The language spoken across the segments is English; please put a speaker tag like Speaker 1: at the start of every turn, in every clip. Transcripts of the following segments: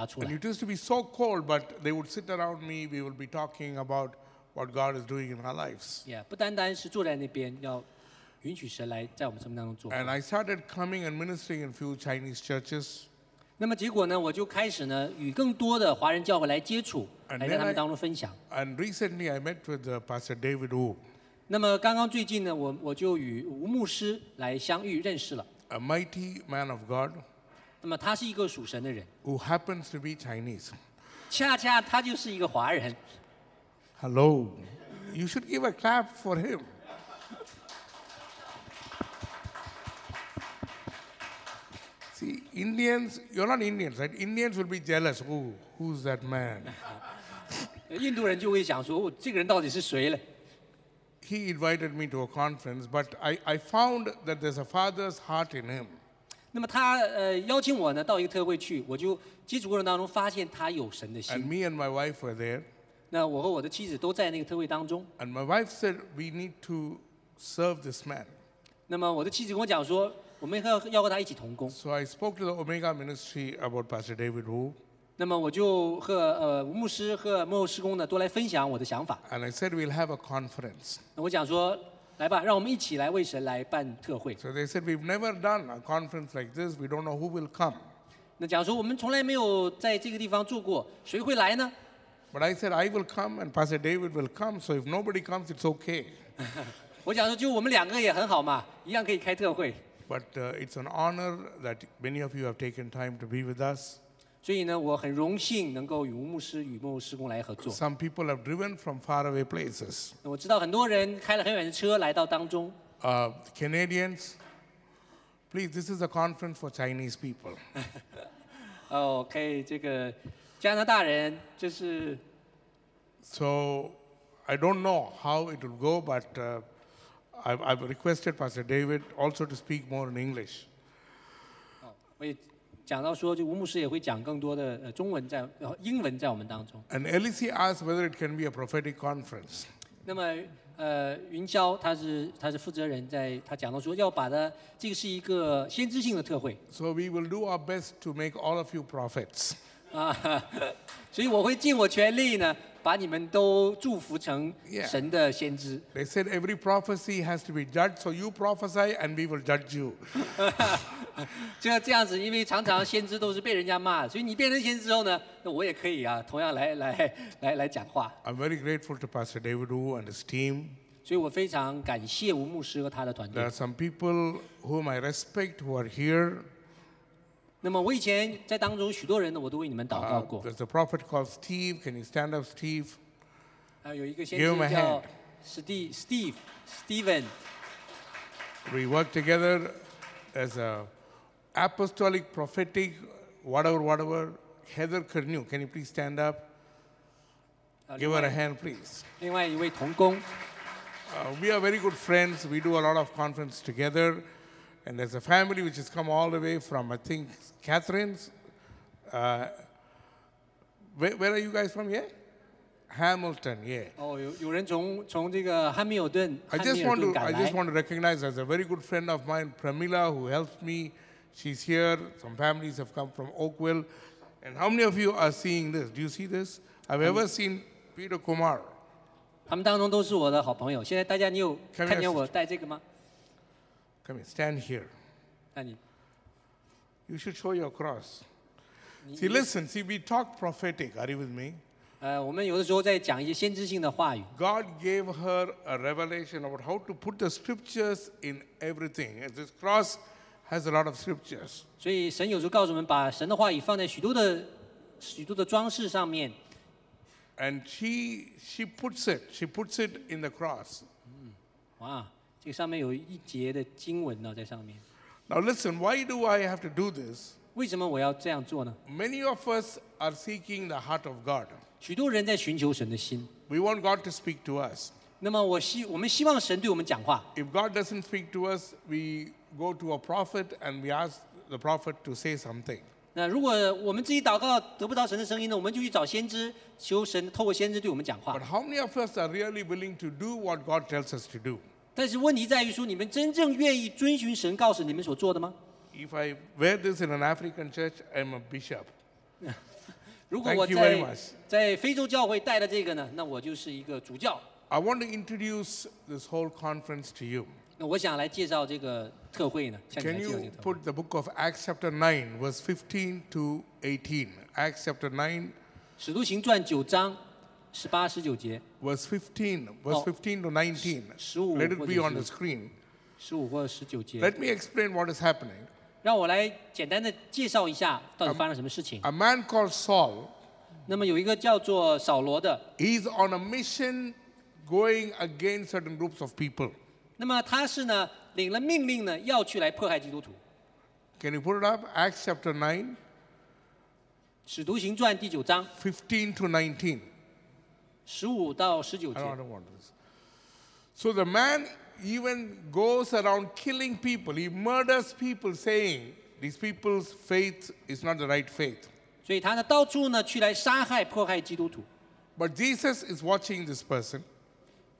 Speaker 1: 拿出
Speaker 2: And
Speaker 1: 来。
Speaker 2: it used to be so cold, but they would sit around me. We would be talking about what God is doing in our lives.
Speaker 1: 也、不单单是坐在那边，要允许神来在我们生命当中做。
Speaker 2: And I started coming and ministering in few Chinese churches.
Speaker 1: 那么结果呢，我就开始呢与更多的华人教会来接触，
Speaker 2: And
Speaker 1: 来在他
Speaker 2: then I-
Speaker 1: 们当中分享。
Speaker 2: And recently, I met with uh, Pastor David Wu.
Speaker 1: 那么刚刚最近呢，我我就与吴牧师来相遇认识了。
Speaker 2: a mighty man of God
Speaker 1: 那么他是一个属神的人，
Speaker 2: who happens to be Chinese.
Speaker 1: 恰恰他就是一个华人。
Speaker 2: Hello. You should give a clap for him. See, Indians, you're not Indians, right? Indians will be jealous. Oh, who's that man?
Speaker 1: 呃印度人就会想说，我哦这个人到底是谁嘞？
Speaker 2: He invited me to a conference, but I, I found that there's a father's heart in him.
Speaker 1: 那么他呃邀请我呢到一个特会去，我就接触过程当中发现他有神的心。
Speaker 2: And me and my wife were there,
Speaker 1: 那我和我的妻子都在那个特会当中。
Speaker 2: and my wife said, We need to serve this man.
Speaker 1: 那么我的妻子跟我讲说，我们要要和他一起同工。
Speaker 2: So I spoke to the Omega ministry about Pastor David Wu,
Speaker 1: 那么我就和呃吴牧师和幕后施工呢都来分享我的想法。
Speaker 2: and I said, We'll have a conference.
Speaker 1: 那我讲说，来吧，让我们一起来为神来办特会。
Speaker 2: So they said, We've never done a conference like this. We don't know who will come.
Speaker 1: 那假如说我们从来没有在这个地方做过，谁会来呢？
Speaker 2: But I said, I will come and Pastor David will come. So if nobody comes, it's okay.
Speaker 1: 我讲说，就我们两个也很好嘛，一样可以开特会。
Speaker 2: But uh, it's an honor that many of you have taken time to be with us.
Speaker 1: 所以呢，我很荣幸能够与吴牧师与幕后施工来合作。
Speaker 2: Some people have driven from faraway places.
Speaker 1: 那我知道很多人开了很远的车来到当中，
Speaker 2: Uh, Canadians, please, this is a conference for Chinese people.
Speaker 1: 哦，可以这个加拿大人，这是
Speaker 2: So I don't know how it will go, but uh, I've, I've requested Pastor David also to speak more in English.
Speaker 1: 我也讲到说，就吴牧师也会讲更多的呃中文在，然后英文在我们当中。
Speaker 2: And LEC asked whether it can be a prophetic conference.
Speaker 1: 那么呃，云霄他是他是负责人在，他讲到说要把它这个是一个先知性的特会
Speaker 2: So we will do our best to make all of you prophets.
Speaker 1: 啊， 所以我会尽我全力呢，把你们都祝福成
Speaker 2: Yeah.
Speaker 1: 神的先知。
Speaker 2: They said every prophecy has to be judged, so you prophesy and we will judge you.
Speaker 1: 这这样子，因为常常先知都是被人家骂，所以你变成先知之后呢，那我也可以啊，同样来来来来讲话。
Speaker 2: I'm very grateful to Pastor David Wu and his team.
Speaker 1: 所以我非常感谢吴牧师和他的团
Speaker 2: There
Speaker 1: 队
Speaker 2: are。some people whom I respect who are here.
Speaker 1: 那么我以前在当中许多人呢，我都为你们祷告
Speaker 2: Uh,
Speaker 1: 过。
Speaker 2: there's a prophet called Steve. Can you stand up, Steve?
Speaker 1: 啊，有一个先
Speaker 2: Give him a
Speaker 1: 知叫
Speaker 2: hand.
Speaker 1: Steve Steve Steven，
Speaker 2: We work together as a apostolic, prophetic, whatever, whatever. Heather Kernew, can you please stand up?
Speaker 1: 啊另
Speaker 2: Give her a
Speaker 1: 外
Speaker 2: hand, please.
Speaker 1: 另外一位童工。
Speaker 2: Uh, we are very good friends. We do a lot of conference together. And there's a family which has come all the way from, I think, Catherine's. Uh, where, where are you guys from here? Hamilton, yeah.
Speaker 1: 哦，有有人从从这个汉密尔顿
Speaker 2: I
Speaker 1: 汉密
Speaker 2: just
Speaker 1: 尔
Speaker 2: want
Speaker 1: 顿
Speaker 2: to
Speaker 1: 赶
Speaker 2: I
Speaker 1: 来。
Speaker 2: just want to recognize as a very good friend of mine, Pramila, who helps me. She's here. Some families have come from Oakville. And how many of you are seeing this? Do you see this? I've ever seen Peter Kumar.
Speaker 1: 他们当中都是我的好朋友。现在大家你有
Speaker 2: Can we
Speaker 1: 看
Speaker 2: have-
Speaker 1: 见我戴这个吗？
Speaker 2: Come here, stand here.
Speaker 1: 那你
Speaker 2: You should show your cross. See, listen, see, we talk prophetic. Are you with me?
Speaker 1: 呃，我们有的时候在讲一些先知性的话语。
Speaker 2: God gave her a revelation about how to put the scriptures in everything. And this cross has a lot of scriptures.
Speaker 1: 所以神有时候告诉我们，把神的话语放在许多的许多的装饰上面。
Speaker 2: And she she puts it. She puts it in the cross.
Speaker 1: 哇，这个上面有一节的经文呢、在上面。
Speaker 2: Now listen, why do I have to do this?
Speaker 1: 为什么我要这样做呢？
Speaker 2: Many of us are seeking the heart of God.
Speaker 1: 许多人在寻求神的心。
Speaker 2: We want God to speak to us.
Speaker 1: 那么我希我们希望神对我们讲话。
Speaker 2: If God doesn't speak to us, we go to a prophet and we ask the prophet to say something.
Speaker 1: 那如果我们自己祷告得不到神的声音呢，我们就去找先知，求神透过先知对我们讲话
Speaker 2: But。how many of us are really willing to do what God tells us to do?
Speaker 1: 但是问题在于说，你们真正愿意遵循神告诉你们所做的吗？
Speaker 2: If I wear this in an African church, I'm a bishop.
Speaker 1: 如果我
Speaker 2: Thank you very
Speaker 1: 在
Speaker 2: much.
Speaker 1: 在非洲教会带了这个呢，那我就是一个主教。
Speaker 2: I want to introduce this whole conference to you.
Speaker 1: 那我想来介绍这个特会呢，向你
Speaker 2: Can
Speaker 1: 来介绍这个
Speaker 2: you
Speaker 1: 特会。
Speaker 2: put the book of Acts, chapter 9, verse 15 to 18? Acts, chapter 9,
Speaker 1: 使徒行传九章十八、十九节，
Speaker 2: verse 15, verse
Speaker 1: Oh.
Speaker 2: 15 to 19.
Speaker 1: 15,
Speaker 2: Let it
Speaker 1: what
Speaker 2: be
Speaker 1: is
Speaker 2: on the
Speaker 1: it?
Speaker 2: screen.
Speaker 1: 十五或十九节。
Speaker 2: Let me explain what is happening.
Speaker 1: 让我来简单的介绍一下到底发生什么事情。
Speaker 2: A man called Saul,
Speaker 1: 那么有一个叫做扫罗的，
Speaker 2: he's on a mission going against certain groups of people.
Speaker 1: 那么他是呢领了命令呢要去来迫害基督徒。
Speaker 2: Can you put it up? Acts chapter 9,
Speaker 1: 使徒行传第九章
Speaker 2: 15 to 19.
Speaker 1: 十五到十九
Speaker 2: I
Speaker 1: 节
Speaker 2: don't,，I don't want this. So the man even goes around killing people. He murders people, saying these people's faith is not the right faith.
Speaker 1: 所以他呢到处呢去来杀害迫害基督徒。
Speaker 2: But Jesus is watching this person.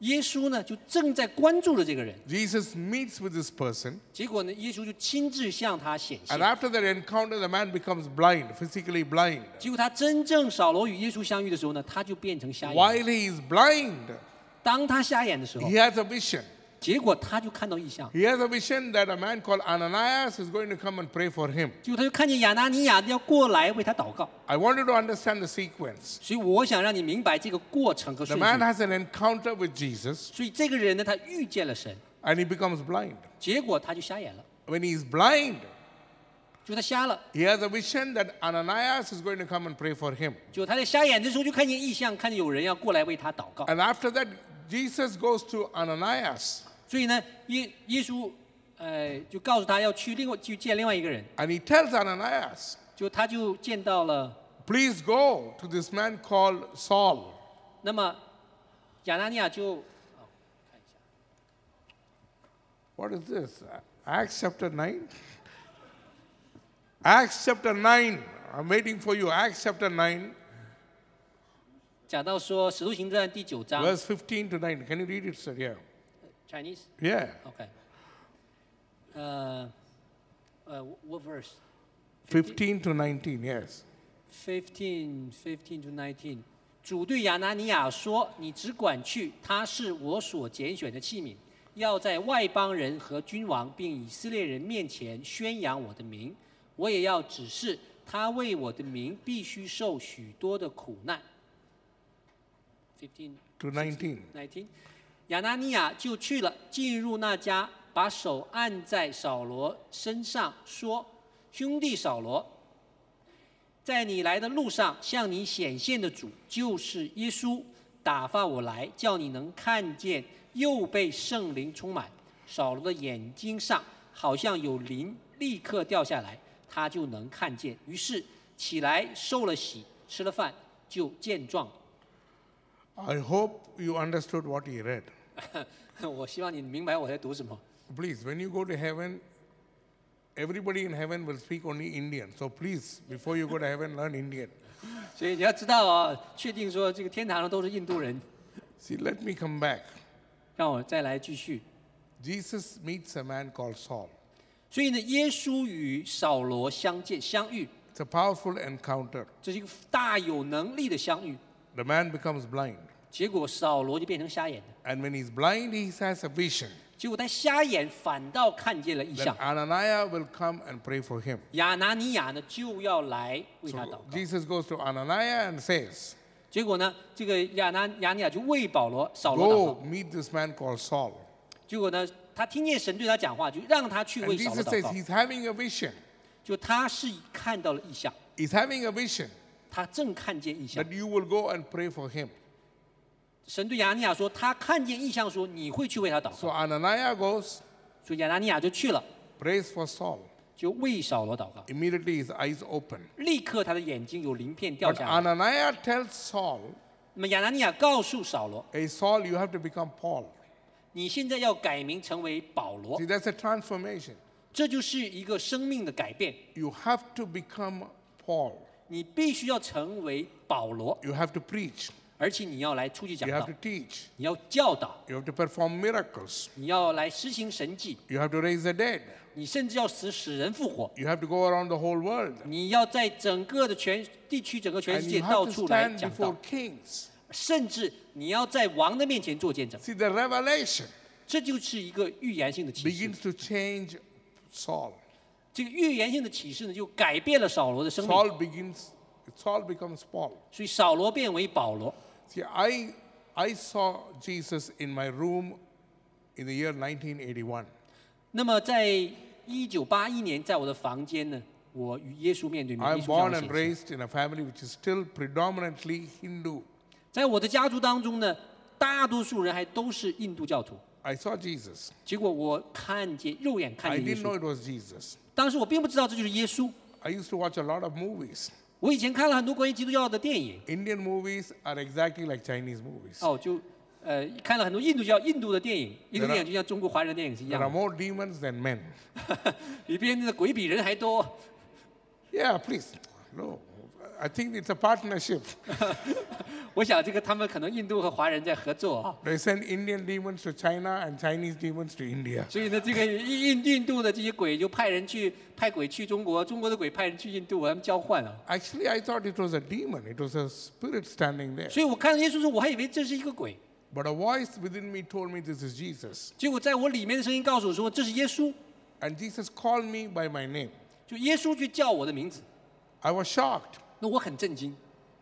Speaker 1: 耶稣呢就正在关注着这个人，
Speaker 2: Jesus meets with this person.
Speaker 1: 结果呢耶稣就亲自向他显现。
Speaker 2: And after that encounter, the man becomes blind, physically blind.
Speaker 1: 结果他真正扫罗与耶稣相遇的时候呢，他就变成瞎眼。
Speaker 2: While he is blind,
Speaker 1: 当他瞎眼的时候
Speaker 2: he，has a vision.
Speaker 1: 结果他就看到异象，
Speaker 2: He has a vision that a man called Ananias is going to come and pray for him.
Speaker 1: 结果他就看见亚拿尼亚要过来为他祷告。
Speaker 2: I want you to understand the sequence.
Speaker 1: 所以我想让你明白这个过程和
Speaker 2: The
Speaker 1: 顺
Speaker 2: man
Speaker 1: 序。
Speaker 2: has an encounter with Jesus
Speaker 1: 所以这个人呢，他遇见了神，
Speaker 2: and he becomes blind.
Speaker 1: 结果他就瞎眼了，
Speaker 2: when he is blind,
Speaker 1: 就他瞎了。
Speaker 2: he has a vision that Ananias is going to come and pray for him.
Speaker 1: 就他在瞎眼的时候，就看见异象，看见有人要过来为他祷告。
Speaker 2: And after that, Jesus goes to Ananias
Speaker 1: 所以呢，耶耶稣，呃，就告诉他要去另外去见另外一个人，
Speaker 2: and he tells Ananias,
Speaker 1: 就他就见到了。
Speaker 2: Please go to this man called Saul.
Speaker 1: 那么亚拿尼亚就
Speaker 2: What is this? Acts chapter 9? Acts chapter 9. I'm waiting for you. Acts chapter 9,
Speaker 1: 讲到说《使徒行传》第九章
Speaker 2: verse 15 to 9. Can you read it, sir? Yeah.
Speaker 1: ，Chinese。
Speaker 2: Yeah.
Speaker 1: OK，呃，呃，what verse？
Speaker 2: 15 to 19, yes.
Speaker 1: Fifteen, fifteen to nineteen。主对亚拿尼亚说：“你只管去，他是我所拣选的器皿，要在外邦人和君王并以色列人面前宣扬我的名。我也要指示他为我的名必须受许多的苦难。” Fifteen
Speaker 2: To 19.
Speaker 1: nineteen。亚拿尼亚就去了，进入那家，把手按在扫罗身上，说：“兄弟扫罗，在你来的路上，向你显现的主就是耶稣，打发我来，叫你能看见，又被圣灵充满。扫罗的眼睛上好像有鳞，立刻掉下来，他就能看见。于是起来受了洗，吃了饭，就健壮。
Speaker 2: I hope you understood what he read.
Speaker 1: 我希望你明白我在读什么。
Speaker 2: Please, when you go to heaven, everybody in heaven will speak only Indian. So please, before you go to heaven, learn Indian.
Speaker 1: 所以你要知道啊、确定说这个天堂上都是印度人。
Speaker 2: See, let me come back.
Speaker 1: 让我再来继续。
Speaker 2: Jesus meets a man called Saul.
Speaker 1: 所以呢，耶稣与扫罗相见相遇，
Speaker 2: It's a powerful encounter.
Speaker 1: 这是一个大有能力的相遇。
Speaker 2: The man becomes blind.
Speaker 1: 结果扫罗就变成瞎眼的，
Speaker 2: And when he's blind, he has a vision
Speaker 1: 结果他瞎眼反倒看见了异
Speaker 2: that
Speaker 1: 象。
Speaker 2: Ananias will come and pray for him.
Speaker 1: 亚拿尼亚呢就要来为他祷
Speaker 2: So
Speaker 1: 告，
Speaker 2: Jesus goes to Ananias and says,
Speaker 1: 结果呢，这个亚拿亚尼亚就为保罗扫罗祷
Speaker 2: Go
Speaker 1: 告。
Speaker 2: meet this man called Saul.
Speaker 1: 结果呢，他听见神对他讲话，就让他去为
Speaker 2: And
Speaker 1: 扫罗
Speaker 2: Jesus says,
Speaker 1: 祷告。
Speaker 2: He's having a vision.
Speaker 1: 就他是看到了异象，
Speaker 2: He's having a vision
Speaker 1: 他正看见异象
Speaker 2: that。you will go and pray for him.
Speaker 1: 神对亚拿尼亚说，他看见异象说，你会去为他祷告。
Speaker 2: So Ananias goes,
Speaker 1: 所以亚拿尼亚就去了，
Speaker 2: prays for Saul.
Speaker 1: 就为扫罗祷告。
Speaker 2: Immediately his eyes open.
Speaker 1: 立刻他的眼睛有鳞片掉
Speaker 2: But
Speaker 1: 下来。
Speaker 2: Ananias tells Saul,
Speaker 1: 那么亚拿尼亚告诉扫罗
Speaker 2: Hey, Saul, you have to become Paul.：“
Speaker 1: 你现在要改名成为保罗
Speaker 2: See,，that's a transformation.
Speaker 1: 这就是一个生命的改变。
Speaker 2: You have to become Paul.
Speaker 1: 你必须要成为保罗，
Speaker 2: You have to preach.
Speaker 1: 而且你要来出去讲
Speaker 2: You have
Speaker 1: 道
Speaker 2: to，teach.
Speaker 1: 你要教导，
Speaker 2: You have to perform miracles.
Speaker 1: 你要来施行神迹，
Speaker 2: You have to raise the dead.
Speaker 1: 你甚至要使死人复活，
Speaker 2: You have to go around the whole world.
Speaker 1: 你要在整个的全地区、整个全
Speaker 2: And
Speaker 1: 世界
Speaker 2: you
Speaker 1: 到
Speaker 2: have to
Speaker 1: 处来
Speaker 2: stand
Speaker 1: 讲道
Speaker 2: before，kings.
Speaker 1: 甚至你要在王的面前做见证。
Speaker 2: See, the revelation
Speaker 1: 这就是一个预言性的启示。
Speaker 2: begins to change Saul.
Speaker 1: 这个预言性的启示呢，就改变了扫罗的生命，
Speaker 2: Saul begins, Saul becomes Paul.
Speaker 1: 所以扫罗变为保罗。
Speaker 2: See, I, I saw Jesus in my room in the year 1981.
Speaker 1: 那么在一九八一年，在我的房间呢，我与耶稣面对面，
Speaker 2: I'm
Speaker 1: 耶稣向
Speaker 2: born
Speaker 1: 我
Speaker 2: and
Speaker 1: 显现。
Speaker 2: raised in a family which is still predominantly Hindu.
Speaker 1: 在我的家族当中呢，大多数人还都是印度教徒。
Speaker 2: I saw Jesus.
Speaker 1: 结果我看见肉眼看
Speaker 2: I
Speaker 1: 见耶
Speaker 2: didn't
Speaker 1: 稣
Speaker 2: know，it was Jesus.
Speaker 1: 当时我并不知道这就是耶稣。
Speaker 2: I used to watch a lot of movies.
Speaker 1: 我以前看了很多关于基督教的电影，
Speaker 2: Indian movies are exactly like Chinese movies.
Speaker 1: 哦，就呃看了很多印度教印度的电影，印度
Speaker 2: 对了
Speaker 1: 电影就像中国华人的电影是一
Speaker 2: There
Speaker 1: 样
Speaker 2: are
Speaker 1: 的，
Speaker 2: more demons than men.
Speaker 1: 里边的鬼比人还多。
Speaker 2: Yeah, please. No, I think it's a partnership.
Speaker 1: 我想这个他们可能印度和华人在合作啊，
Speaker 2: They send Indian demons to China and Chinese demons to India.
Speaker 1: 所以呢，这个印印印度的这些鬼就派人去派鬼去中国，中国的鬼派人去印度，他们交换啊。
Speaker 2: Actually, I thought it was a demon. It was a spirit standing there.
Speaker 1: 所以我看到耶稣的时候，我还以为这是一个鬼，
Speaker 2: But a voice within me told me this is Jesus.
Speaker 1: 结果在我里面的声音告诉我说这是耶稣，
Speaker 2: And Jesus called me by my name.
Speaker 1: 就耶稣去叫我的名字，
Speaker 2: I was shocked.
Speaker 1: 那我很震惊，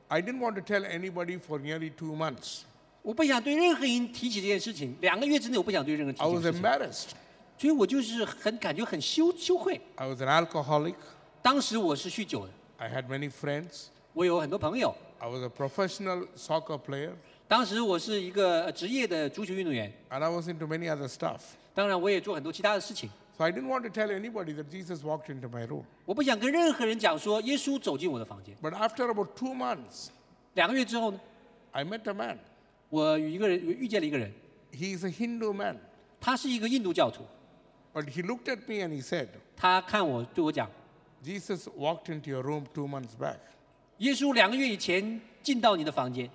Speaker 2: I didn't want to tell anybody for nearly two months.
Speaker 1: 我不想对任何人提起这件事情，两个月之内我不想对任何人提
Speaker 2: I
Speaker 1: 起这
Speaker 2: was
Speaker 1: 件事情，
Speaker 2: embarrassed.
Speaker 1: 所以我就是很感觉很羞羞愧。
Speaker 2: I was an alcoholic.
Speaker 1: 当时我是酗酒的，
Speaker 2: I had many friends.
Speaker 1: 我有很多朋友，
Speaker 2: I was a professional soccer player.
Speaker 1: 当时我是一个呃职业的足球运动员，
Speaker 2: And I was into many other stuff.
Speaker 1: 当然我也做很多其他的事情。
Speaker 2: So I didn't want to tell anybody that Jesus walked into my room.
Speaker 1: 我不想跟任何人讲说耶稣走进我的房间。
Speaker 2: But after about two months,
Speaker 1: 两个月之后呢，
Speaker 2: I met a man.
Speaker 1: 我与一个人遇见了一个人，
Speaker 2: He's a Hindu man.
Speaker 1: 他是一个印度教徒，
Speaker 2: But he looked at me and he said,
Speaker 1: 他看我对我讲，
Speaker 2: Jesus walked into your room two months back.
Speaker 1: 耶稣两个月以前进到你的房间，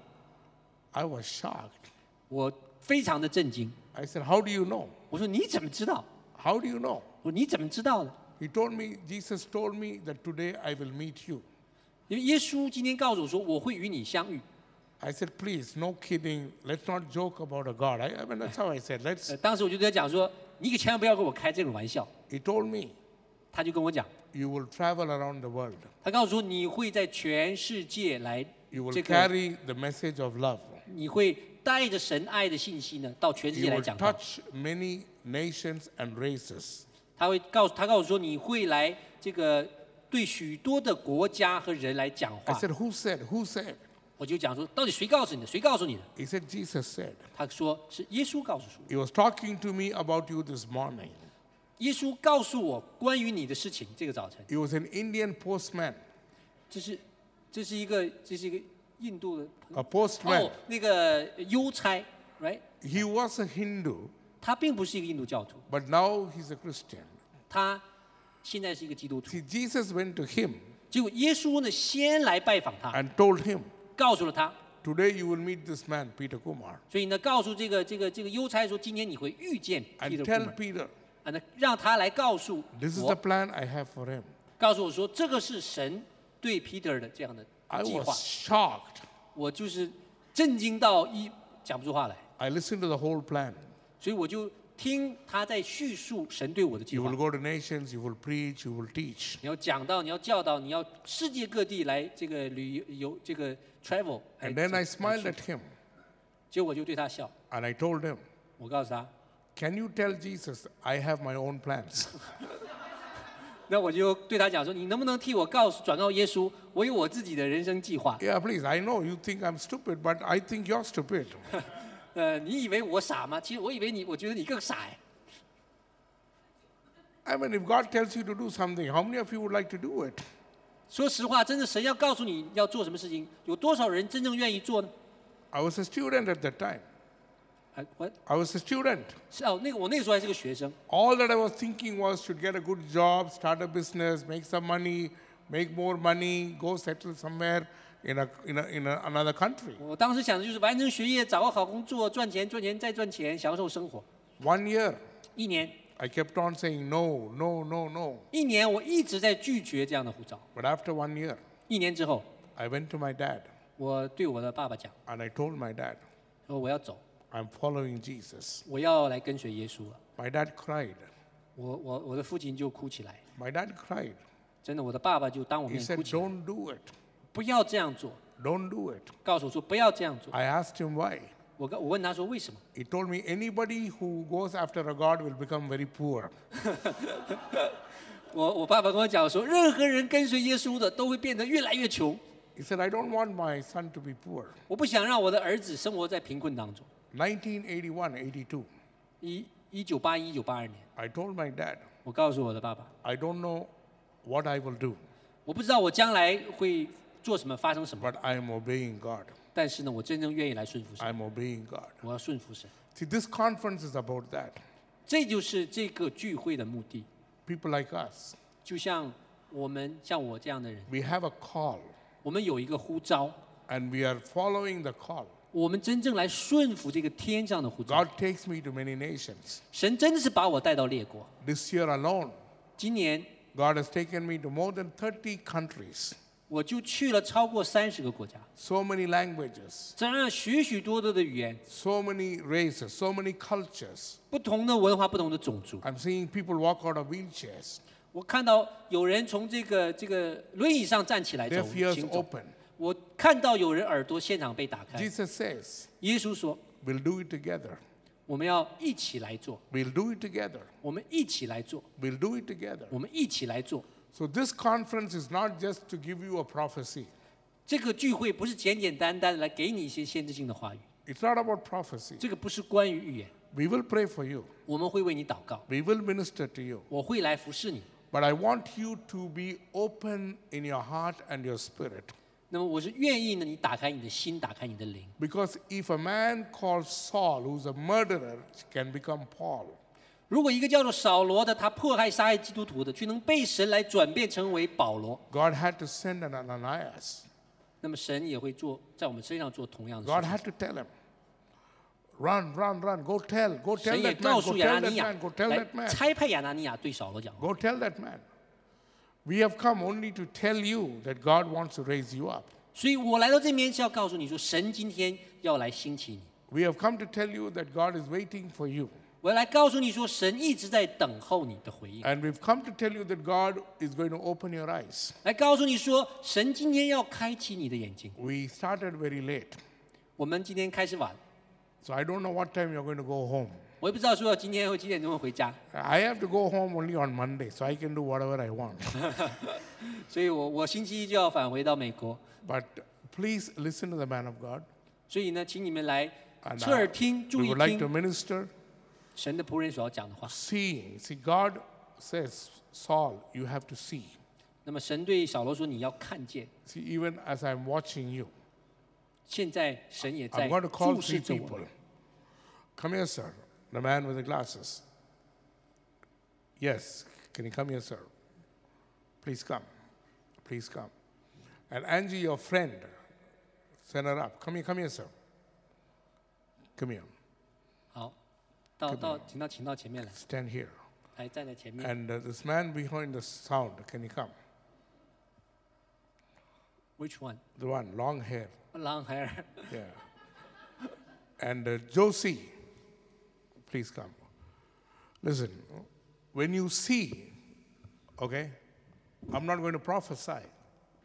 Speaker 2: I was shocked.
Speaker 1: 我非常的震惊。
Speaker 2: I said, How do you know?
Speaker 1: 我说你怎么知道？
Speaker 2: How do you know?
Speaker 1: 我说你怎么知道的？
Speaker 2: He told me, Jesus told me that today I will meet you.
Speaker 1: 因为耶稣今天告诉我说我会与你相遇。
Speaker 2: I said, Please, no kidding. Let's not joke about a God. I, I mean, that's how I said. Let's.
Speaker 1: 呃，当时我就跟他讲说，你可千万不要跟我开这种玩笑。
Speaker 2: He told me,
Speaker 1: 他就跟我讲，
Speaker 2: You will travel around the world.
Speaker 1: 他告诉我你会在全世界来
Speaker 2: You will
Speaker 1: 这个，
Speaker 2: carry the message of love.
Speaker 1: 你会带着神爱的信息呢到全世界
Speaker 2: You
Speaker 1: 来
Speaker 2: will
Speaker 1: 讲道。
Speaker 2: touch many nations and races.
Speaker 1: 他会告诉他告诉说你会来这个对许多的国家和人来讲
Speaker 2: I
Speaker 1: 话。
Speaker 2: said, Who said? Who said?
Speaker 1: 我就讲说到底谁告诉你的？谁告诉你的？
Speaker 2: He said, Jesus said.
Speaker 1: 他说是耶稣告诉我，
Speaker 2: He was talking to me about you this morning.
Speaker 1: 耶稣告诉我关于你的事情。这个早晨，
Speaker 2: He was an Indian postman,
Speaker 1: 这是这是一个这是一个印度的
Speaker 2: a
Speaker 1: 哦
Speaker 2: postman.，
Speaker 1: 那个邮差，right？
Speaker 2: He was a Hindu,
Speaker 1: 他并不是一个印度教徒，
Speaker 2: but now he's a Christian.
Speaker 1: 他现在是一个基督徒。
Speaker 2: See, Jesus went to him
Speaker 1: 结果耶稣呢，先来拜访他，
Speaker 2: and told him,
Speaker 1: 告诉了他，
Speaker 2: Today you will meet this man, Peter Kumar.
Speaker 1: 所以呢，告诉这个这个这个邮差说，今天你会遇见
Speaker 2: And
Speaker 1: 彼得
Speaker 2: tell
Speaker 1: 库
Speaker 2: Peter,
Speaker 1: 啊，那让他来告诉
Speaker 2: This is the
Speaker 1: 我，
Speaker 2: plan I have for him.
Speaker 1: 告诉我说，这个是神对 Peter 的这样的
Speaker 2: I
Speaker 1: 计划
Speaker 2: was。shocked.
Speaker 1: 我就是震惊到一讲不出话来，
Speaker 2: I listened to the whole plan.
Speaker 1: 所以我就听他在叙述神对我的计
Speaker 2: You
Speaker 1: 划
Speaker 2: will。go to nations, you will preach, you will teach.
Speaker 1: 你要讲到，你要教导，你要世界各地来这个旅游，这个 travel 来。
Speaker 2: And then I
Speaker 1: 来
Speaker 2: smiled
Speaker 1: 去
Speaker 2: at him
Speaker 1: 结果我就对他笑，
Speaker 2: and I told him,
Speaker 1: 我告诉他，
Speaker 2: Can you tell Jesus I have my own plans?
Speaker 1: 那我就对他讲说，你能不能替我告诉转告耶稣，我有我自己的人生计划。
Speaker 2: yeah, please. I know you think I'm stupid, but I think you're stupid.
Speaker 1: 呃，你以为我傻吗？其实我以为你，我觉得你更傻哎。
Speaker 2: I mean, if God tells you to do something, how many of you would like to do it?
Speaker 1: 说实话，真的神要告诉你要做什么事情，有多少人真正愿意做呢？
Speaker 2: I was a student at that time.
Speaker 1: 啊，我
Speaker 2: I was a student.
Speaker 1: 是哦，那个我那个时候还是个学生，
Speaker 2: All that I was thinking was should get a good job, start a business, make some money, make more money, go settle somewhere, in, a, in, a, in a, another country.
Speaker 1: 我当时想的就是完成学业，找个好工作，赚钱，赚钱再赚钱，享受生活。
Speaker 2: One year,
Speaker 1: 一年，
Speaker 2: I kept on saying no, no, no, no.
Speaker 1: 一年，我一直在拒绝这样的护照。
Speaker 2: But after one year,
Speaker 1: 一年之后，
Speaker 2: I went to my dad
Speaker 1: 我对我的爸爸讲，
Speaker 2: and I told my dad,
Speaker 1: 说我要走，
Speaker 2: I'm following Jesus.
Speaker 1: 我要来跟随耶稣了。
Speaker 2: My dad cried.
Speaker 1: 我我我的父亲就哭起来，
Speaker 2: My dad cried.
Speaker 1: 真的，我的爸爸就当我
Speaker 2: He
Speaker 1: 面哭
Speaker 2: said,
Speaker 1: 起来，
Speaker 2: Don't do it.
Speaker 1: 不要这样做，
Speaker 2: Don't do it.
Speaker 1: 告诉我说不要这样做。
Speaker 2: I asked him why.
Speaker 1: 我跟我问他说为什么？
Speaker 2: He told me anybody who goes after a god will become very poor.
Speaker 1: 我我爸爸跟我讲说，任何人跟随耶稣的都会变得越来越穷。
Speaker 2: He said, I don't want my son to be poor.
Speaker 1: 我不想让我的儿子生活在贫困当中。
Speaker 2: 1981, 82,
Speaker 1: 一一九八一九八二年，
Speaker 2: I told my dad,
Speaker 1: 我告诉我的爸爸，
Speaker 2: I don't know what I will do,
Speaker 1: 我不知道我将来会做什么，发生什么，
Speaker 2: but I am obeying God.
Speaker 1: 但是呢，我真正愿意来顺服神，
Speaker 2: I am obeying God.
Speaker 1: 我要顺服神。
Speaker 2: See, this conference is about that.
Speaker 1: 这就是这个聚会的目的。
Speaker 2: People like us,
Speaker 1: 就像我们像我这样的人，
Speaker 2: we have a call,
Speaker 1: 我们有一个呼召，
Speaker 2: and we are following the call.
Speaker 1: 我们真正来顺服这个天上的呼召。
Speaker 2: God takes me to many nations.
Speaker 1: 神真的是把我带到列国。
Speaker 2: This year alone,
Speaker 1: 今年
Speaker 2: God has taken me to more than 30 countries,
Speaker 1: 我就去了超过三十个国家，
Speaker 2: so many languages,
Speaker 1: 这样许许多多的语言、
Speaker 2: so many races, so many cultures.
Speaker 1: 不同的文化、不同的种族。
Speaker 2: I'm seeing people walk out of wheelchairs,
Speaker 1: 我看到有人从这个这个轮椅上站起来
Speaker 2: their
Speaker 1: 走
Speaker 2: ears
Speaker 1: 行走，
Speaker 2: open.
Speaker 1: 我看到有人耳朵现场被打开。
Speaker 2: Jesus says,
Speaker 1: 耶稣说
Speaker 2: We'll do it together.：“
Speaker 1: 我们要一起来做，
Speaker 2: We'll do it together.
Speaker 1: 我们一起来做，
Speaker 2: We'll do it together.
Speaker 1: 我们一起来做。
Speaker 2: So, this conference is not just to give you a prophecy. ”
Speaker 1: 这个聚会不是简简单单来给你一些限制性的话语，
Speaker 2: It's not about prophecy.
Speaker 1: 这个不是关于预言，
Speaker 2: We will pray for you,
Speaker 1: 我们会为你祷告，
Speaker 2: we will minister to you.
Speaker 1: 我会来服侍你。
Speaker 2: But I want you to be open in your heart and your spirit.
Speaker 1: 那么我是愿意呢，你打开你的心，打开你的灵。
Speaker 2: Because if a man called Saul, who's a murderer, can become Paul,
Speaker 1: 如果一个叫做扫罗的，他迫害杀害基督徒的，却能被神来转变成为保罗，
Speaker 2: God had to send an Ananias.
Speaker 1: 那么神也会做在我们身上做同样的
Speaker 2: God
Speaker 1: 事。
Speaker 2: had to tell him, run, run, run, go tell, go tell
Speaker 1: 神也
Speaker 2: that man,
Speaker 1: 告
Speaker 2: go
Speaker 1: 诉亚
Speaker 2: tell
Speaker 1: 拿
Speaker 2: that
Speaker 1: 尼亚
Speaker 2: man, go tell
Speaker 1: 来
Speaker 2: that man,
Speaker 1: 差派亚拿尼亚对扫罗讲话
Speaker 2: go tell that man. We have come only to tell you that God wants to raise you up.
Speaker 1: 所以我来到这边是要告诉你说，神今天要来兴起你。
Speaker 2: We have come to tell you that God is waiting for you.
Speaker 1: 我要来告诉你说，神一直在等候你的回应，
Speaker 2: And we've come to tell you that God is going to open your eyes.
Speaker 1: 来告诉你说，神今天要开启你的眼睛。
Speaker 2: We started very late,
Speaker 1: 我们今天开始晚了，
Speaker 2: so I don't know what time you're going to go home.
Speaker 1: 我也不知道说今天会几点钟回家，
Speaker 2: I have to go home only on Monday, so I can do whatever I want.
Speaker 1: 所以我我星期一就要返回到美国。
Speaker 2: but please listen to the man of God.
Speaker 1: 所以呢，请你们来
Speaker 2: And
Speaker 1: 侧耳听，注
Speaker 2: we
Speaker 1: 意
Speaker 2: would like to
Speaker 1: 听
Speaker 2: minister.
Speaker 1: 神的仆人所要讲的话。
Speaker 2: Seeing. See, God says, Saul, you have to see.
Speaker 1: 那么神对小罗说：“你要看见。
Speaker 2: See, even as I'm watching you, ”
Speaker 1: 现在神也
Speaker 2: I'm
Speaker 1: 在
Speaker 2: going to call
Speaker 1: 注
Speaker 2: three
Speaker 1: 视着我
Speaker 2: people.
Speaker 1: 们。
Speaker 2: Come here, sir. The man with the glasses. Yes. Can you come here, sir? Please come. Please come. And Angie, your friend, send her up. Come here, come here, sir. Come here.
Speaker 1: 好，到到，请到请到前面来，
Speaker 2: Stand here.
Speaker 1: 来站在前面。
Speaker 2: And uh, this man behind the sound, can you come?
Speaker 1: Which one?
Speaker 2: The one, long hair.
Speaker 1: Long hair.
Speaker 2: Yeah. And uh, Josie, please come. Listen, when you see, okay, I'm not going to prophesy.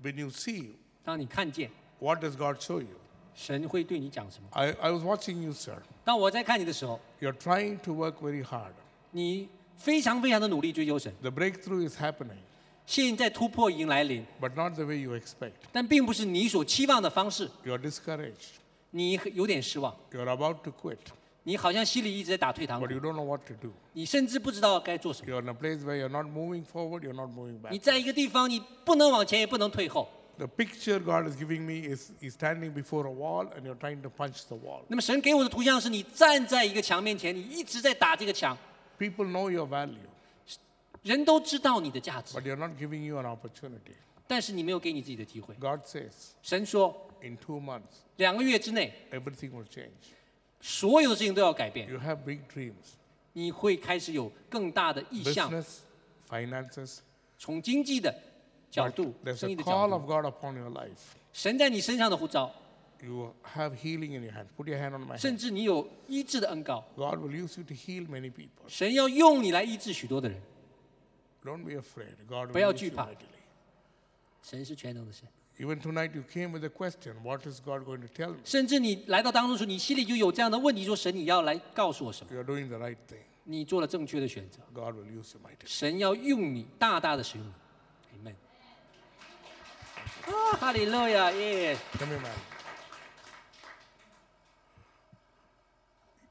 Speaker 2: When you see,
Speaker 1: 当你看见
Speaker 2: what does God show you?
Speaker 1: 神会对你讲什么？
Speaker 2: I, I was watching you, sir.
Speaker 1: 当我在看你的时候，
Speaker 2: You're trying to work very hard.
Speaker 1: 你非常非常的努力追求神，
Speaker 2: The breakthrough is happening,
Speaker 1: 现在突破迎来临，
Speaker 2: but not the way you expect.
Speaker 1: 但并不是你所期望的方式。
Speaker 2: You're discouraged.
Speaker 1: 你有点失望，
Speaker 2: You're about to quit,
Speaker 1: 你好像心里一直在打退堂鼓
Speaker 2: but，you don't know what to do.
Speaker 1: 你甚至不知道该做什么。
Speaker 2: You're in a place where you're not moving forward, you're not moving back.
Speaker 1: 你在一个地方，你不能往前，也不能退后。
Speaker 2: The picture God is giving me is is standing before a wall and you're trying to punch the wall.
Speaker 1: 那么神给我的图像是你站在一个墙面前，你一直在打这个墙，
Speaker 2: People know your value,
Speaker 1: 人都知道你的价值，
Speaker 2: but they're not giving you an opportunity.
Speaker 1: 但是你没有给你自己的机会。
Speaker 2: God says,
Speaker 1: 神说，
Speaker 2: in two months,
Speaker 1: 两个月之内，
Speaker 2: everything will change.
Speaker 1: 所有的事情都要改变，
Speaker 2: You have big dreams
Speaker 1: 你会开始有更大的意向，
Speaker 2: business, finances.
Speaker 1: 从经济的角
Speaker 2: But
Speaker 1: 度、
Speaker 2: there's
Speaker 1: 生意
Speaker 2: a
Speaker 1: 的角
Speaker 2: call
Speaker 1: 度，
Speaker 2: of God upon your life.
Speaker 1: 神在你身上的呼召，
Speaker 2: You have healing in your hand. Put your hand on my
Speaker 1: 甚
Speaker 2: hand.
Speaker 1: 至你有医治的恩膏，
Speaker 2: God will use you to heal many people.
Speaker 1: 神要用你来医治许多的人。
Speaker 2: Don't be afraid. God
Speaker 1: 不要
Speaker 2: will use you
Speaker 1: 惧怕。
Speaker 2: mightily.
Speaker 1: 神是全能的神，
Speaker 2: Even tonight, you came with a question What is God going to tell me?
Speaker 1: 甚至你来到当中的时候，你心里就有这样的问题：说神，你要来告诉我什么？
Speaker 2: You're doing the right thing.
Speaker 1: 你做了正确的选择，
Speaker 2: God will use you mightily.
Speaker 1: 神要用你，大大的使用你。Amen。啊，哈利路亚耶！
Speaker 2: Come here, man.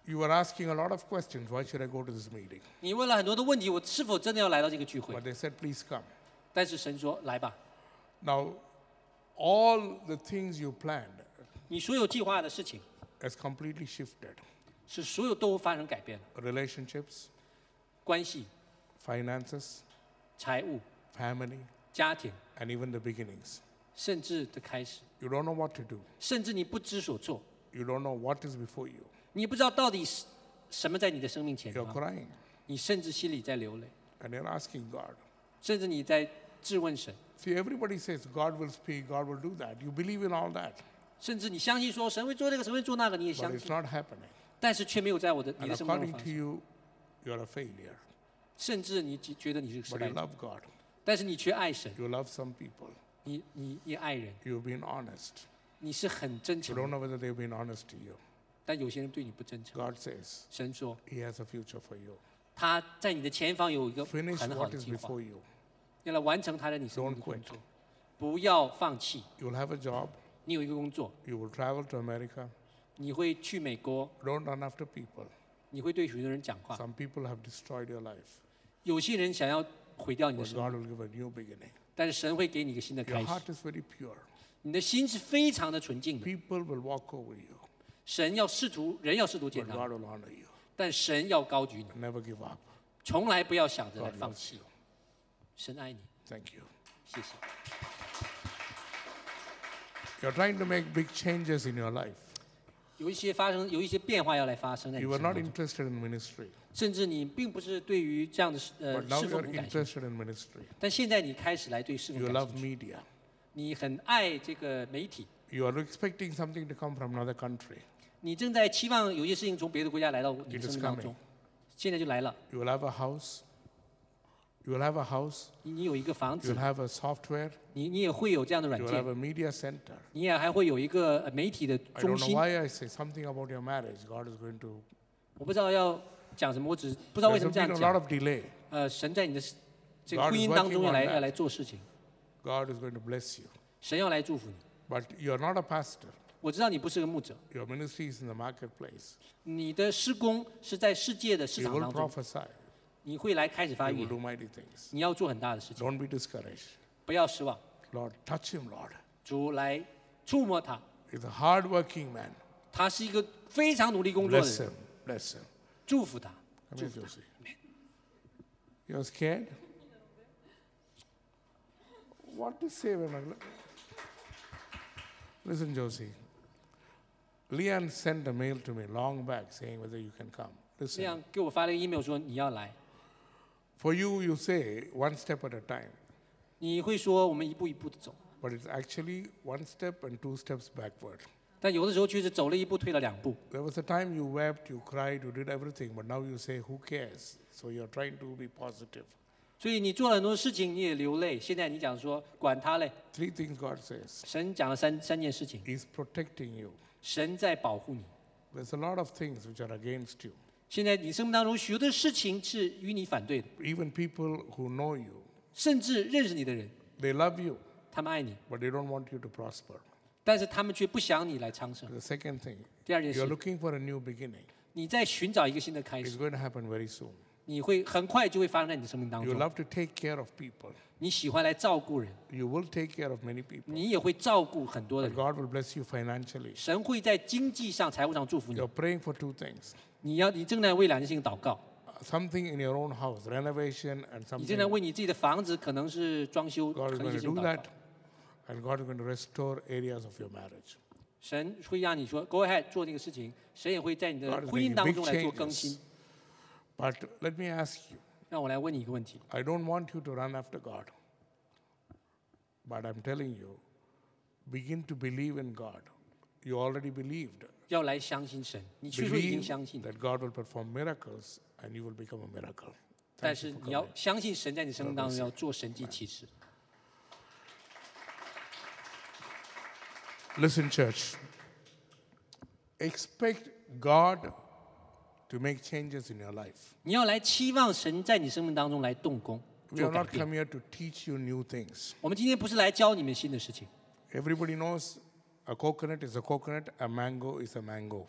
Speaker 2: You were asking a lot of questions. Why should I go to this meeting?
Speaker 1: 你问了很多的问题，我是否真的要来到这个聚会
Speaker 2: But？they said, please come.
Speaker 1: 但是神说：“来吧，
Speaker 2: Now, all the things you planned
Speaker 1: 你所有计划的事情，
Speaker 2: has completely shifted.
Speaker 1: 是所有都发生改变了，
Speaker 2: Relationships,
Speaker 1: 关系、
Speaker 2: finances,
Speaker 1: 财务、
Speaker 2: family,
Speaker 1: 家庭，
Speaker 2: and even the beginnings.
Speaker 1: 甚至的开始，
Speaker 2: You don't know what to do.
Speaker 1: 甚至你不知所措，
Speaker 2: You don't know what is before you.
Speaker 1: 你不知道到底是什么在你的生命前
Speaker 2: You're
Speaker 1: 方，
Speaker 2: crying
Speaker 1: 你甚至心里在流泪，
Speaker 2: and you're asking God.
Speaker 1: 甚至你在质问神，
Speaker 2: See, everybody says God will speak, God will do that. You believe in all that,
Speaker 1: 甚至你相信说神会做这个，神会做那个，你也
Speaker 2: but
Speaker 1: 相
Speaker 2: it's
Speaker 1: 信，
Speaker 2: not happening.
Speaker 1: 但是却没有在我的你
Speaker 2: And
Speaker 1: 的生活中
Speaker 2: according
Speaker 1: 发
Speaker 2: to
Speaker 1: 生，
Speaker 2: you, you're a failure.
Speaker 1: 甚至你觉觉得你是个失
Speaker 2: But
Speaker 1: 败
Speaker 2: you
Speaker 1: 者，
Speaker 2: love God.
Speaker 1: 但是你却爱神，
Speaker 2: You love some people.
Speaker 1: 你你也爱人，
Speaker 2: You've been honest.
Speaker 1: 你是很真
Speaker 2: You
Speaker 1: 诚的，
Speaker 2: don't know whether they've been honest to you.
Speaker 1: 但有些人对你不真诚。
Speaker 2: God says
Speaker 1: 神说
Speaker 2: He has a future for you.
Speaker 1: 他在你的前方有一个
Speaker 2: Finish
Speaker 1: 很好
Speaker 2: what
Speaker 1: 的
Speaker 2: is
Speaker 1: 计划，
Speaker 2: before you.
Speaker 1: 要来完成他在你身上的
Speaker 2: Don't
Speaker 1: 工
Speaker 2: quit.
Speaker 1: 作。不要放弃。
Speaker 2: You'll have a job.
Speaker 1: 你有一个工作，
Speaker 2: You will travel to America.
Speaker 1: 你会去美国，
Speaker 2: Don't run after people.
Speaker 1: 你会对许多人讲话。
Speaker 2: Some people have destroyed your life.
Speaker 1: 有些人想要毁掉你的
Speaker 2: But
Speaker 1: 生命，
Speaker 2: God will give a new beginning.
Speaker 1: 但是神会给你一个新的
Speaker 2: Your
Speaker 1: 开始。
Speaker 2: heart is very pure.
Speaker 1: 你的心是非常的纯净的，
Speaker 2: People will walk over you,
Speaker 1: 神要试图，人要试图践
Speaker 2: but
Speaker 1: 踏，
Speaker 2: God will honor you.
Speaker 1: 但神要高举你，
Speaker 2: Never give up.
Speaker 1: 从来不要想着来
Speaker 2: God
Speaker 1: 放
Speaker 2: loves
Speaker 1: 弃
Speaker 2: you.。
Speaker 1: 神爱你，
Speaker 2: Thank you.
Speaker 1: 谢谢。
Speaker 2: You're trying to make big changes in your life.
Speaker 1: 有一些发生，有一些变化要来发生在你
Speaker 2: You
Speaker 1: 身
Speaker 2: were
Speaker 1: 上
Speaker 2: not，interested in ministry,
Speaker 1: 甚至你并不是对于这样的呃
Speaker 2: but now
Speaker 1: 侍奉
Speaker 2: you're
Speaker 1: 很感兴趣，
Speaker 2: interested in ministry.
Speaker 1: 但现在你开始来对侍奉
Speaker 2: You
Speaker 1: 感兴趣
Speaker 2: love media.
Speaker 1: 你很爱这个媒体，
Speaker 2: You are expecting something to come from another country.
Speaker 1: 你正在期望有些事情从别的国家来到你
Speaker 2: It
Speaker 1: 的生
Speaker 2: is
Speaker 1: 命当中
Speaker 2: coming.，
Speaker 1: 现在就来了。
Speaker 2: You will have a house. You will have a house.
Speaker 1: 你你有一个房
Speaker 2: You
Speaker 1: 子
Speaker 2: will，have a software.
Speaker 1: 你你也会有这样的软
Speaker 2: You will
Speaker 1: 件
Speaker 2: have，a media center.
Speaker 1: 你也还会有一个呃媒体的
Speaker 2: I
Speaker 1: 中
Speaker 2: don't know
Speaker 1: 心。
Speaker 2: why I say something about your marriage. God is going to.
Speaker 1: 我不知道要讲什么，我只是不知道为
Speaker 2: There's
Speaker 1: 什么这样
Speaker 2: been a lot
Speaker 1: 讲。
Speaker 2: of delay.
Speaker 1: 呃，神在你的这个
Speaker 2: God
Speaker 1: 婚
Speaker 2: is
Speaker 1: 姻当中
Speaker 2: working
Speaker 1: 要
Speaker 2: on
Speaker 1: 来
Speaker 2: that.
Speaker 1: 要来做事情，
Speaker 2: God is going to bless you.
Speaker 1: 神要来祝福你。
Speaker 2: But you're not a pastor.
Speaker 1: 我知道你不是个牧者，
Speaker 2: Your ministry is in the marketplace.
Speaker 1: 你的施工是在世界的市
Speaker 2: You
Speaker 1: 场
Speaker 2: will
Speaker 1: 当中，
Speaker 2: prophesy.
Speaker 1: 你会来开始发
Speaker 2: You will
Speaker 1: 育，
Speaker 2: do mighty things.
Speaker 1: 你要做很大的事情，
Speaker 2: Don't be discouraged.
Speaker 1: 不要失望。
Speaker 2: Lord, touch him, Lord.
Speaker 1: 主来触摸他，
Speaker 2: He's a hard-working man.
Speaker 1: 他是一个非常努力工作的
Speaker 2: Bless
Speaker 1: 人
Speaker 2: him.，Bless him.
Speaker 1: 祝福他。
Speaker 2: Come here, Josie. You're scared? What to say when I look? Listen, Josie. Leon sent a mail to me long back saying whether you can come.
Speaker 1: 这
Speaker 2: Listen,
Speaker 1: 样给我发了个 email 说你要来，
Speaker 2: for you, you say one step at a time,
Speaker 1: 你会说我们一步一步的走，
Speaker 2: but it's actually one step and two steps backward.
Speaker 1: 但有的时候却是走了一步退了两步。
Speaker 2: There was a time you wept, you cried, you did everything, but now you say, who cares? So you're trying to be positive.
Speaker 1: 所以你做了很多事情，你也流泪。现在你讲说管他嘞，
Speaker 2: Three things God says.
Speaker 1: 神讲了三三件事情，
Speaker 2: He's protecting you.
Speaker 1: 神在保护你。
Speaker 2: There's a lot of things which are against you.
Speaker 1: 现在你生命当中许多的事情是与你反对的，
Speaker 2: Even people who know you,
Speaker 1: 甚至认识你的人，
Speaker 2: they love you,
Speaker 1: 他们爱你，
Speaker 2: but they don't want you to prosper.
Speaker 1: 但是他们却不想你来昌盛。
Speaker 2: The second thing,
Speaker 1: 第二件事，
Speaker 2: you're looking for a new beginning.
Speaker 1: 你在寻找一个新的开
Speaker 2: It's
Speaker 1: 始，
Speaker 2: going to happen very soon.
Speaker 1: 你会很快就会发生在你的生命当
Speaker 2: You
Speaker 1: 中。
Speaker 2: love to take care of people.
Speaker 1: 你喜欢来照顾人，
Speaker 2: You will take care of many people.
Speaker 1: 你也会照顾很多的
Speaker 2: But
Speaker 1: 人。
Speaker 2: God will bless you financially.
Speaker 1: 神会在经济上、财务上祝福你
Speaker 2: You're。praying for two things
Speaker 1: 你要，你正在为两件事情祷告，
Speaker 2: something in your own house, renovation, and
Speaker 1: 你正在
Speaker 2: something.
Speaker 1: 为你自己的房子可能是装修，
Speaker 2: God
Speaker 1: 可
Speaker 2: is
Speaker 1: 能
Speaker 2: going
Speaker 1: 是
Speaker 2: to do
Speaker 1: 祷告
Speaker 2: that.。 and God is going to restore areas of your marriage.
Speaker 1: 神会让你说 “Go ahead” 做这个事情，神也会在你的
Speaker 2: God is
Speaker 1: 婚姻
Speaker 2: making
Speaker 1: 当
Speaker 2: big
Speaker 1: 中来做更新
Speaker 2: changes.。But let me ask you
Speaker 1: 让我来问你一个问题：
Speaker 2: I don't want you to run after God. But I'm telling you, begin to believe in God. You already believed.
Speaker 1: 要来相信神，你去说已经
Speaker 2: Believe
Speaker 1: 相信了，
Speaker 2: that God will perform miracles and you will become a miracle.
Speaker 1: 但
Speaker 2: Thank
Speaker 1: 是
Speaker 2: you for
Speaker 1: 你要
Speaker 2: coming.
Speaker 1: 相信神在你生命当中要做神迹奇事。
Speaker 2: Listen, church. Expect God to make changes in your life.
Speaker 1: 你要来期望神在你生命当中来动工
Speaker 2: We
Speaker 1: 做改
Speaker 2: are not
Speaker 1: 变。
Speaker 2: come here to teach you new things.
Speaker 1: 我们今天不是来教你们新的事情，
Speaker 2: Everybody knows a coconut is a coconut, a mango is a mango.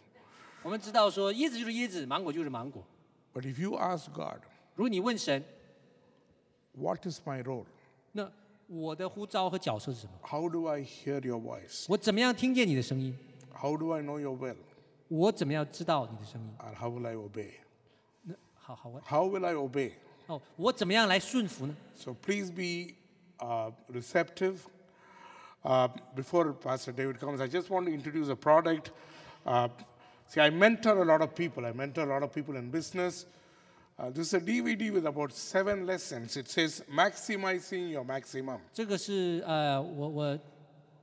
Speaker 1: 我们知道说椰子就是椰子，芒果就是芒果。
Speaker 2: But if you ask God,
Speaker 1: 如果你问神，
Speaker 2: what is my role?
Speaker 1: 那我的呼召和角色是什么？
Speaker 2: How do I hear your voice?
Speaker 1: 我怎么样听见你的声音？
Speaker 2: How do I know your will?
Speaker 1: 我怎么样知道你的声音？
Speaker 2: Or how will I obey?
Speaker 1: 那好好问
Speaker 2: How will I obey?
Speaker 1: 哦，我怎么样来顺服呢？
Speaker 2: So please be uh, receptive. Uh, before Pastor David comes, I just want to introduce a product. Uh, see, I mentor a lot of people. I mentor a lot of people in business. Uh, this is a DVD with about seven lessons. It says maximizing your maximum.
Speaker 1: 这个是呃，我我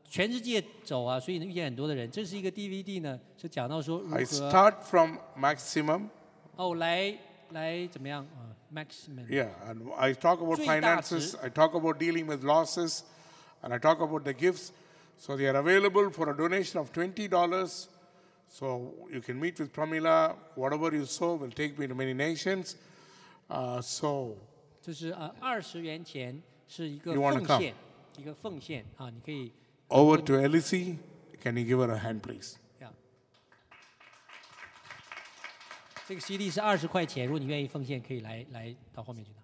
Speaker 1: 全世界走啊，所以呢遇见很多的人。这是一个 DVD 呢，是讲到说如
Speaker 2: I
Speaker 1: 何
Speaker 2: start from maximum.
Speaker 1: 哦来来怎么样啊，maximum。
Speaker 2: Yeah, and I talk about
Speaker 1: 最大值。
Speaker 2: finances, I talk about dealing with losses, and I talk about the gifts. So they are available for a donation of $20. So you can meet with Pramila. Whatever you sow will take me to many nations. Uh, so
Speaker 1: 这是呃二十元钱是一个
Speaker 2: You wanna
Speaker 1: 奉献，一个奉献啊，你可以
Speaker 2: over to Elise. Can you give her a hand, please?
Speaker 1: 这样。这个 CD 是二十块钱，如果你愿意奉献，可以来来到后面去拿。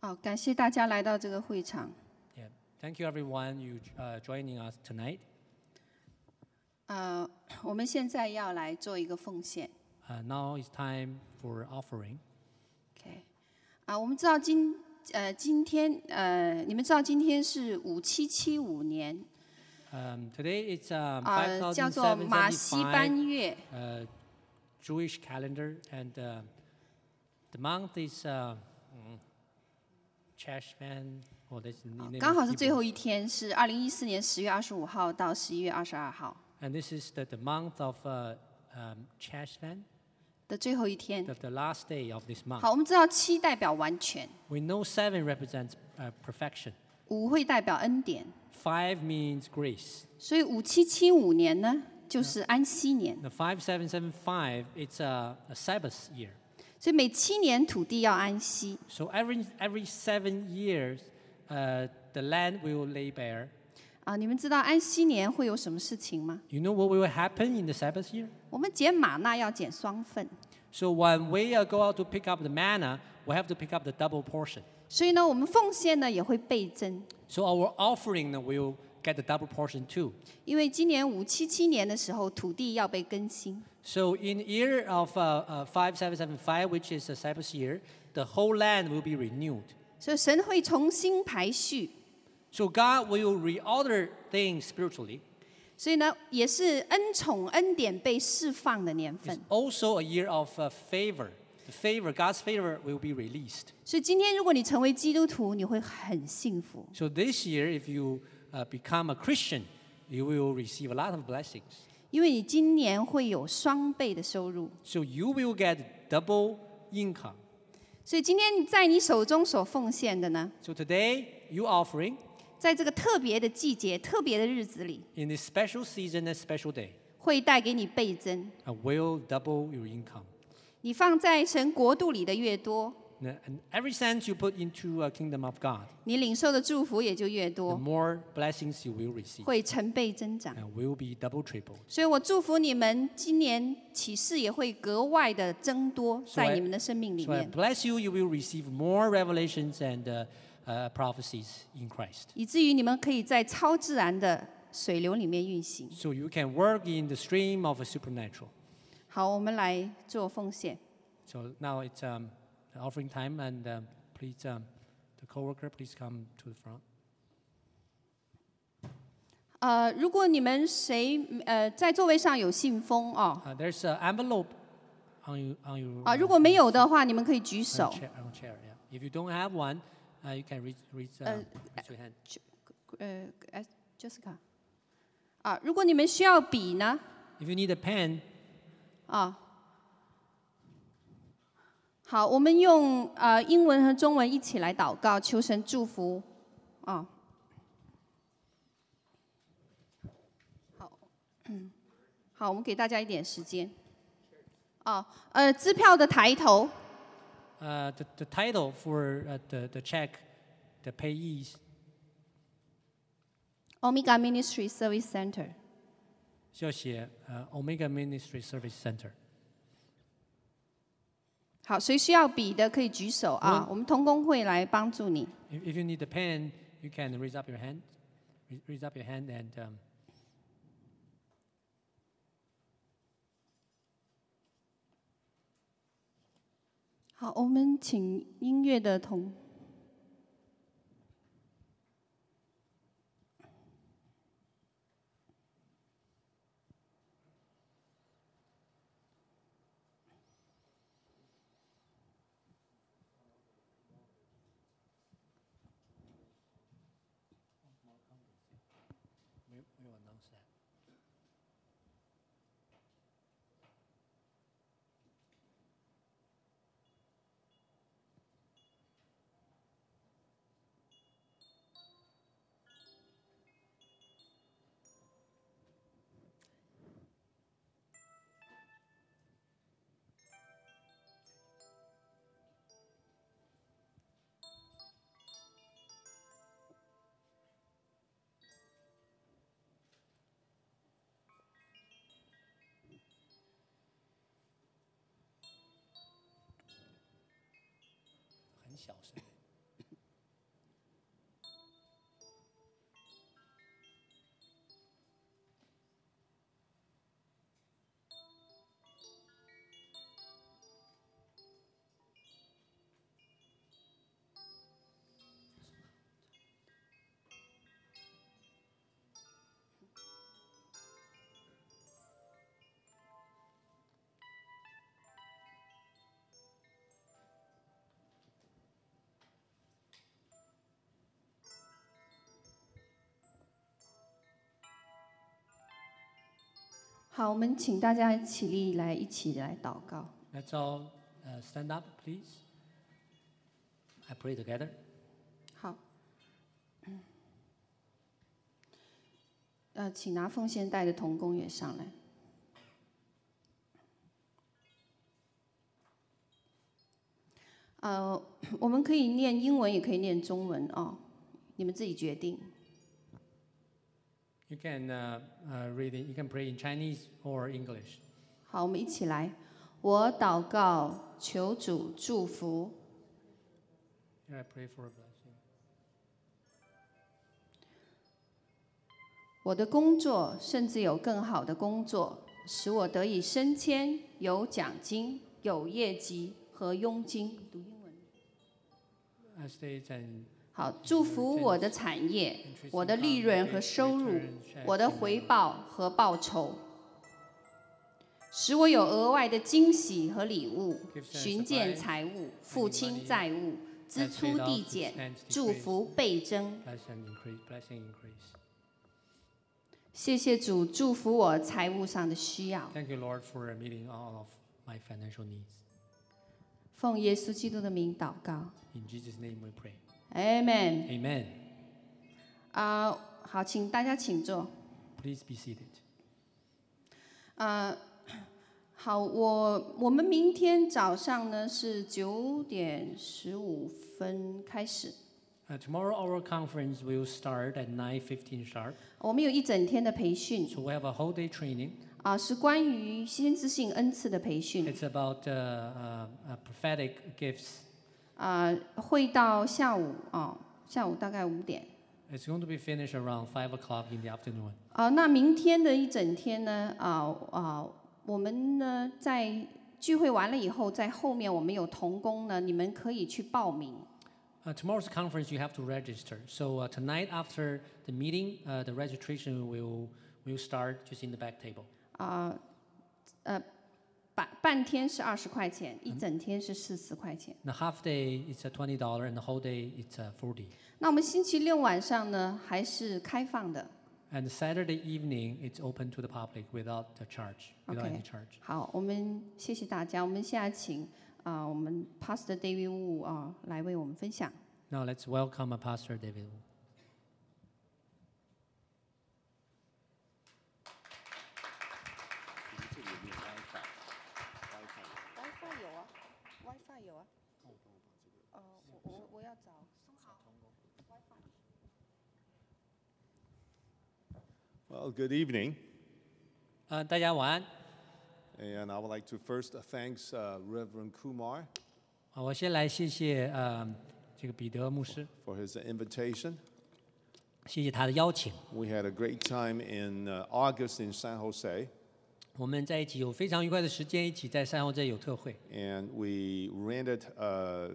Speaker 3: 好，感谢大家来到这个会场。
Speaker 1: Yeah, thank you everyone you uh, joining us tonight.
Speaker 3: 呃，我们现在要来做一个奉献。
Speaker 1: Uh, now it's time for offering.
Speaker 3: OK，啊，我们知道今呃今天呃，你们知道今天是五七七五年
Speaker 1: Um, today it's um,
Speaker 3: 啊、呃叫做马西
Speaker 1: 5775
Speaker 3: 班月。
Speaker 1: uh, Jewish calendar, and uh, the month is uh, mm, Cheshvan. Oh, that's the
Speaker 3: 啊
Speaker 1: name
Speaker 3: 刚
Speaker 1: of
Speaker 3: 好是最
Speaker 1: Hebrew.
Speaker 3: 后一天，是二零一四年十月二十五号到十一月二十二号
Speaker 1: And this is the, the month of uh, um, Cheshvan,
Speaker 3: 的最后一天
Speaker 1: the,。the last day of this month.
Speaker 3: 好，我们知道七代表完全，
Speaker 1: We know seven represents uh, perfection.
Speaker 3: 五会代表恩典，
Speaker 1: Five means grace.
Speaker 3: 所以五七七五年呢，就是安息年。
Speaker 1: The five seven seven five. It's a, a Sabbath year.
Speaker 3: 所以每七年土地要安息。
Speaker 1: So every every seven years, uh, the land will lay bare.
Speaker 3: 啊，你们知道安息年会有什么事情吗？
Speaker 1: You know what will happen in the Sabbath year?
Speaker 3: 我们捡玛纳要捡双份，
Speaker 1: So when we uh, go out to pick up the manna, we have to pick up the double portion.
Speaker 3: 所以呢，我们奉献呢也会倍增，
Speaker 1: So our offering uh, will get the double portion too.
Speaker 3: 因为今年五七七年的时候，土地要被更新，
Speaker 1: So in year of uh, uh, 5775, which is the Sabbath year, the whole land will be renewed.
Speaker 3: 所以神会重新排序。
Speaker 1: So God will reorder things spiritually.
Speaker 3: 所以呢，也是恩宠恩典被释放的年
Speaker 1: It's
Speaker 3: 份。
Speaker 1: also a year of uh, favor. The favor, God's favor, will be released.
Speaker 3: 所以今天如果你成为基督徒，你会很幸福。
Speaker 1: So this year, if you uh, become a Christian, you will receive a lot of blessings.
Speaker 3: 因为你今年会有双倍的收入，
Speaker 1: So you will get double income.
Speaker 3: 所以今天在你手中所奉献的呢，
Speaker 1: So today, you offering
Speaker 3: 在这个特别的季节、特别的日子里，
Speaker 1: in this special season and special day
Speaker 3: 会带给你倍增。
Speaker 1: uh, will double your income.
Speaker 3: 你放在神国度里的越多，
Speaker 1: And and every cent you put into a kingdom of God,
Speaker 3: 你领受的祝福也就越
Speaker 1: the
Speaker 3: 多，
Speaker 1: more blessings you will receive
Speaker 3: 会成倍增长。
Speaker 1: and will be double tripled.
Speaker 3: 所以我祝福你们今年启示也会格外的增多，
Speaker 1: So I-
Speaker 3: 在你们的生命里
Speaker 1: So I
Speaker 3: 面，
Speaker 1: bless you. You will receive more revelations and uh, uh, prophecies in Christ,
Speaker 3: 以至于你们可以在超自然的水流里面运行。
Speaker 1: So you can work in the stream of a supernatural.
Speaker 3: 好，我们来做奉献。
Speaker 1: So now it's um, offering time, and um, please, um, the coworker, please come to the front.
Speaker 3: 呃，如果你们谁呃在座位上有信封哦，
Speaker 1: Uh, there's an envelope on you on your
Speaker 3: 啊，
Speaker 1: uh,
Speaker 3: 如果没有的话，你们可以举
Speaker 1: on
Speaker 3: 手。
Speaker 1: chair, on chair. Yeah. If you don't have one, uh, you can reach reach, uh,
Speaker 3: Uh,
Speaker 1: reach your hand.
Speaker 3: 呃，哎，Jessica，啊，如果你们需要笔呢，
Speaker 1: If you need a pen,
Speaker 3: 啊，好，我们用呃英文和中文一起来祷告，求神祝福。啊，好， 好，我们给大家一点时间。哦，呃，支票的抬头，
Speaker 1: uh, the, the title for uh, the the check, the payees.
Speaker 3: Omega Ministry Service Center。
Speaker 1: 就写呃 uh, Omega Ministry Service Center。
Speaker 3: 好，谁需要笔的可以举手啊，我们同工会来帮助你。
Speaker 1: If, if you need a pen, you can raise up your hand, Ra- raise up your hand, and um,
Speaker 3: 好，我们请音乐的同。
Speaker 1: 很小声。
Speaker 3: 好，我们请大家起立来一起来祷告。
Speaker 1: Let's all uh, stand up, please. I pray together.
Speaker 3: 好，嗯，呃，请拿奉献袋的童工也上来。呃，我们可以念英文，也可以念中文哦，你们自己决定。
Speaker 1: You can uh, uh, read it. You can pray in Chinese or English.
Speaker 3: 好，我们一起来。我祷告，求主祝福
Speaker 1: Here I pray for a blessing.
Speaker 3: 我的工作，甚至有更好的工作，使我得以升迁，有奖金，有业绩和佣金。
Speaker 1: I stay uh, and
Speaker 3: 好，祝福我的产业，我的利润和收入，
Speaker 1: 嗯
Speaker 3: 我的回报和报酬，使我有额外的惊喜和礼物，寻见财物，付清债务，支出递减，祝福倍增。
Speaker 1: blessing increase, blessing increase.
Speaker 3: 谢谢主祝福我财务上的需要，
Speaker 1: Thank you, Lord, for meeting all of my financial needs.
Speaker 3: 奉耶稣基督的名祷告
Speaker 1: In Jesus' name we pray.
Speaker 3: ，Amen。
Speaker 1: Amen.
Speaker 3: 啊、好，请大家请坐。
Speaker 1: Please be seated.
Speaker 3: 呃，好，我我们明天早上呢是九点十五分开始，
Speaker 1: Uh, tomorrow our conference will start at 9:15 sharp.
Speaker 3: 我们有一整天的培训
Speaker 1: So we have a whole day training.
Speaker 3: 啊、是关于先知性恩赐的培训
Speaker 1: It's about uh, uh, uh, prophetic gifts.
Speaker 3: 哦啊、会到下午啊、下午大概五点，
Speaker 1: It's going to be finished around five o'clock in the afternoon.
Speaker 3: 啊，那明天的一整天呢，啊啊，我们呢在聚会完了以后，在后面我们有童工呢，你们可以去报名。
Speaker 1: Uh, tomorrow's conference, you have to register. So uh, tonight after the meeting, uh, the registration will will start just in the back table.
Speaker 3: 啊，呃，半半天是二十块钱，一整天是四十块钱。
Speaker 1: The half day it's a twenty dollar, and the whole day it's uh, forty.
Speaker 3: 那我们星期六晚上呢还是开放的。
Speaker 1: And Saturday evening it's open to the public without the charge, without
Speaker 3: Okay.
Speaker 1: any charge.
Speaker 3: 好，我们谢谢大家。我们现在请啊、我们 Pastor David Wu 啊、来为我们分享。
Speaker 1: Now let's welcome uh, Pastor David. Wu.
Speaker 3: WiFi 有啊，WiFi 有啊。哦，我我我要找。
Speaker 4: Well, good evening,
Speaker 1: 呃，Uh, 大家晚安。
Speaker 4: and I would like to first thanks uh, Reverend Kumar
Speaker 1: 啊，我先来谢谢呃这个彼得牧师，
Speaker 4: for his uh, invitation.
Speaker 1: 谢谢他的邀请。
Speaker 4: We had a great time in uh, August in San Jose,
Speaker 1: 我们在一起有非常愉快的时间，一起在山后镇有特会。
Speaker 4: and we rented uh,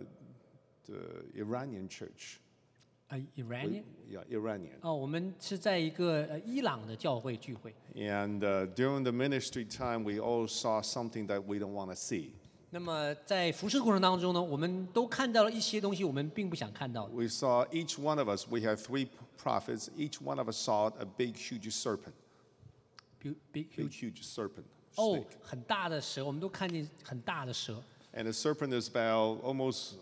Speaker 4: the Iranian church.
Speaker 1: 呃 i r a n i
Speaker 4: We- yeah, Iranian.
Speaker 1: 哦，我们是在一个呃伊朗的教会聚会。
Speaker 4: And uh, during the ministry time, we all saw something that we don't want to see.
Speaker 1: 那么在服侍过程当中呢，我们都看到了一些东西，我们并不想看到的。
Speaker 4: We saw each one of us. We had three prophets. Each one of us saw a big, huge serpent.
Speaker 1: Big big
Speaker 4: Big,
Speaker 1: huge Oh,
Speaker 4: huge serpent.
Speaker 1: 哦
Speaker 4: snake.，
Speaker 1: 很大的蛇，我们都看见很大的蛇。
Speaker 4: And the serpent is about almost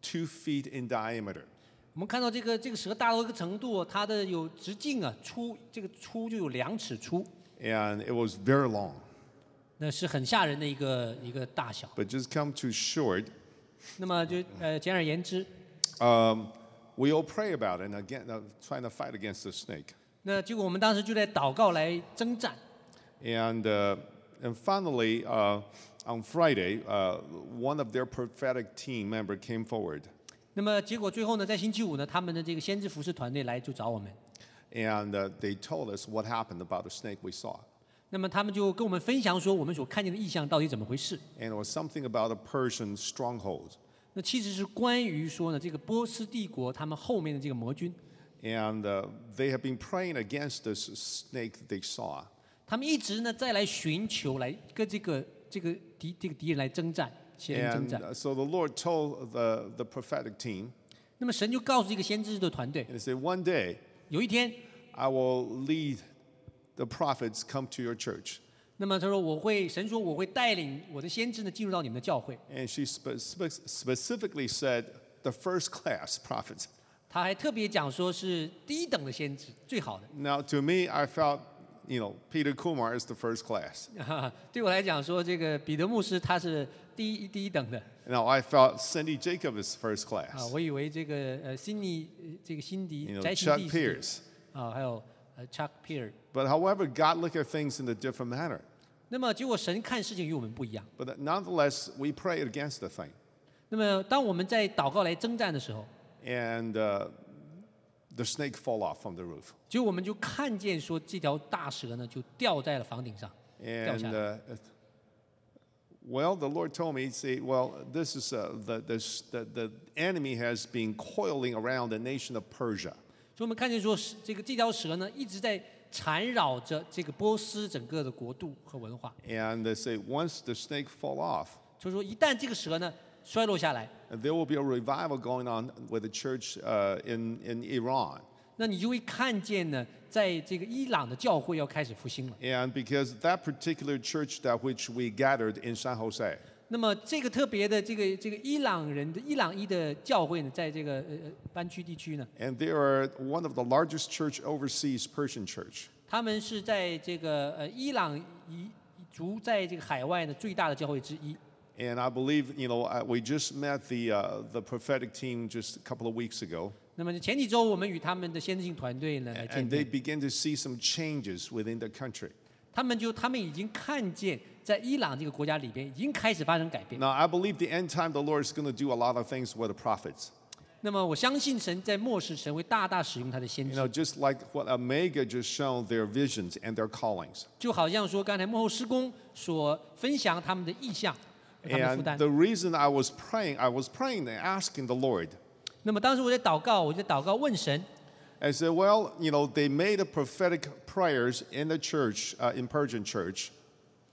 Speaker 4: two feet in diameter.
Speaker 1: 我们看到这个这个蛇大到一个程度，它的有直径啊，粗这个粗就有两尺粗，
Speaker 4: And it was very long.
Speaker 1: 那是很吓人的一个一个大小。
Speaker 4: But just come to short,
Speaker 1: 那么就呃，简而言之，
Speaker 4: um, we all pray about it and again, uh, trying to fight against the snake.
Speaker 1: 那结果我们当时就在祷告来征战。
Speaker 4: And, uh, and finally, uh, on Friday, uh, one of their prophetic team member came forward.
Speaker 1: 那么结果最后呢，在星期五呢，他们的这个先知服饰团队来就找我们，
Speaker 4: And uh, they told us what happened about the snake we saw.
Speaker 1: 那么他们就跟我们分享说我们所看见的意象到底怎么回事。
Speaker 4: And it was something about a Persian stronghold.
Speaker 1: 那其实是关于说呢，这个波斯帝国他们后面的这个魔军，
Speaker 4: And uh, they have been praying against this snake they saw.
Speaker 1: 他们一直呢在来寻求来跟这个这个敌这个敌人来征战，邪灵征
Speaker 4: And
Speaker 1: 战。
Speaker 4: uh, so the Lord told the, the prophetic team,
Speaker 1: 那么神就告诉这个先知的团队，
Speaker 4: and He said, One day
Speaker 1: 有一天，
Speaker 4: I will lead the prophets come to your church.
Speaker 1: 那么他说我会，神说我会带领我的先知呢进入到你们的教会。
Speaker 4: And she spe- spe- specifically said, The first class prophets.
Speaker 1: 他还特别讲说是第一等的先知，最好的。
Speaker 4: Now, to me, I felt, you know, Peter Kumar is the first class.
Speaker 1: 对我来讲说，这个彼得牧师他是第一第一等的
Speaker 4: Now, I felt Cindy Jacob is first
Speaker 1: 啊，
Speaker 4: class.
Speaker 1: 我以为这个呃辛尼呃这个辛
Speaker 4: You
Speaker 1: 迪
Speaker 4: know,
Speaker 1: 翟辛
Speaker 4: Chuck
Speaker 1: 迪是
Speaker 4: Pierce.
Speaker 1: 啊，还有呃 Chuck Pierce。
Speaker 4: But however, God looked at things in a different manner.
Speaker 1: 那么结果神看事情与我们不一样。
Speaker 4: But nonetheless, we prayed against the thing.
Speaker 1: 那么当我们在祷告来征战的时候，
Speaker 4: And uh, the snake fall off from the roof.
Speaker 1: 结果我们就看见说这条大蛇呢就掉在了房顶上，掉下
Speaker 4: And
Speaker 1: 来。
Speaker 4: uh, well, the Lord told me, see, well, this is uh, the, this, the the enemy has been coiling around the nation of Persia,
Speaker 1: 所以我们看见说是这个这条蛇呢一直在缠绕着这个波斯整个的国度和文化。
Speaker 4: and they say once the snake fall off,
Speaker 1: 所以说一旦这个蛇呢衰落下来，
Speaker 4: there will be a revival going on with the church uh, in in Iran,
Speaker 1: 那你就会看见呢，在这个伊朗的教会要开始复兴了。
Speaker 4: and because that particular church that which we gathered in San Jose,
Speaker 1: 那么这个特别的这个这个伊朗人的伊朗裔的教会呢，在这个呃呃湾区地区呢，
Speaker 4: and they are one of the largest church overseas Persian church.
Speaker 1: 他们是在这个呃伊朗彝族在这个海外呢最大的教会之一。
Speaker 4: And I believe, you know, I, we just met the, uh, the prophetic team just a couple of weeks ago.
Speaker 1: 那么前几周我们与他们的先知性团队呢来见
Speaker 4: And they
Speaker 1: 面，
Speaker 4: begin to see some changes within the country.
Speaker 1: 他们就他们已经看见在伊朗这个国家里边已经开始发生改变。
Speaker 4: Now, I believe the end time the Lord is going to do a lot of things with the prophets.
Speaker 1: 那么我相信神在末世，神会大大使用他的先
Speaker 4: You
Speaker 1: 知
Speaker 4: know,。just like what Omega just shown their visions and their callings.
Speaker 1: 就好像说刚才幕后施工所分享他们的意向，他们的负
Speaker 4: And
Speaker 1: 担。
Speaker 4: the reason I was praying, I was praying and asking the Lord.
Speaker 1: 那么当时我在祷告，我就祷告问神，
Speaker 4: I said, well, you know, they made a prophetic prayers in the church, uh, in Persian church.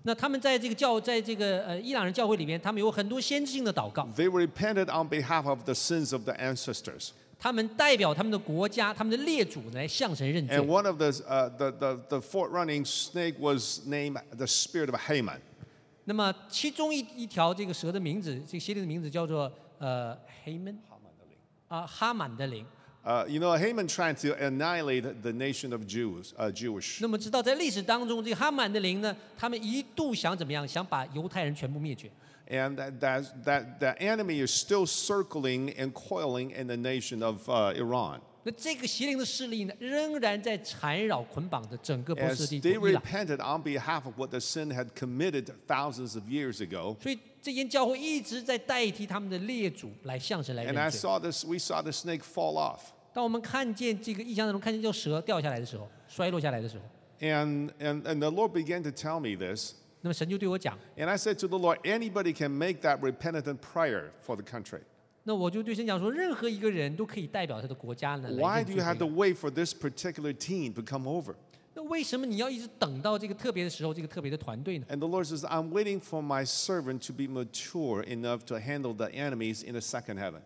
Speaker 1: 那他们在这个教，在这个呃伊朗人教会里面，他们有很多先知性的祷告，
Speaker 4: They repented on behalf of the sins of the ancestors.
Speaker 1: 他们代表他们的国家、他们的列祖来向神认
Speaker 4: And
Speaker 1: 罪。
Speaker 4: one of the, uh, the, the, the fort running snake was named the spirit of Haman.
Speaker 1: 那么其中一一条这个蛇的名字，这个邪灵的名字叫做呃黑门啊哈满的灵。
Speaker 4: Uh, you know, Haman tried to annihilate the nation of Jews, uh, Jewish.
Speaker 1: 那么知道在历史当中，这个哈满的灵呢，他们一度想怎么样？想把犹太人全部灭绝。
Speaker 4: And that, that, that the enemy is still circling and coiling in the nation of uh, Iran.
Speaker 1: 那这个邪灵的势力呢，仍然在缠绕捆绑着整个波斯
Speaker 4: As
Speaker 1: 地
Speaker 4: they
Speaker 1: 区伊朗。
Speaker 4: repented on behalf of what the sin had committed thousands of years ago.
Speaker 1: 所以这间教会一直在代替他们的列祖来向神来
Speaker 4: And I
Speaker 1: 认罪。
Speaker 4: saw this, we saw the snake fall off.
Speaker 1: 当我们看见这个异象当中看见这条蛇掉下来的时候，摔落下来的时候，
Speaker 4: And, and, and the Lord began to tell me this.
Speaker 1: 那么神就对我讲，
Speaker 4: And I said to the Lord, anybody can make that repentant prayer for the country.
Speaker 1: 那我就对神讲说，任何一个人都可以代表他的国家呢来
Speaker 4: Why
Speaker 1: 认
Speaker 4: do
Speaker 1: 罪
Speaker 4: you
Speaker 1: 这
Speaker 4: have to
Speaker 1: 个。
Speaker 4: wait for this particular team to come over?
Speaker 1: 那为什么你要一直等到这个特别的时候，这个特别的团队呢？
Speaker 4: And the Lord says, I'm waiting for my servant to be mature enough to handle the enemies in the second heaven.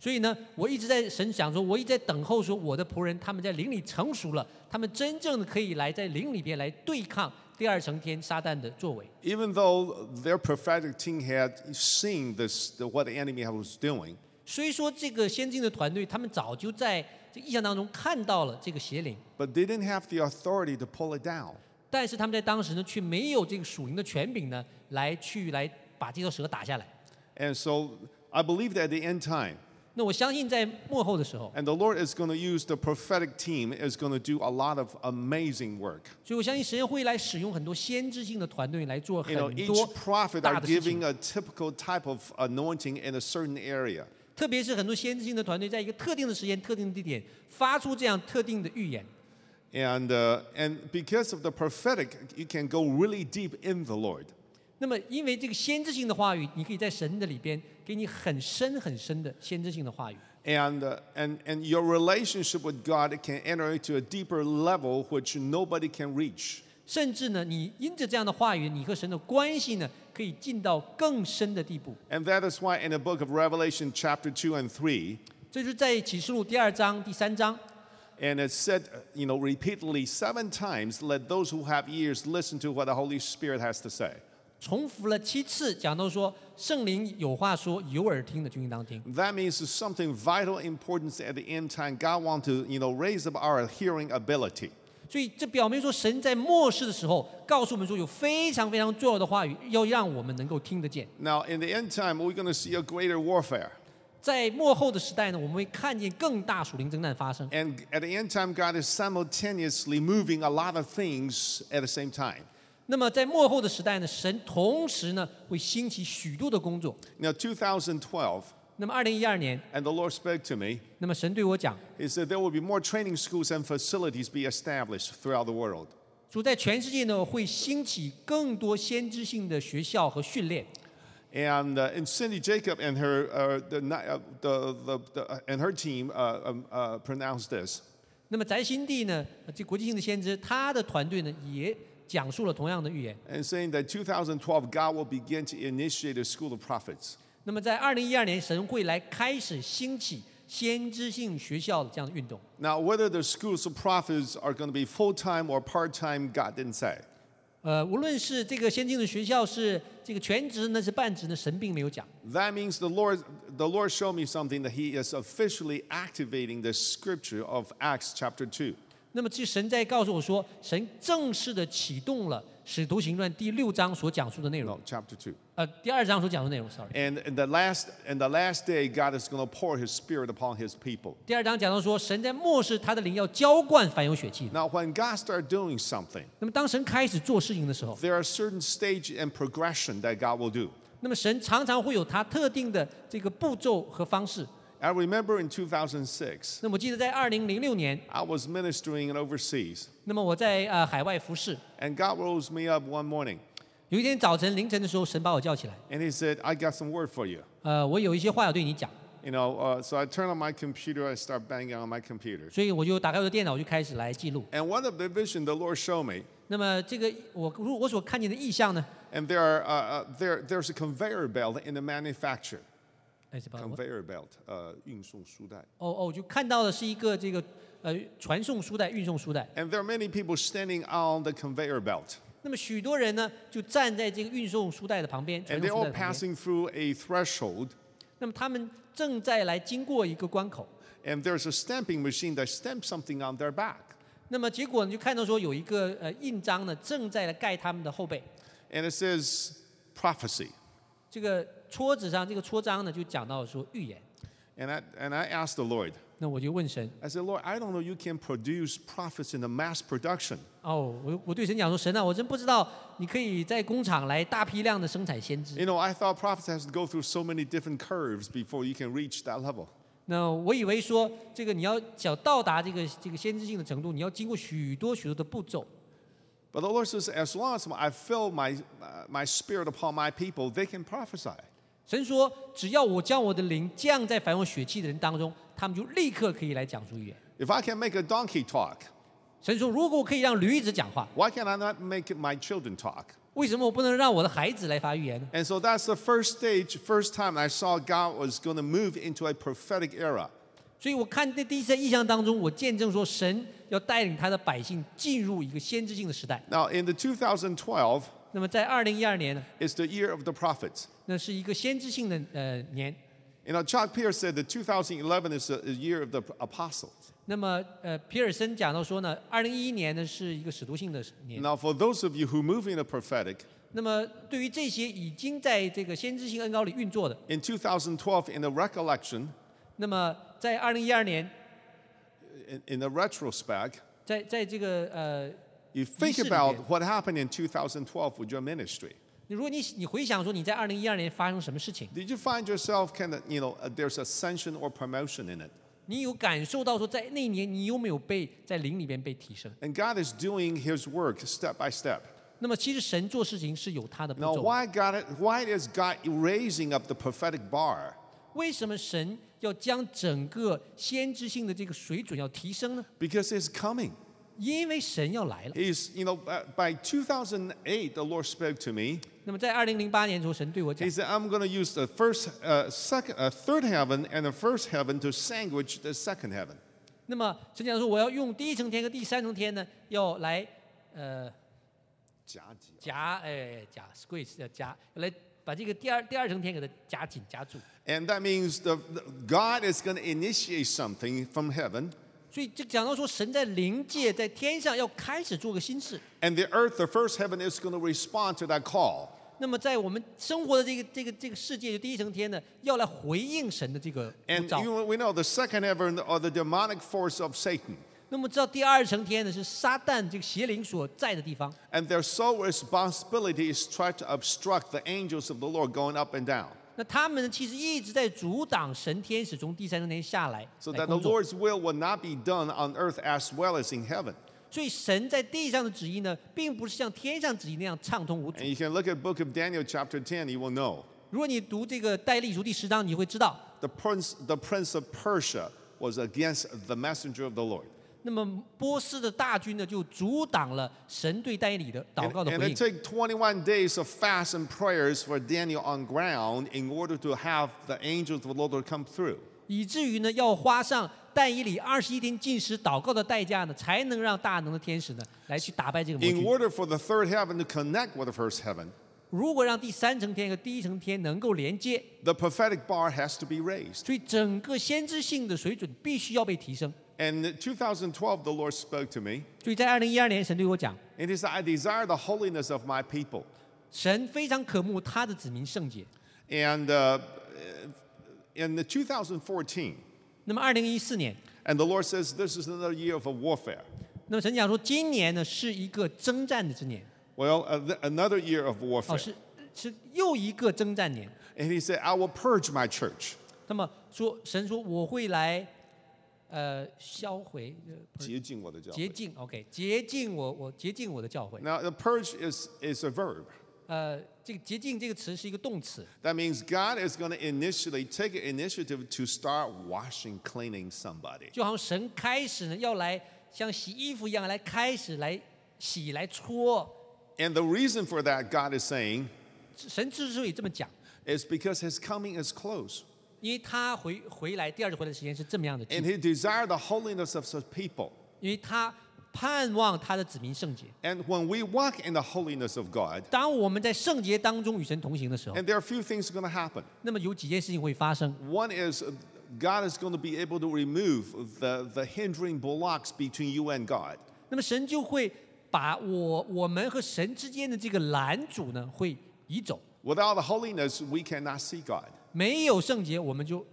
Speaker 1: 所以呢，我一直在神想说，我一直在等候说，我的仆人他们在灵里成熟了，他们真正的可以来在灵里边来对抗第二层天撒旦的作为。
Speaker 4: Even though their prophetic team had seen this, the- what the enemy was doing,
Speaker 1: 虽说这个先进的团队，他们早就在这意象当中看到了这个邪灵，
Speaker 4: but they didn't have the authority to pull it down.
Speaker 1: 但是他们在当时呢，却没有这个属灵的权柄呢，来去来把这条蛇打下来。
Speaker 4: And so I believe that at the end time,
Speaker 1: 那我相信在幕后的时候，
Speaker 4: and the Lord is going to use the prophetic team, is going to do a lot of amazing work.
Speaker 1: 所以我相信神会来使用很多先知性的团队来做很
Speaker 4: You know,
Speaker 1: 多
Speaker 4: each prophet
Speaker 1: 大
Speaker 4: are
Speaker 1: 的事情
Speaker 4: giving，a typical type of anointing in a certain area.
Speaker 1: 特别是很多先知性的团队在一个特定的时间、特定的地点发出这样特定的预言。
Speaker 4: And, uh, and because of the prophetic, you can go really deep in the Lord.
Speaker 1: 那么，因为这个先知性的话语，你可以在神的里边给你很深很深的先知性的话语。
Speaker 4: And, uh, and, and your relationship with God can enter into a deeper level which nobody can reach.
Speaker 1: 甚至呢，你因着这样的话语，你和神的关系呢，可以进到更深的地步。
Speaker 4: And that is why in the book of Revelation, chapter 2 and 3,
Speaker 1: 这就是在启示录第二章、第三章，
Speaker 4: and it said, uh, you know, repeatedly seven times, let those who have ears listen to what the Holy Spirit has to say.
Speaker 1: 重复了七次，讲到说圣灵有话说，有耳听的就应当听。
Speaker 4: That means there's something vital importance at the end time. God wants to, you know, raise up our hearing ability.
Speaker 1: 所以这表明说，神在末世的时候告诉我们说，有非常非常重要的话语，要让我们能够听得见。
Speaker 4: Now, in the end time, we're going to see a greater warfare.
Speaker 1: 在幕后的时代呢，我们会看见更大属灵征战发生。
Speaker 4: And at the end time, God is simultaneously moving a lot of things at the same time.
Speaker 1: 那么在幕后的时代呢，神同时呢会兴起许多的工作。
Speaker 4: Now, 2012,
Speaker 1: 那么二零一二年，
Speaker 4: and the Lord spoke to me.
Speaker 1: 那么神对我讲，
Speaker 4: He said there will be more training schools and facilities be established throughout the world.
Speaker 1: 主在全世界呢会兴起更多先知性的学校和训练。
Speaker 4: And, uh, and Cindy Jacob and her, uh, the, ni- uh, the, the, the, uh, and her team uh, um, uh, pronounced this.
Speaker 1: 那么翟新帝呢，这国际性的先知，他的团队呢也讲述了同样的预言。
Speaker 4: and saying that 2012 God will begin to initiate a school of prophets.
Speaker 1: 那么在二零一二年，神会来开始兴起先知性学校的这样的运动。
Speaker 4: Now, whether the schools of prophets are going to be full time or part time, God didn't say.
Speaker 1: 呃，无论是这个先进的学校是这个全职呢，是半职呢，神并没有讲。
Speaker 4: That means the Lord, the Lord showed me something that He is officially activating the scripture of Acts chapter 2.
Speaker 1: 那么，其实神在告诉我说，神正式的启动了《使徒行传》第六章所讲述的内容
Speaker 4: No,，chapter 2.
Speaker 1: 呃，第二章所讲述的内容，sorry。
Speaker 4: And in the last, in the last day, God is going to pour His Spirit upon His people.
Speaker 1: 第二章讲到说，神在末世他的灵要浇灌凡有血气的。
Speaker 4: Now, when God starts doing something,
Speaker 1: 那么，当神开始做事情的时候，
Speaker 4: there are certain stage and progression that God will do.
Speaker 1: 那么神常常会有他特定的这个步骤和方式。
Speaker 4: I remember in 2006,
Speaker 1: 那么我记得在二零零六年，
Speaker 4: I was ministering in overseas,
Speaker 1: 那么我在呃海外服侍，
Speaker 4: and God rose me up one morning,
Speaker 1: 有一天早晨凌晨的时候，神把我叫起来，
Speaker 4: and He said, "I got some word for you."
Speaker 1: 呃，我有一些话要对你讲，
Speaker 4: You know, uh, so I turned on my computer, I start banging on my computer,
Speaker 1: 所以我就打开我的电脑，我就开始来记录。
Speaker 4: and one of the vision the Lord showed me,
Speaker 1: 那么这个我如我所看见的意象呢？
Speaker 4: and there are uh, uh, there there's a conveyor belt in the manufacture,
Speaker 1: 哎，什么？我
Speaker 4: conveyor belt, uh, 运送书袋.
Speaker 1: 哦哦，我就看到的是一个这个呃传送书袋、运送书袋。
Speaker 4: and there are many people standing on the conveyor belt,
Speaker 1: 那么许多人呢，就站在这个运送书袋的旁边，传
Speaker 4: and
Speaker 1: 送
Speaker 4: they're
Speaker 1: 书袋的
Speaker 4: all
Speaker 1: 旁边。
Speaker 4: passing through a threshold,
Speaker 1: 那么他们正在来经过一个关口。
Speaker 4: and there's a stamping machine that stamps something on their back,
Speaker 1: 那么结果呢，就看到说有一个呃印章呢，正在来盖他们的后背。
Speaker 4: and it says prophecy.
Speaker 1: 这个戳子上，这个戳章呢，就讲到说预言。
Speaker 4: And I, and I asked the Lord,
Speaker 1: 那我就问神，
Speaker 4: I said, Lord, I don't know you can produce prophets in the mass production.
Speaker 1: 哦，我我对神讲说，神啊，我真不知道你可以在工厂来大批量的生产先知。
Speaker 4: You know, I thought prophets has to go through so many different curves before you can reach that level.
Speaker 1: 那我以为说，这个你要想到达这个这个先知性的程度，你要经过许多许多的步骤。
Speaker 4: But the Lord says, as long as I fill my, uh, my spirit upon my people, they can prophesy.
Speaker 1: 神说，只要我将我的灵降在凡有血气的人当中，他们就立刻可以来讲出预言。
Speaker 4: If I can make a donkey talk,
Speaker 1: 神说，如果我可以让驴子讲话，
Speaker 4: why can I not make my children talk?
Speaker 1: 为什么我不能让我的孩子来发预言呢？
Speaker 4: And so that's the first stage, first time I saw God was going to move into a prophetic era.
Speaker 1: 所以我看这第一次意象当中，我见证说，神要带领他的百姓进入一个先知性的时代。
Speaker 4: Now, in the 2012,
Speaker 1: 那么在二零一二年呢，
Speaker 4: it's the year of the prophets.
Speaker 1: 那是一个先知性的呃年。
Speaker 4: You know, Chuck Pierce said that 2011 is the year of the apostles.
Speaker 1: 那么呃，皮尔森讲到说呢，二零一一年呢是一个使徒性的年。
Speaker 4: Now, for those of you who move in the prophetic,
Speaker 1: 那么对于这些已经在这个先知性恩高里运作的，
Speaker 4: in 2012, in the recollection,
Speaker 1: 那么在二零一二年，
Speaker 4: in, in the retrospect,
Speaker 1: 在在这个呃，
Speaker 4: you think
Speaker 1: 仪式里面。
Speaker 4: about what happened in 2012 with your ministry.
Speaker 1: 如果你你回想说你在二零一二年发生什么事情，
Speaker 4: Did you find yourself kind of, you know, uh, there's ascension or promotion in it?
Speaker 1: 你有感受到说在那一年你有没有被在灵里边被提升？
Speaker 4: And God is doing His work step by step.
Speaker 1: 那么其实神做事情是有他的步
Speaker 4: Now,
Speaker 1: 骤的。
Speaker 4: why God? Why is God raising up the prophetic bar?
Speaker 1: 为什么神要将整个先知性的这个水准要提升呢？
Speaker 4: Because He's coming.
Speaker 1: 因为神要来了。
Speaker 4: He's, you know, by by 2008, the Lord spoke to me.
Speaker 1: 那么在二零零八年的时候，神对我讲
Speaker 4: He，said, "I'm going to use the first, uh, second, uh, third heaven and the first heaven to sandwich the second heaven."
Speaker 1: 那么神讲说我要用第一层天和第三层天呢，要来呃夹哎夹 squeeze 要夹，来把这个第二第二层天给它夹紧夹住。
Speaker 4: And that means the, the- God is going to initiate something from heaven,
Speaker 1: 所以这讲到说，神在灵界在天上要开始做个新事。
Speaker 4: and the earth, the first heaven, is going to respond to that call.
Speaker 1: 那么在我们生活的这个这个这个世界，就第一层天呢，要来回应神的这个呼
Speaker 4: And
Speaker 1: 召。
Speaker 4: you, we know the second heaven are the demonic force of Satan,
Speaker 1: 那么知道第二层天呢，是撒旦这个邪灵所在的地方。
Speaker 4: and their sole responsibility is try to obstruct the angels of the Lord going up and down,
Speaker 1: 那他们呢，其实一直在阻挡神天使从第三层天下来
Speaker 4: so
Speaker 1: 来
Speaker 4: that the
Speaker 1: 工作。
Speaker 4: Lord's will will not be done on earth as well as in heaven.
Speaker 1: 所以神在地上的旨意呢，并不是像天上旨意那样畅通无阻
Speaker 4: And。you can look at Book of Daniel chapter 10, you will know
Speaker 1: 如果你读这个戴立书第十章，你会知道，
Speaker 4: the prince, the prince of Persia was against the messenger of the Lord.
Speaker 1: 那么波斯的大军呢，就阻挡了神对戴里的祷
Speaker 4: And,
Speaker 1: 告的
Speaker 4: and
Speaker 1: 回
Speaker 4: it
Speaker 1: 应。
Speaker 4: took 21 days of fast and prayers for Daniel on ground in order to have the angels of the Lord come through.
Speaker 1: 以至于呢，要花上但以理二十一天禁食祷告的代价呢，才能让大能的天使呢来去打败这个魔
Speaker 4: In
Speaker 1: 君。
Speaker 4: order for the third heaven to connect with the first heaven,
Speaker 1: 如果让第三层天和第一层天能够连接，
Speaker 4: the prophetic bar has to be raised.
Speaker 1: 所以整个先知性的水准必须要被提升。
Speaker 4: And in 2012, the Lord spoke to me,
Speaker 1: 所以在二零一二年，神对我讲，
Speaker 4: and He said, I desire the holiness of my people.
Speaker 1: 神非常渴慕他的子民圣洁。
Speaker 4: And uh, in the 2014,
Speaker 1: 那么二零一四年，
Speaker 4: and the Lord says, This is another year of a warfare.
Speaker 1: 那么神讲说，今年呢是一个征战的之年，
Speaker 4: Well, uh, th- another year of
Speaker 1: 哦，
Speaker 4: warfare.
Speaker 1: 是是又一个征战年。
Speaker 4: And He said, I will purge my church.
Speaker 1: 那么说神说我会来，呃，销毁呃不是
Speaker 4: 洁净我的教
Speaker 1: 洁
Speaker 4: 会。
Speaker 1: 净，OK，洁净我我洁净我的教会。
Speaker 4: Now, the purge is, is a verb.
Speaker 1: 呃，这个洁净这个词是一个动词，
Speaker 4: That means God is going to initially take an initiative to start washing, cleaning somebody.
Speaker 1: 就好像神开始呢要来像洗衣服一样来开始来洗来搓。
Speaker 4: And the reason for that, God is saying,
Speaker 1: 神之所以这么讲，
Speaker 4: is because his coming is close.
Speaker 1: 因为他回回来第二次回来的时间是这么样的，
Speaker 4: And he desired the holiness of his people.
Speaker 1: 因为他盼望他的子民圣洁。
Speaker 4: And when we walk in the holiness of God,
Speaker 1: 当我们在圣洁当中与神同行的时候，
Speaker 4: and there are a few things going to happen.
Speaker 1: 那么有几件事情会发生。
Speaker 4: One is uh, God is going to be able to remove the, the hindering blocks between you and God.
Speaker 1: 那么神就会把我我们和神之间的这个拦阻呢，会移走。
Speaker 4: Without the holiness, we cannot see God.
Speaker 1: 没有圣洁，我们就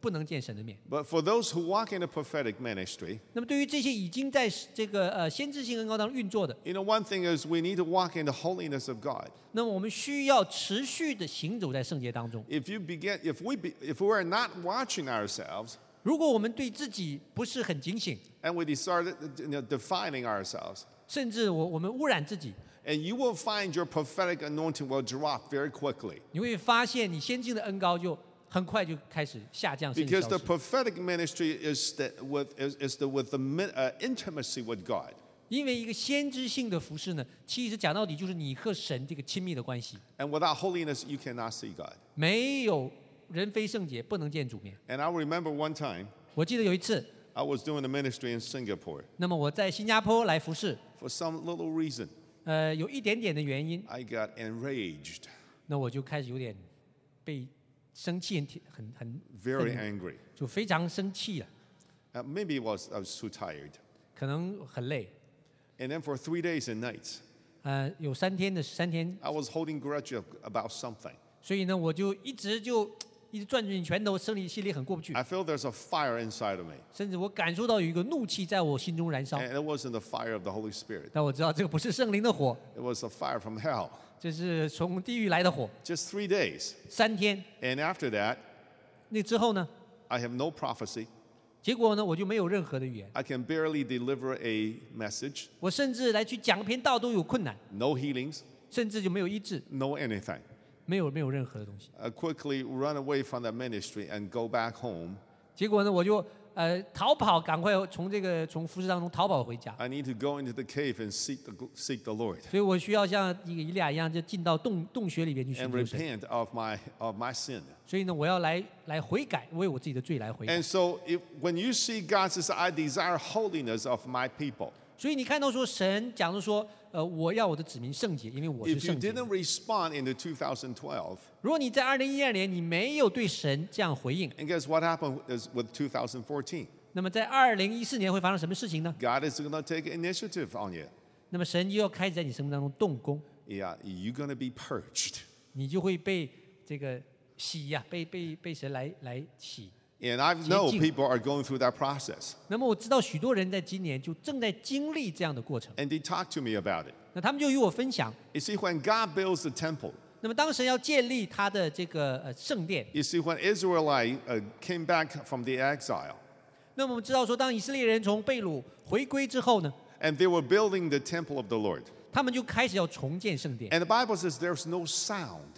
Speaker 1: 不能见神的面。
Speaker 4: But for those who walk in the prophetic ministry,
Speaker 1: 那么对于这些已经在这个呃先知性恩高当中运作的，
Speaker 4: you know, one thing is we need to walk in the holiness of God.
Speaker 1: 那么我们需要持续的行走在圣洁当中。
Speaker 4: If you begin, if we be, if we are not watching ourselves
Speaker 1: 如果我们对自己不是很警醒，
Speaker 4: and we start you know, defining ourselves,
Speaker 1: 甚至我我们污染自己，
Speaker 4: and you will find your prophetic anointing will drop very quickly
Speaker 1: 你会发现你先进的恩高就很快就开始下降，甚至
Speaker 4: because
Speaker 1: 消
Speaker 4: the
Speaker 1: 失。
Speaker 4: prophetic ministry is the, with is, is the with the mi- uh, intimacy with God.
Speaker 1: 因为一个先知性的服饰呢，其实讲到底就是你和神这个亲密的关系。
Speaker 4: And without holiness, you cannot see God.
Speaker 1: 没有人非圣洁，不能见主面。
Speaker 4: And I remember one time
Speaker 1: 我记得有一次，
Speaker 4: I was doing the ministry in Singapore.
Speaker 1: 那么我在新加坡来服侍，
Speaker 4: For some little reason,
Speaker 1: 呃，有一点点的原因，
Speaker 4: I got enraged,
Speaker 1: 那我就开始有点被生气，很很
Speaker 4: very
Speaker 1: 愤怒
Speaker 4: angry.
Speaker 1: 就非常生气了，
Speaker 4: Uh, maybe it was I was too tired.
Speaker 1: 可能很累。
Speaker 4: And then for three days and nights,
Speaker 1: 呃，有三天的三天，
Speaker 4: I was holding grudge ab- about something.
Speaker 1: 所以呢，我就一直就一直攥紧拳头，心里心里很过不去，
Speaker 4: I feel there's a fire inside of me,
Speaker 1: 甚至我感受到有一个怒气在我心中燃烧。
Speaker 4: and it wasn't the fire of the Holy Spirit.
Speaker 1: 但我知道这个不是圣灵的火，
Speaker 4: It was a fire from hell.
Speaker 1: 这是从地狱来的火。
Speaker 4: Just three days,
Speaker 1: 三天，
Speaker 4: and after that,
Speaker 1: 那之后呢，
Speaker 4: I have no prophecy.
Speaker 1: 结果呢，我就没有任何的语言。
Speaker 4: I can barely deliver a message.
Speaker 1: 我甚至来去讲篇道都有困难，
Speaker 4: No healings.
Speaker 1: 甚至就没有医治，
Speaker 4: No anything.
Speaker 1: 没有没有任何的东西。
Speaker 4: I quickly run away from the ministry and go back home.
Speaker 1: 结果呢，我就呃逃跑，赶快从这个从服饰当中逃跑回家。
Speaker 4: I need to go into the cave and seek the, seek the Lord
Speaker 1: 所以我需要像一个以利亚一样，就进到洞洞穴里边去寻
Speaker 4: and
Speaker 1: 求神。
Speaker 4: repent of my of my sin.
Speaker 1: 所以呢，我要来来悔改，为我自己的罪来悔改
Speaker 4: And。so, if, when you see God says, "I desire holiness of my people,"
Speaker 1: 所以你看到说神讲的说，呃，我要我的子民圣洁，因为我是
Speaker 4: if you
Speaker 1: 圣洁的。
Speaker 4: didn't respond in the 2012,
Speaker 1: 如果你在二零一二年你没有对神这样回应，
Speaker 4: and guess what happened is with 2014?
Speaker 1: 那么在二零一四年会发生什么事情呢？
Speaker 4: God is going to take initiative on you.
Speaker 1: 那么神就要开始在你生命当中动工，
Speaker 4: Yeah, you're going to be purged.
Speaker 1: 你就会被这个洗呀、被被被神来来洗。
Speaker 4: And I know
Speaker 1: Jing.
Speaker 4: people are going through that process,
Speaker 1: 那么我知道许多人在今年就正在经历这样的过程，
Speaker 4: and they talk to me about it.
Speaker 1: 那他们就与我分享。
Speaker 4: You see, when God builds the temple,
Speaker 1: 那么当神要建立他的这个呃圣殿，
Speaker 4: you see, when Israelite uh, came back from the exile,
Speaker 1: 那么我们知道说，当以色列人从被掳回归之后呢，
Speaker 4: and they were building the temple of the Lord,
Speaker 1: 他们就开始要重建圣殿。
Speaker 4: and the Bible says there's no sound,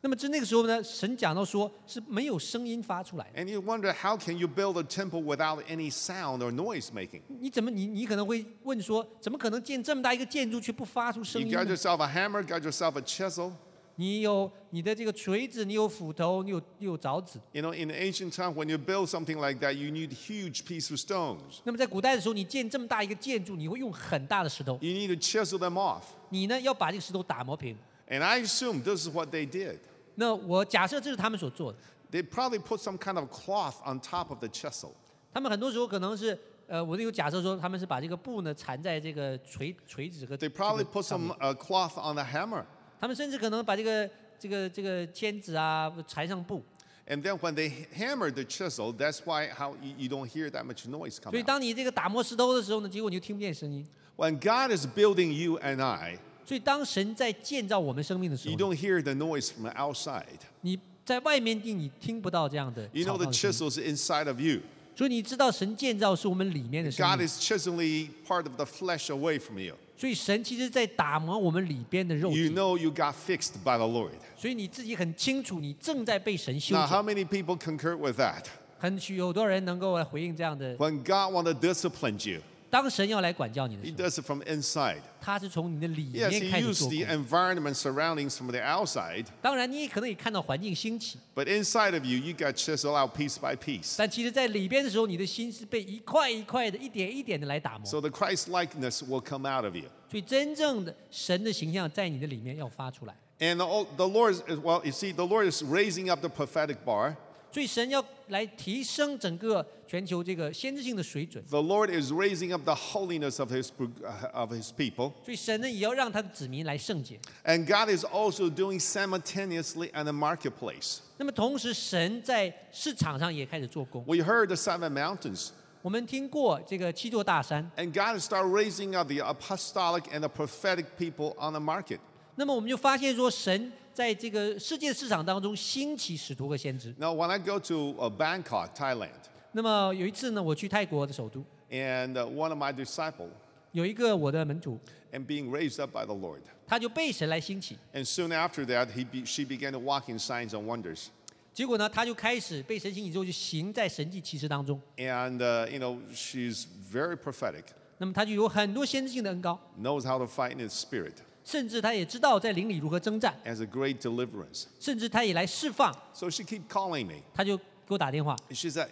Speaker 1: 那么至那个时候呢，神讲到说是没有声音发出来的。
Speaker 4: and you wonder how can you build a temple without any sound or noise making?
Speaker 1: 你怎么你你可能会问说，怎么可能建这么大一个建筑却不发出声
Speaker 4: You
Speaker 1: 音呢
Speaker 4: got？yourself a hammer, got yourself a chisel.
Speaker 1: 你有你的这个锤子，你有斧头，你有你有凿子。
Speaker 4: You know, in ancient time, when you build something like that, you need huge piece of stones.
Speaker 1: 那么在古代的时候，你建这么大一个建筑，你会用很大的石头，
Speaker 4: You need to chisel them off.
Speaker 1: 你呢要把这个石头打磨平。
Speaker 4: And I assume this is what they did.
Speaker 1: 那我假设这是他们所做的，
Speaker 4: They probably put some kind of cloth on top of the chisel.
Speaker 1: 他们很多时候可能是，呃，我有假设说他们是把这个布呢缠在这个锤锤子和这
Speaker 4: They probably
Speaker 1: 个
Speaker 4: put
Speaker 1: 上面
Speaker 4: some uh, cloth on the hammer.
Speaker 1: 他们甚至可能把这个这个这个签子啊缠上布，
Speaker 4: And then when they hammered the chisel, that's why how you, you don't hear that much noise
Speaker 1: 所以
Speaker 4: coming. Out.
Speaker 1: 当你这个打磨石头的时候呢，结果你就听不见声音。
Speaker 4: When God is building you and I,
Speaker 1: 所以当神在建造我们生命的时
Speaker 4: you
Speaker 1: 候呢，
Speaker 4: don't hear the noise from outside.
Speaker 1: 你在外面地你听不到这样的
Speaker 4: You
Speaker 1: 吵闹
Speaker 4: know the
Speaker 1: 的声音
Speaker 4: chisels inside of you.
Speaker 1: 所以你知道神建造是我们里面的生
Speaker 4: God
Speaker 1: 命，
Speaker 4: is chiseling part of the flesh away from you.
Speaker 1: 所以神其实在打磨我们里边的肉
Speaker 4: You
Speaker 1: 体，
Speaker 4: know you got fixed by the Lord.
Speaker 1: 所以你自己很清楚你正在被神修
Speaker 4: Now,
Speaker 1: 剪。
Speaker 4: how many people concur with that?
Speaker 1: 很许有多人能够来回应这样的，
Speaker 4: When God wants to discipline you,
Speaker 1: 当神要来管教你的
Speaker 4: He
Speaker 1: 时候，
Speaker 4: does it from inside.
Speaker 1: 他是从你的里
Speaker 4: Yes,
Speaker 1: 面
Speaker 4: He
Speaker 1: 开始
Speaker 4: used
Speaker 1: 做
Speaker 4: the
Speaker 1: 工。
Speaker 4: environment surroundings from the outside,
Speaker 1: 当然，你也可能也看到环境兴起，
Speaker 4: but inside of you, you got chiseled out piece by piece.
Speaker 1: 但其实，在里边的时候，你的心是被一块一块的、一点一点的来打磨。
Speaker 4: So the Christ likeness will come out of you.
Speaker 1: 所以，真正的神的形象在你的里面要发出来。
Speaker 4: And the, old- the Lord, is, well, you see, the Lord is raising up the prophetic bar.
Speaker 1: 所以，神要来提升整个全球这个先知性的水准。
Speaker 4: The Lord is raising up the holiness of His uh, of His people.
Speaker 1: 所以，神呢也要让他的子民来圣洁。
Speaker 4: And God is also doing simultaneously in the marketplace.
Speaker 1: 那么，同时，神在市场上也开始做工。
Speaker 4: We heard the seven mountains,
Speaker 1: 我们听过这个七座大山，
Speaker 4: and God started raising up the apostolic and the prophetic people on the market.
Speaker 1: 那么我们就发现说，神在这个世界市场当中兴起使徒和先知。
Speaker 4: Now, when I go to uh, Bangkok, Thailand,
Speaker 1: 那么有一次呢，我去泰国的首都，
Speaker 4: and uh, one of my disciples,
Speaker 1: 有一个我的门徒，
Speaker 4: and being raised up by the Lord,
Speaker 1: 他就被神来兴起，
Speaker 4: and soon after that, he be, she began to walk in signs and wonders.
Speaker 1: 结果呢，他就开始被神兴起之后，就行在神迹奇事当中。
Speaker 4: And uh, you know, she's very prophetic,
Speaker 1: 那么他就有很多先知性的恩高，
Speaker 4: knows how to fight in the spirit,
Speaker 1: 甚至他也知道在灵里如何征战，
Speaker 4: has a great deliverance.
Speaker 1: 甚至他也来释放。
Speaker 4: So she keep calling me.
Speaker 1: 他就给我打电话。
Speaker 4: And she said,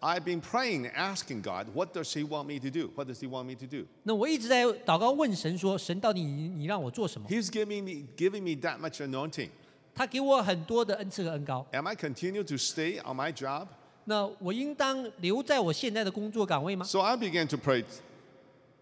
Speaker 4: I've been praying, asking God, what does He want me to do? What does He want me to do?
Speaker 1: 那我一直在祷告问神说：“神到底你你让我做什么
Speaker 4: He's giving me giving me that much anointing.？”
Speaker 1: 他给我很多的恩赐和恩高。
Speaker 4: Am I continue to stay on my job?
Speaker 1: 那我应当留在我现在的工作岗位吗？
Speaker 4: So I began to pray,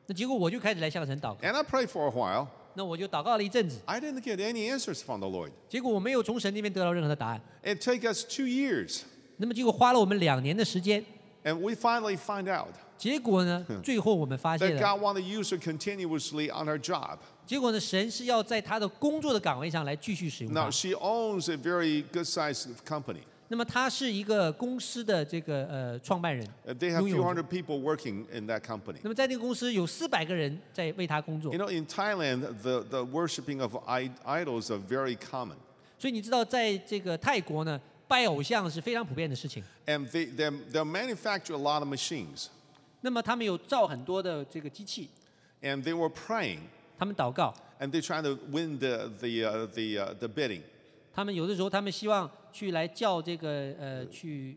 Speaker 1: 那结果我就开始来向神祷告，
Speaker 4: and I prayed for a while.
Speaker 1: 那我就祷告了一阵子，
Speaker 4: I didn't get any answers from the Lord.
Speaker 1: 结果我没有从神那边得到任何的答案。
Speaker 4: It took us two years,
Speaker 1: 那么结果花了我们两年的时间，
Speaker 4: and we finally find out
Speaker 1: 结果呢，最后我们发现
Speaker 4: that
Speaker 1: 了，
Speaker 4: God want to use her continuously on her job.
Speaker 1: 结果呢，神是要在他的工作的岗位上来继续使用他
Speaker 4: Now。she owns a very good-sized company.
Speaker 1: 那么他是一个公司的这个呃创办人
Speaker 4: Uh, They have
Speaker 1: 拥有
Speaker 4: few
Speaker 1: 者
Speaker 4: hundred people working in that company.
Speaker 1: 那么在那个公司有四百个人在为他工作
Speaker 4: You，know, in Thailand, the, the worshiping of i- idols are very common.
Speaker 1: 所以你知道，在这个泰国呢，拜偶像是非常普遍的事情。
Speaker 4: And they, they, they manufacture a lot of machines.
Speaker 1: 那么他们有造很多的这个机器，
Speaker 4: And they were praying,
Speaker 1: 他们祷告，
Speaker 4: and they're trying to win the, the, uh, the, uh, the bidding.
Speaker 1: 他们有的时候他们希望去来叫这个呃去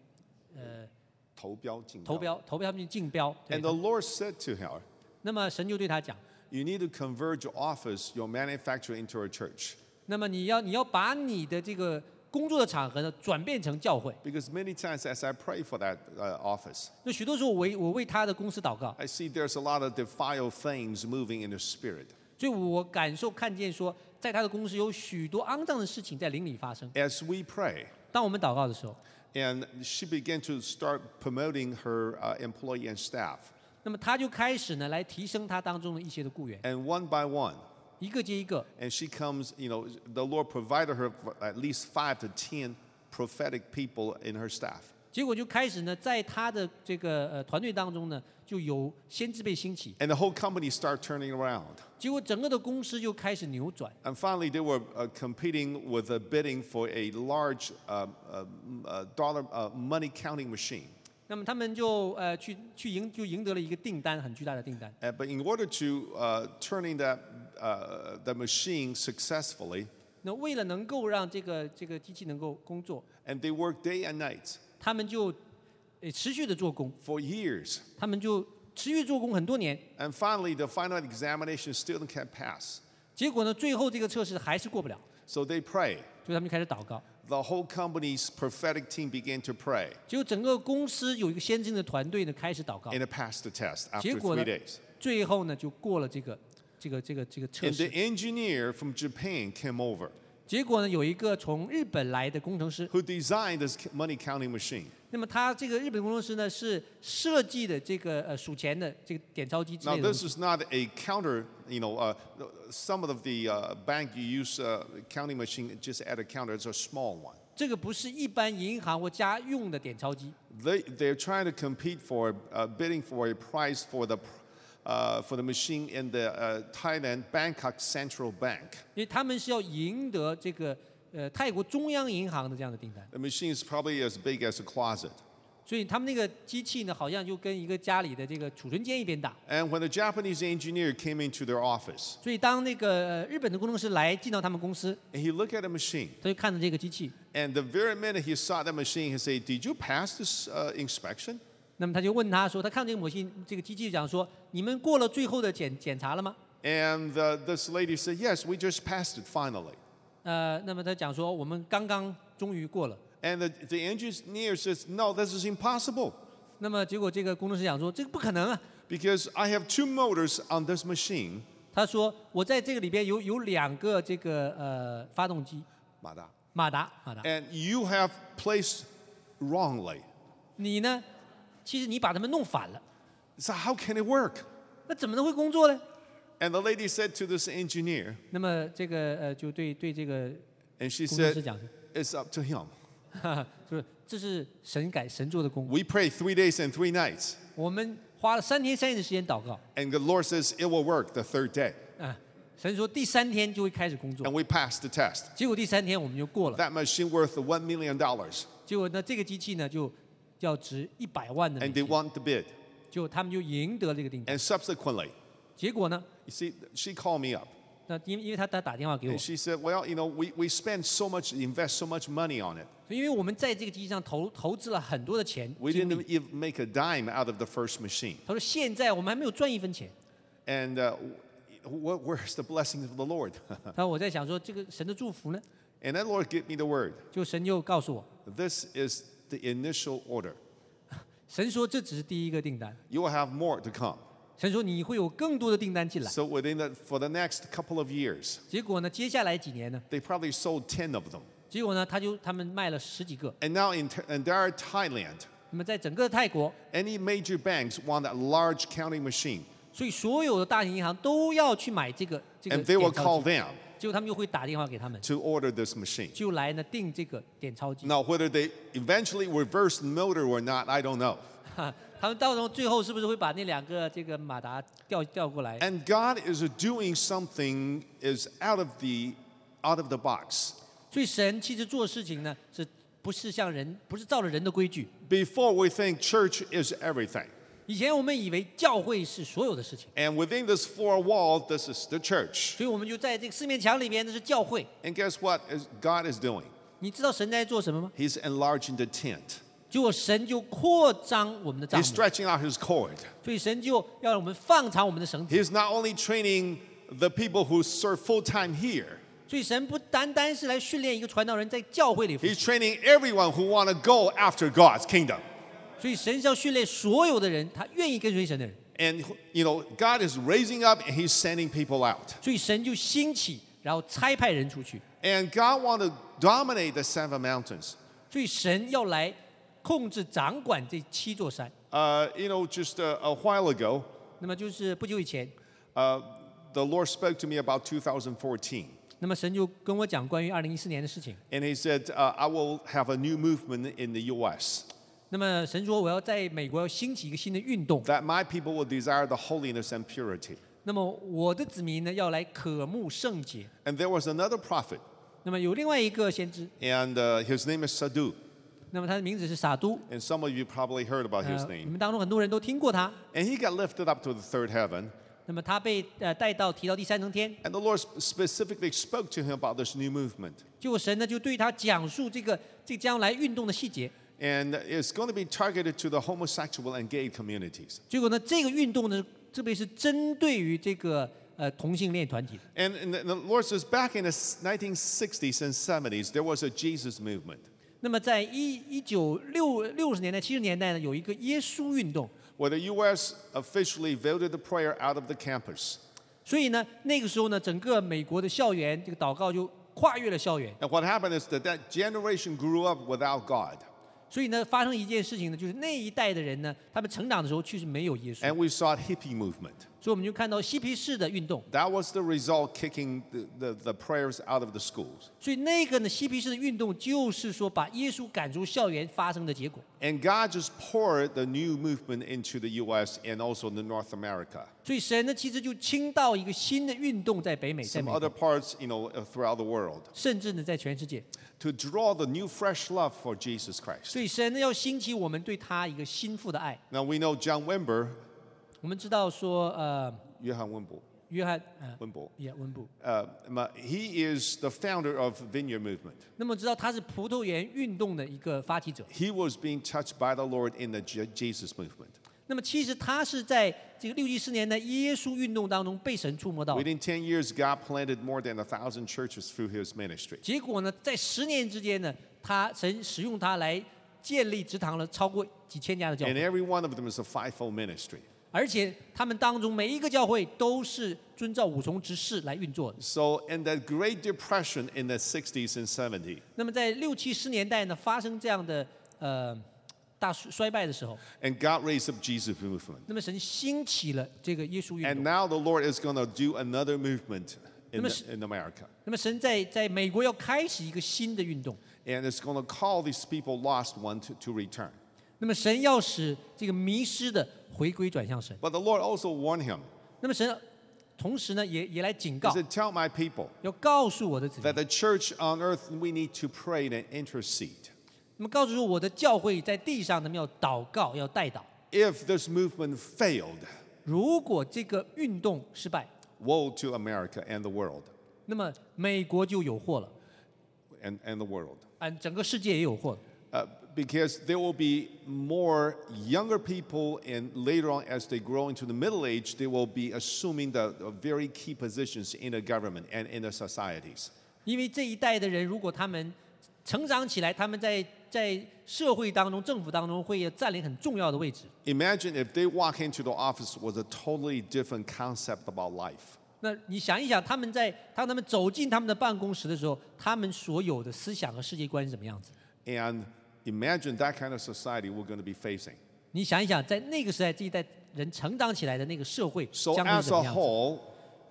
Speaker 1: 投
Speaker 4: 投标竞标。
Speaker 1: 标，投标他们去竞标。对
Speaker 4: And the Lord said to her,
Speaker 1: 那么神就对他讲，
Speaker 4: You need to convert your office, your manufacturer, into a church.
Speaker 1: 那么你要你要把你的这个工作的场合呢转变成教会。
Speaker 4: Because many times as I pray for that uh, office,
Speaker 1: 那许多时候我为我为他的公司祷告，
Speaker 4: I see there's a lot of defiled things moving in the spirit.
Speaker 1: 所以我感受看见说，在他的公司有许多肮脏的事情在邻里发生。
Speaker 4: As we pray,
Speaker 1: 当我们祷告的时候，
Speaker 4: and she began to start promoting her uh, employee and staff.
Speaker 1: 那么他就开始呢来提升他当中的一些的雇员，
Speaker 4: And one by one,
Speaker 1: 一个接一个。
Speaker 4: and she comes, you know, the Lord provided her for at least five to 10 prophetic people in her staff.
Speaker 1: 结果就开始呢，在他的这个呃团队当中呢，就有先知被兴起，
Speaker 4: And the whole company started turning around.
Speaker 1: 结果整个的公司就开始扭转。
Speaker 4: And finally, they were uh, competing with a bidding for a large um, um, uh, dollar uh, money counting machine.
Speaker 1: 那么他们就呃去去赢就赢得了一个订单，很巨大的订单。
Speaker 4: Uh, but in order to uh, turning that uh, the machine successfully,
Speaker 1: 那为了能够让这个这个机器能够工作，
Speaker 4: and they worked day and night
Speaker 1: 他们就呃持续的做工，
Speaker 4: for years.
Speaker 1: 他们就持续做工很多年。
Speaker 4: And finally, the final examination still can't pass.
Speaker 1: 结果呢，最后这个测试还是过不了，
Speaker 4: So they pray.
Speaker 1: 所以他们就开始祷告。
Speaker 4: The whole company's prophetic team began to pray
Speaker 1: 结果整个公司有一个先进的团队呢，开始祷告，
Speaker 4: and it passed the test after
Speaker 1: 结果呢，
Speaker 4: three days.
Speaker 1: 最后呢就过了这个这个这个这个测
Speaker 4: And
Speaker 1: 试
Speaker 4: the。engineer from Japan came over
Speaker 1: 结果呢，有一个从日本来的工程师，
Speaker 4: who designed this money counting machine.
Speaker 1: 那么他这个日本工程师呢是设计的这个呃数钱的这个点钞机之
Speaker 4: Now,
Speaker 1: 类的东
Speaker 4: this
Speaker 1: 西。
Speaker 4: is not a counter, you know, uh, some of the uh, bank you use uh, counting machine just at a counter, it's a small one.
Speaker 1: 这个不是一般银行或家用的点钞机，
Speaker 4: They, they're trying to compete for, uh, bidding for a price for the, pr- uh, for the machine in the uh, Thailand Bangkok Central Bank.
Speaker 1: 因为他们是要赢得这个呃泰国中央银行的这样的订单，
Speaker 4: The machine is probably as big as a closet.
Speaker 1: 所以他们那个机器呢，好像就跟一个家里的这个储存间一边大。
Speaker 4: And when a Japanese engineer came into their office,
Speaker 1: 所以当那个呃日本的工程师来进到他们公司，
Speaker 4: and he looked at a machine,
Speaker 1: 他就看着这个机器，
Speaker 4: and the very minute he saw that machine, he said, "Did you pass this uh, inspection?"
Speaker 1: 那么他就问他说，他看这个模型这个机器就讲说，你们过了最后的检检查了吗？
Speaker 4: And uh, this lady said, "Yes, we just passed it finally."
Speaker 1: 呃，那么他讲说我们刚刚终于过了。
Speaker 4: And the, the engineer says, "No, this is impossible
Speaker 1: 那么结果这个工程师讲说这个不可能啊，
Speaker 4: because I have two motors on this machine."
Speaker 1: 他说我在这个里边有有两个这个呃发动机
Speaker 4: Mada.
Speaker 1: 马达马达，
Speaker 4: And you have placed wrongly.
Speaker 1: 你呢，其实你把它们弄反了，
Speaker 4: So how can it work?
Speaker 1: 那怎么能会工作呢？
Speaker 4: And the lady said to this engineer,
Speaker 1: 那么这个呃就对对这个
Speaker 4: and she
Speaker 1: 工程师
Speaker 4: said,
Speaker 1: 讲，
Speaker 4: "It's up to him."
Speaker 1: 哈哈，就是这是神改神做的工，
Speaker 4: We pray three days and three nights,
Speaker 1: 我们花了三天三夜的时间祷告
Speaker 4: and the Lord says it will work the third day,
Speaker 1: 啊，神说第三天就会开始工
Speaker 4: and
Speaker 1: 作，
Speaker 4: we passed the test.
Speaker 1: 结果第三天我们就过了。
Speaker 4: That machine worth one million dollars,
Speaker 1: 结果呢，这个机器呢就要值一百万的美
Speaker 4: and they
Speaker 1: 金，
Speaker 4: won the bid.
Speaker 1: 结果他们就赢得了这个订单。
Speaker 4: And subsequently,
Speaker 1: 结果呢，
Speaker 4: you see, she called me up
Speaker 1: 那因为因为他他打电话给我
Speaker 4: and，she said, "Well, you know, we, we spend so much, invest so much money on it.
Speaker 1: 因为我们在这个机器上投投资了很多的钱
Speaker 4: We
Speaker 1: 精
Speaker 4: didn't
Speaker 1: 力。
Speaker 4: even make a dime out of the first machine.
Speaker 1: 他说现在我们还没有赚一分钱。
Speaker 4: And uh, wh- where's the blessing of the Lord?"
Speaker 1: 他说我在想说这个神的祝福呢，
Speaker 4: and that Lord gave me the word.
Speaker 1: 就神就告诉我，
Speaker 4: This is the initial order.
Speaker 1: 神说这只是第一个订单，
Speaker 4: You will have more to come.
Speaker 1: 神说你会有更多的订单进来。
Speaker 4: So within the, for the next couple of years,
Speaker 1: 结果呢，接下来几年呢，
Speaker 4: they probably sold 10 of them.
Speaker 1: 结果呢，他就他们卖了十几个。
Speaker 4: And now in t- entire Thailand,
Speaker 1: 那么在整个泰国，
Speaker 4: any major banks want a large counting machine,
Speaker 1: 所以所有的大型银行都要去买这个这个
Speaker 4: and they will
Speaker 1: 点钞
Speaker 4: call
Speaker 1: 机
Speaker 4: them
Speaker 1: 结果他们就会打电话给他们，
Speaker 4: to order this machine.
Speaker 1: 就来呢订这个点钞机。
Speaker 4: Now, whether they eventually reverse the motor or not, I don't know.
Speaker 1: 哈他们到时候最后是不是会把那两个这个马达调调过来？
Speaker 4: And God is doing something is out of the out of the box.
Speaker 1: 所以神其实做事情呢，是不是像人，不是照着人的规矩？
Speaker 4: Before we think church is everything,
Speaker 1: 以前我们以为教会是所有的事情，
Speaker 4: and within this four wall, this is the church.
Speaker 1: 所以我们就在这个四面墙里面，那是教会。
Speaker 4: And guess what? Is God is doing?
Speaker 1: 你知道神在做什么吗？
Speaker 4: He's enlarging the tent.
Speaker 1: 结果神就扩张我们的帐
Speaker 4: He's
Speaker 1: 篷，
Speaker 4: stretching out his cord.
Speaker 1: 所以神就要我们放长我们的绳子。
Speaker 4: He's not only training the people who serve full time here,
Speaker 1: 所以神不单单是来训练一个传道人在教会里服
Speaker 4: he's
Speaker 1: 侍，
Speaker 4: training everyone who want to go after God's kingdom.
Speaker 1: 所以神是要训练所有的人，他愿意跟随神的人。
Speaker 4: And you know, God is raising up and he's sending people out.
Speaker 1: 所以神就兴起，然后差派人出去。
Speaker 4: And God want to dominate the seven mountains.
Speaker 1: 所以神要来控制、掌管这七座山。
Speaker 4: Uh, you know, just a, a while ago,
Speaker 1: 那么就是不久以前，
Speaker 4: uh, the Lord spoke to me about 2014,
Speaker 1: 那么神就跟我讲关于二零一四年的事情。
Speaker 4: and He said, uh, "I will have a new movement in the U.S.
Speaker 1: 那么神说我要在美国要兴起一个新的运动，
Speaker 4: that my people will desire the holiness and purity."
Speaker 1: 那么我的子民呢要来渴慕圣洁。
Speaker 4: And there was another prophet,
Speaker 1: 那么有另外一个先知，
Speaker 4: and uh, his name is Sadhu,
Speaker 1: 那么他的名字是撒都，
Speaker 4: and some of you probably heard about
Speaker 1: 呃
Speaker 4: his，
Speaker 1: 你
Speaker 4: name.
Speaker 1: 们当中很多人都听过他。
Speaker 4: And he got lifted up to the third heaven,
Speaker 1: 那么他被呃带到提到第三层天，
Speaker 4: and the Lord sp- specifically spoke to him about this new movement.
Speaker 1: 结果神呢就对他讲述这个这将来运动的细节。
Speaker 4: And it's going to be targeted to the homosexual and gay communities.
Speaker 1: 结果呢，这个运动呢，特别是针对于这个呃同性恋团体的。
Speaker 4: And, and the- the Lord says back in the s- 1960s and 70s, there was a Jesus movement
Speaker 1: 那么在一一九六六十年代、七十年代呢，有一个耶稣运动，
Speaker 4: where the U.S. officially voted the prayer out of the campus.
Speaker 1: 所以呢，那个时候呢，整个美国的校园这个祷告就跨越了校园，
Speaker 4: And what happened is that that generation grew up without God.
Speaker 1: 所以呢，发生一件事情呢，就是那一代的人呢，他们成长的时候确实没有耶稣，
Speaker 4: And we saw hippie movement.
Speaker 1: 所以我们就看到嬉皮士的运动。
Speaker 4: That was the result kicking the, the, the prayers out of the schools.
Speaker 1: 所以那个呢，嬉皮士的运动就是说把耶稣赶出校园发生的结果。
Speaker 4: And God just poured the new movement into the US and also the North America.
Speaker 1: 所以神呢，其实就倾倒一个新的运动在北美，在
Speaker 4: Some
Speaker 1: 美
Speaker 4: other
Speaker 1: 国，
Speaker 4: parts, you know, uh, throughout the world
Speaker 1: 甚至呢，在全世界。
Speaker 4: to draw the new fresh love for Jesus Christ.
Speaker 1: 所以神呢，要兴起我们对他一个心腹的爱。
Speaker 4: Now we know John Wimber,
Speaker 1: 我们知道说，呃，
Speaker 4: Johann Wimber,
Speaker 1: 约翰，嗯、呃，
Speaker 4: Wimber
Speaker 1: 也温布。
Speaker 4: uh, ma- he is the founder of Vineyard Movement.
Speaker 1: 那么知道他是葡萄园运动的一个发起者。
Speaker 4: He was being touched by the Lord in the Je- Jesus movement.
Speaker 1: 那么其实他是在这个六七十年代耶稣运动当中被神触摸到的。
Speaker 4: Within 10 years, God planted more than a thousand churches through his ministry.
Speaker 1: 结果呢，在十年之间呢，他神使用他来建立职堂了超过几千家的教
Speaker 4: And
Speaker 1: 会，
Speaker 4: every one of them is a fivefold ministry.
Speaker 1: 而且他们当中每一个教会都是遵照五重职事来运作的。
Speaker 4: So, in the Great Depression in the 60s and 70s,
Speaker 1: 那么在六七十年代呢，发生这样的呃大衰衰败的时候，
Speaker 4: and God raised up Jesus movement.
Speaker 1: 那么神兴起了这个耶稣运动。
Speaker 4: And now the Lord is going to do another movement
Speaker 1: Let
Speaker 4: in,
Speaker 1: me s-
Speaker 4: in America.
Speaker 1: 那么神在在美国要开始一个新的运动，
Speaker 4: And it's going to call these people lost one to, to return.
Speaker 1: 那么神要使这个迷失的回归转向神。
Speaker 4: But the Lord also warned him.
Speaker 1: 那么神同时呢，也也来警
Speaker 4: He
Speaker 1: 告，
Speaker 4: said, Tell my people
Speaker 1: 要告诉我的子民
Speaker 4: that，the church on earth, we need to pray and intercede.
Speaker 1: 那么告诉我的教会在地上，他们要祷告，要代祷。
Speaker 4: If this movement failed,
Speaker 1: 如果这个运动失败，
Speaker 4: woe to America and the world.
Speaker 1: 那么美国就有祸了，
Speaker 4: And, and the world.
Speaker 1: 嗯，整个世界也有祸了。
Speaker 4: Uh, because there will be more younger people, and later on, as they grow into the middle age, they will be assuming the, the very key positions in the government and in the societies.
Speaker 1: 因为这一代的人，如果他们成长起来，他们在在社会当中、政府当中会占领很重要的位置。
Speaker 4: Imagine if they walk into the office with a totally different concept about life.
Speaker 1: 那你想一想，他们在当他们走进他们的办公室的时候，他们所有的思想和世界观是什么样子？
Speaker 4: And imagine that kind of society we're going to be facing.
Speaker 1: 你想一想，在那个时代，这一代人成长起来的那个社会
Speaker 4: So,
Speaker 1: 将会是
Speaker 4: as
Speaker 1: 怎么
Speaker 4: a
Speaker 1: 样子？
Speaker 4: whole,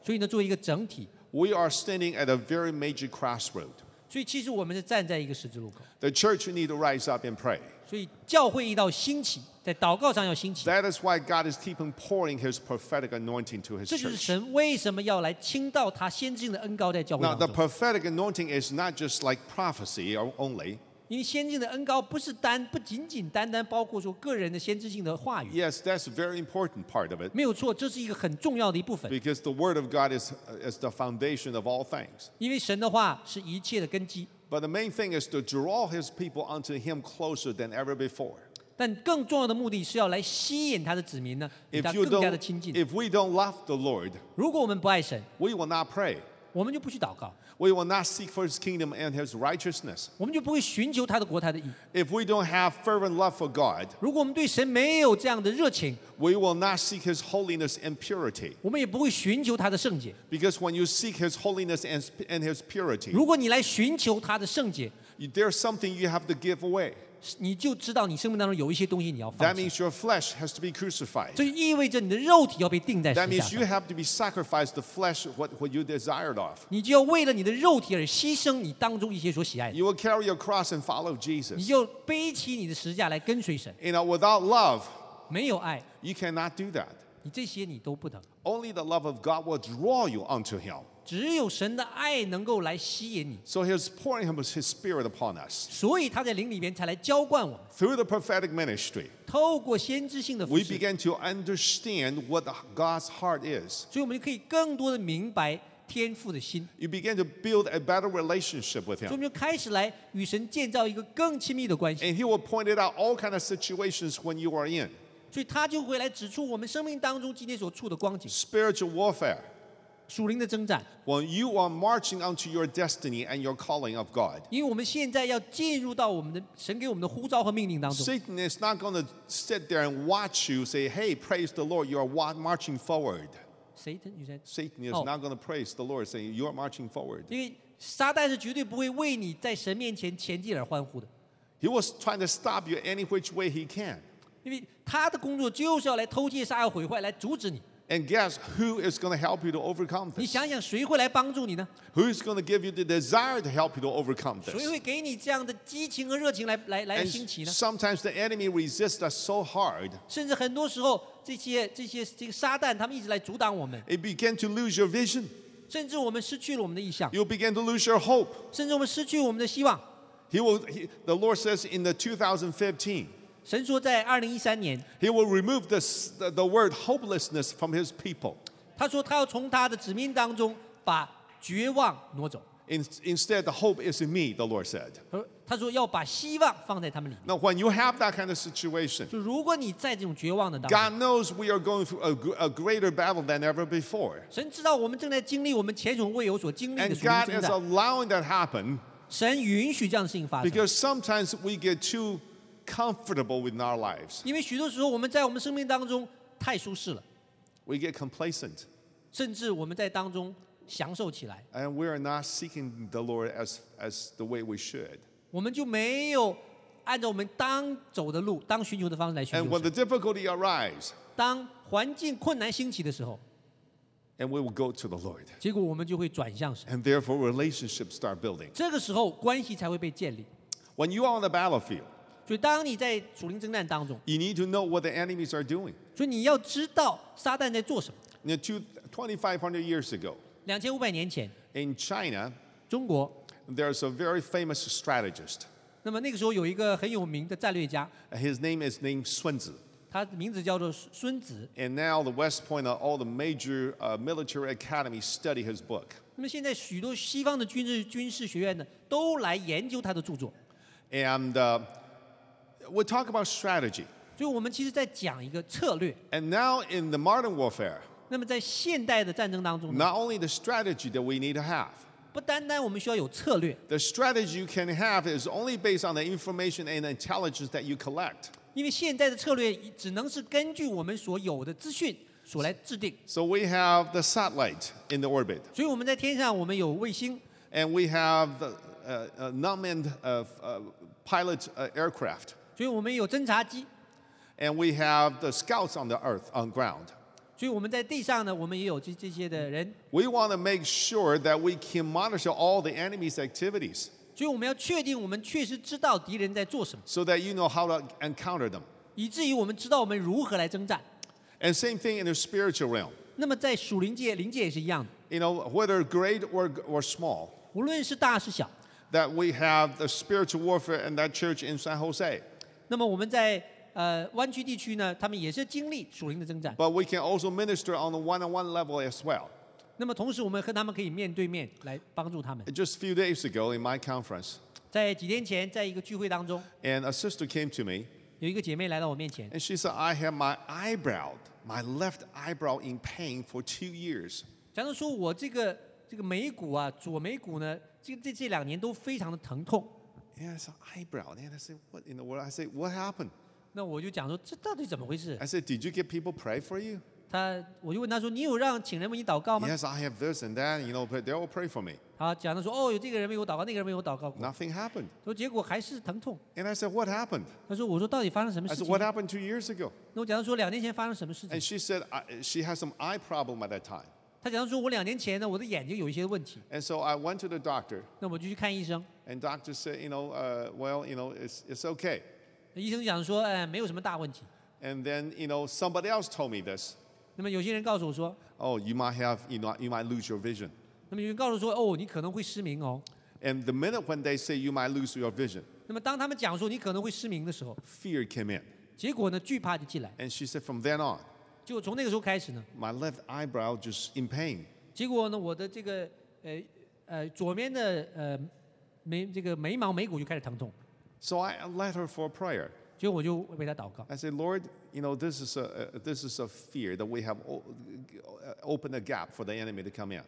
Speaker 1: 所以呢，作为一个整体，
Speaker 4: we are standing at a very major crossroad.
Speaker 1: 所以其实我们是站在一个十字路口。
Speaker 4: The church need to rise up and pray.
Speaker 1: 所以教会一到兴起，在祷告上要兴起，
Speaker 4: That is why God is keeping pouring His prophetic anointing to His
Speaker 1: 这就是
Speaker 4: church.
Speaker 1: 神为什么要来倾倒他先知性的恩高在教会
Speaker 4: Now,
Speaker 1: 当
Speaker 4: the
Speaker 1: 中。
Speaker 4: prophetic anointing is not just like prophecy or only.
Speaker 1: 因为先知性的恩高不是单不仅仅单单包括说个人的先知性的话语，
Speaker 4: Yes, that's a very important part of it
Speaker 1: 没有错，这是一个很重要的一部分。
Speaker 4: because the Word of God is, is the foundation of all things.
Speaker 1: 因为神的话是一切的根基，
Speaker 4: But the main thing is to draw His people unto Him closer than ever before.
Speaker 1: 但更重要的目的是要来吸引他的子民呢，与他
Speaker 4: If, you
Speaker 1: 更加的
Speaker 4: don't,
Speaker 1: 亲近。
Speaker 4: if we don't love the Lord,
Speaker 1: 如果我们不爱神，
Speaker 4: we will not pray.
Speaker 1: 我们就不去祷告，
Speaker 4: We will not seek for His kingdom and His righteousness.
Speaker 1: 我们就不会寻求他的国、他的义。
Speaker 4: If we don't have fervent love for God,
Speaker 1: 如果我们对神没有这样的热情，
Speaker 4: we will not seek His holiness and purity.
Speaker 1: 我们也不会寻求他的圣洁。
Speaker 4: Because when you seek His holiness and, and His purity,
Speaker 1: 如果你来寻求他的圣洁，
Speaker 4: you- there's something you have to give away.
Speaker 1: 你就知道你生命当中有一些东西你要放
Speaker 4: That
Speaker 1: 弃。
Speaker 4: means your flesh has to be crucified.
Speaker 1: 这就意味着你的肉体要被钉在
Speaker 4: That
Speaker 1: 十字架
Speaker 4: means you
Speaker 1: 上，
Speaker 4: have to be sacrificed the flesh, what, what you desired of.
Speaker 1: 你就要为了你的肉体而牺牲你当中一些所喜爱的，
Speaker 4: You will carry your cross and follow
Speaker 1: 你
Speaker 4: Jesus.
Speaker 1: 就背起你的十字架来跟随神。
Speaker 4: You know, without love,
Speaker 1: 没有爱，
Speaker 4: you cannot do that.
Speaker 1: 你这些你都不能。
Speaker 4: Only the love of God will draw you unto Him.
Speaker 1: 只有神的爱能够来吸引你，
Speaker 4: So He's pouring Him- His Spirit upon us.
Speaker 1: 所以他在灵里边才来浇灌我们。
Speaker 4: Through the prophetic ministry,
Speaker 1: 透过先知性的服
Speaker 4: we
Speaker 1: 饰，
Speaker 4: begin to understand what God's heart is.
Speaker 1: 所以我们就可以更多的明白天父的心，
Speaker 4: You begin to build a better relationship with
Speaker 1: 所以我们
Speaker 4: Him.
Speaker 1: 就开始来与神建造一个更亲密的关系。
Speaker 4: And he will point it out all kind of situations when you are in
Speaker 1: 所以他就会来指出我们生命当中今天所处的光景，
Speaker 4: spiritual warfare.
Speaker 1: 属灵的征战。
Speaker 4: When you are marching onto your destiny and your calling of God,
Speaker 1: 因为我们现在要进入到我们的神给我们的呼召和命令当中，
Speaker 4: Satan is not going to sit there and watch you say, "Hey, praise the Lord, you are wa- marching forward."
Speaker 1: 谁的女神？
Speaker 4: Satan is
Speaker 1: Oh.
Speaker 4: not going to praise the Lord, saying, "You are marching forward."
Speaker 1: 因为撒旦是绝对不会为你在神面前前进而欢呼的。
Speaker 4: He was trying to stop you any which way he can.
Speaker 1: 因为他的工作就是要来偷窃、杀害、毁坏，来阻止你。
Speaker 4: And guess who is going to help you to overcome
Speaker 1: 你
Speaker 4: this?
Speaker 1: 想想，谁会来帮助你呢？
Speaker 4: Who's going to give you the desire to help you to overcome
Speaker 1: 谁
Speaker 4: this?
Speaker 1: 会给你这样的激情和热情来来来
Speaker 4: And
Speaker 1: 兴起呢？
Speaker 4: sometimes the enemy resists us so hard,
Speaker 1: 甚至很多时候，这些这些这个撒旦，他们一直来阻挡我们，
Speaker 4: you begin to lose your vision.
Speaker 1: 甚至我们失去了我们的意向，
Speaker 4: You begin to lose your hope.
Speaker 1: 甚至我们失去我们的希望。
Speaker 4: He will, he, the Lord says in the 2015,
Speaker 1: 神说，在二零一三年，
Speaker 4: He will remove this, the, the word hopelessness from His people.
Speaker 1: 他说他要从他的子民当中把绝望挪走。
Speaker 4: In, instead, the hope is in me, the Lord said.
Speaker 1: 他说他说要把希望放在他们里面。
Speaker 4: Now, when you have that kind of situation,
Speaker 1: 就如果你在这种绝望的当中，
Speaker 4: God knows we are going through a, gr- a greater battle than ever before.
Speaker 1: 神知道我们正在经历我们前所未有所经历的
Speaker 4: And
Speaker 1: 属灵
Speaker 4: God
Speaker 1: 征
Speaker 4: is
Speaker 1: 战。
Speaker 4: allowing that happen
Speaker 1: 神允许这样的事情发生，
Speaker 4: because sometimes we get too comfortable with our lives.
Speaker 1: 因为许多时候我们在我们生命当中太舒适了，
Speaker 4: We get complacent
Speaker 1: 甚至我们在当中享受起来，
Speaker 4: and we are not seeking the Lord as, as the way we should.
Speaker 1: 我们就没有按照我们当走的路、当寻求的方式来寻
Speaker 4: And
Speaker 1: 求
Speaker 4: when the
Speaker 1: 神。
Speaker 4: difficulty arises,
Speaker 1: 当环境困难兴起的时候，
Speaker 4: and we will go to the Lord.
Speaker 1: 结果我们就会转向神，
Speaker 4: And therefore, relationships start building.
Speaker 1: 这个时候关系才会被建立。
Speaker 4: When you are on the battlefield,
Speaker 1: 所以，当你在属灵征战当中，
Speaker 4: you need to know what the enemies are doing.
Speaker 1: 所以你要知道撒旦在做什么。
Speaker 4: You know, two- 2,500 years ago,
Speaker 1: 两千五百年前，
Speaker 4: in China,
Speaker 1: 中国，
Speaker 4: there's a very famous strategist.
Speaker 1: 那么那个时候有一个很有名的战略家，
Speaker 4: His name is named Sun Tzu.
Speaker 1: 他的名字叫做孙孙子。
Speaker 4: And now the West Point, uh, all the major uh, military academies study his book.
Speaker 1: 那么现在许多西方的军事军事学院呢，都来研究他的著作。
Speaker 4: And uh, we talk about strategy.
Speaker 1: 所以我们其实在讲一个策略。
Speaker 4: And now in the modern warfare,
Speaker 1: 那么在现代的战争当中呢，
Speaker 4: not only the strategy that we need to have,
Speaker 1: 不单单我们需要有策略，
Speaker 4: the strategy you can have is only based on the information and intelligence that you collect.
Speaker 1: 因为现在的策略只能是根据我们所有的资讯所来制定。
Speaker 4: So we have the satellite in the orbit,
Speaker 1: 所以我们在天上，我们有卫星，
Speaker 4: and we have the uh, uh, non-manned uh, uh, pilot uh, aircraft,
Speaker 1: 所以我们有侦察机，
Speaker 4: and we have the scouts on the earth on ground.
Speaker 1: 所以我们在地上呢，我们也有这这些的人。
Speaker 4: We want to make sure that we can monitor all the enemy's activities
Speaker 1: 所以我们要确定，我们确实知道敌人在做什么，
Speaker 4: so that you know how to encounter them.
Speaker 1: 以至于我们知道我们如何来征战。
Speaker 4: And same thing in the spiritual realm.
Speaker 1: 那么在属灵界、灵界也是一样的，
Speaker 4: You know, whether great or, or small,
Speaker 1: 无论是大是小，
Speaker 4: that we have the spiritual warfare in that church in San Jose.
Speaker 1: 那么我们在呃湾区地区呢，他们也是经历属灵的征战。
Speaker 4: But we can also minister on a one on one level as well.
Speaker 1: 那么同时，我们和他们可以面对面来帮助他们。
Speaker 4: Just a few days ago in my conference,
Speaker 1: 在几天前，在一个聚会当中，
Speaker 4: and a sister came to me
Speaker 1: 有一个姐妹来到我面前，
Speaker 4: and she said, I have my eyebrow, my left eyebrow in pain for two years.
Speaker 1: 假如说我这个这个眉骨啊，左眉骨呢，这这这两年都非常的疼痛。
Speaker 4: And I said, eyebrow. And I said, what in the world? I said, what happened?
Speaker 1: 那我就讲说，这到底怎么回事
Speaker 4: I？said, did you get people pray for you?
Speaker 1: 他，我就问他说，你有让请人为你祷告吗？
Speaker 4: Yes, I have this and that, you know, but they all pray for me.
Speaker 1: 他讲的说，哦，有这个人为我祷告，那个人为我祷告过，
Speaker 4: Nothing happened.
Speaker 1: 说结果还是疼痛。
Speaker 4: And I said, what happened?
Speaker 1: 他说，我说到底发生什么
Speaker 4: I
Speaker 1: 事
Speaker 4: said,
Speaker 1: 情？
Speaker 4: what happened 哎 two years ago?
Speaker 1: 那我讲到说两年前发生什么事
Speaker 4: And
Speaker 1: 情？
Speaker 4: she said I, she has some eye problem at that time.
Speaker 1: 他讲到说我两年前呢，我的眼睛有一些问题，
Speaker 4: And so I went to the doctor,
Speaker 1: 那我就去看医生，
Speaker 4: and doctor said, you know, uh, well, you know, it's, it's okay.
Speaker 1: 那医生讲说，呃，没有什么大问题。
Speaker 4: And then, you know, somebody else told me this.
Speaker 1: 那么有些人告诉我说，
Speaker 4: Oh, you might have, you know, you might lose your vision.
Speaker 1: 那么有人告诉我说，哦，你可能会失明哦。
Speaker 4: And the minute when they say you might lose your vision,
Speaker 1: 那么当他们讲说你可能会失明的时候，
Speaker 4: fear came in.
Speaker 1: 结果呢，惧怕就进来。
Speaker 4: And she said, from then on,
Speaker 1: 就从那个时候开始呢，
Speaker 4: my left eyebrow just in pain.
Speaker 1: 结果呢，我的这个呃呃左边的呃眉这个眉毛眉骨就开始疼痛，
Speaker 4: So I led her for a prayer.
Speaker 1: 结果我就为他祷告。
Speaker 4: I said, Lord, you know, this is a, a this is a fear that we have o- uh, opened a gap for the enemy to come in.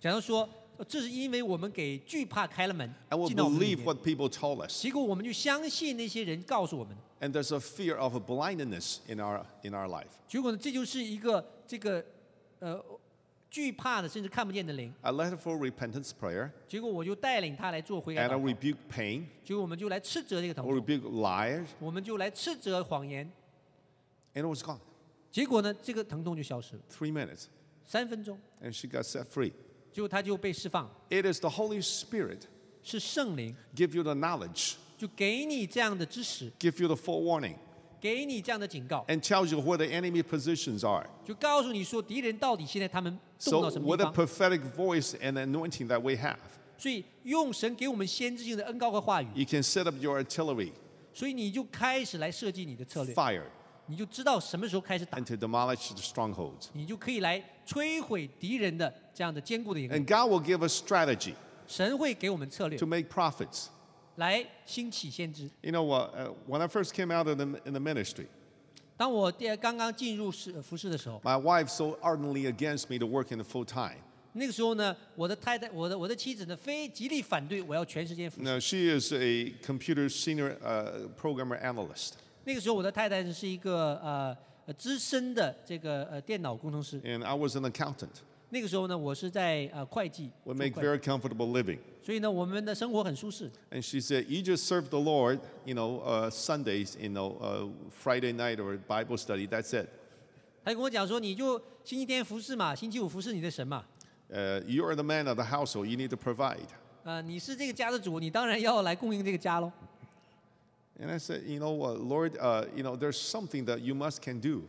Speaker 1: 假如说，呃这是因为我们给惧怕开了门
Speaker 4: And we
Speaker 1: 进到我们里
Speaker 4: believe
Speaker 1: 面，
Speaker 4: what people told us.
Speaker 1: 结果我们就相信那些人告诉我们，
Speaker 4: And there's a fear of blindness in our in our life.
Speaker 1: 结果呢，这就是一个这个呃惧怕的甚至看不见的灵。
Speaker 4: I led her for repentance prayer,
Speaker 1: 结果我就带领他来做悔改
Speaker 4: and I
Speaker 1: 祷告，
Speaker 4: rebuked pain,
Speaker 1: 结果我们就来斥责这个疼
Speaker 4: I
Speaker 1: 痛，
Speaker 4: rebuked liars,
Speaker 1: 我们就来斥责谎言。
Speaker 4: and it was gone.
Speaker 1: 结果呢，这个疼痛就消失了，
Speaker 4: Three minutes,
Speaker 1: 三分钟，
Speaker 4: and she got set free.
Speaker 1: 结果他就被释放。
Speaker 4: It is the Holy Spirit
Speaker 1: 是圣灵，
Speaker 4: give you the knowledge,
Speaker 1: 就给你这样的知识，
Speaker 4: give you the forewarning,
Speaker 1: 给你这样的警告，
Speaker 4: and tells you where the enemy positions are.
Speaker 1: 就告诉你说敌人到底现在他们动
Speaker 4: So
Speaker 1: 到什么
Speaker 4: what
Speaker 1: 地
Speaker 4: a
Speaker 1: 方。
Speaker 4: prophetic voice and anointing that we have.
Speaker 1: 所以用神给我们先知性的恩高和话语，
Speaker 4: You can set up your artillery,
Speaker 1: 所以你就开始来设计你的策略，
Speaker 4: fire,
Speaker 1: 你就知道什么时候开始打，
Speaker 4: and to demolish the strongholds.
Speaker 1: 你就可以来摧毁敌人的这样的坚固的营垒。
Speaker 4: And God will give us strategy
Speaker 1: 神会给我们策略
Speaker 4: to make profits.
Speaker 1: 来兴起先知。
Speaker 4: You know, uh, uh, when I first came out in the, in the ministry,
Speaker 1: 当我第刚刚进入是服饰的时候，
Speaker 4: my wife so ardently against me to work in the full time.
Speaker 1: 那个时候呢，我的太太，我的我的妻子呢，非极力反对我要全时间服侍。
Speaker 4: Now, she is a computer senior uh, programmer analyst,
Speaker 1: 那个时候我的太太是一个呃呃资深的这个呃电脑工程师。
Speaker 4: and I was an accountant.
Speaker 1: 那个时候呢，我是在呃会计做
Speaker 4: We make
Speaker 1: 会计
Speaker 4: very comfortable living.
Speaker 1: 所以呢，我们的生活很舒适。
Speaker 4: And she said, "You just serve the Lord, you know, uh, Sundays, you know, uh, Friday night or Bible study. That's it.
Speaker 1: 她就跟我讲说，你就星期天服侍嘛，星期五服侍你的神嘛。
Speaker 4: Uh, you are the man of the household. You need to provide."
Speaker 1: 呃，你是这个家的主，你当然要来供应这个家喽。
Speaker 4: And I said, "You know, uh, Lord, uh, you know, there's something that you must can do."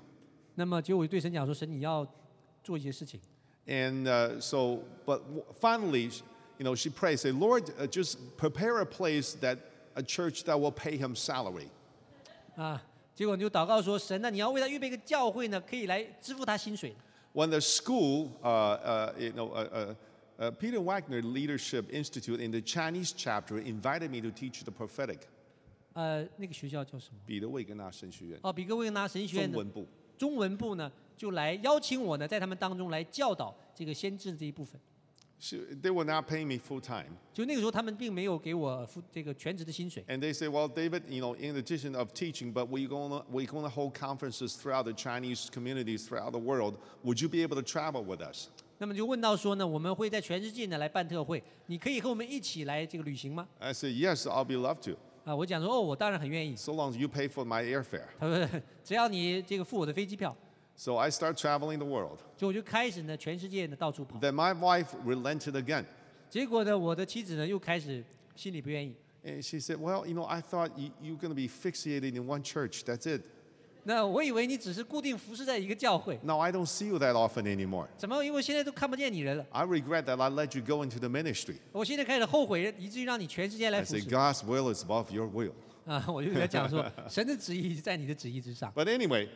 Speaker 1: 那么结果我就对神讲说，神你要做一些事情。
Speaker 4: And uh, so, but w- finally, sh- you know, she prayed, "Say, Lord, uh, just prepare a place that a church that will pay him salary."
Speaker 1: 啊，结果你就祷告说，神呢，你要为他预备一个教会呢，可以来支付他薪水。
Speaker 4: When the school, uh, uh, you know, uh, uh, uh, Peter Wagner Leadership Institute in the Chinese chapter invited me to teach the prophetic.
Speaker 1: 呃，那个学校叫什么？
Speaker 4: 彼得魏格纳神学院
Speaker 1: 哦，比格维纳神学院
Speaker 4: 中
Speaker 1: 的
Speaker 4: 文部。
Speaker 1: 中文部呢，就来邀请我呢，在他们当中来教导这个先知的这一部分。
Speaker 4: She, they were not paying me full time,
Speaker 1: 就那个时候，他们并没有给我付这个全职的薪水，
Speaker 4: and they said, "Well, David, you know, in addition of teaching, but we're going to we're going to hold conferences throughout the Chinese communities throughout the world. Would you be able to travel with us?"
Speaker 1: 那么就问到说呢，我们会在全世界呢来办特会，你可以和我们一起来这个旅行吗？
Speaker 4: I said, "Yes, I'll be loved to,
Speaker 1: 啊，我讲说哦，我当然很愿意。
Speaker 4: so long as you pay for my airfare."
Speaker 1: 他说只要你这个付我的飞机票，
Speaker 4: So I start traveling the world.
Speaker 1: 所以我就开始呢全世界呢到处跑。
Speaker 4: Then my wife relented again,
Speaker 1: 结果呢，我的妻子呢又开始心里不愿意。
Speaker 4: and she said, "Well, you know, I thought you, you're going to be fixated in one church. That's it.
Speaker 1: 那我以为你只是固定服侍在一个教会，
Speaker 4: Now I don't see you that often anymore.
Speaker 1: 怎么因为现在都看不见你人了？
Speaker 4: I regret that I let you go into the ministry."
Speaker 1: 我现在开始后悔，以至于让你全世界来
Speaker 4: I
Speaker 1: 服
Speaker 4: say
Speaker 1: 侍。
Speaker 4: God's will is above your will.
Speaker 1: 啊，我就给他讲说，神的旨意在你的旨意之上。
Speaker 4: But anyway,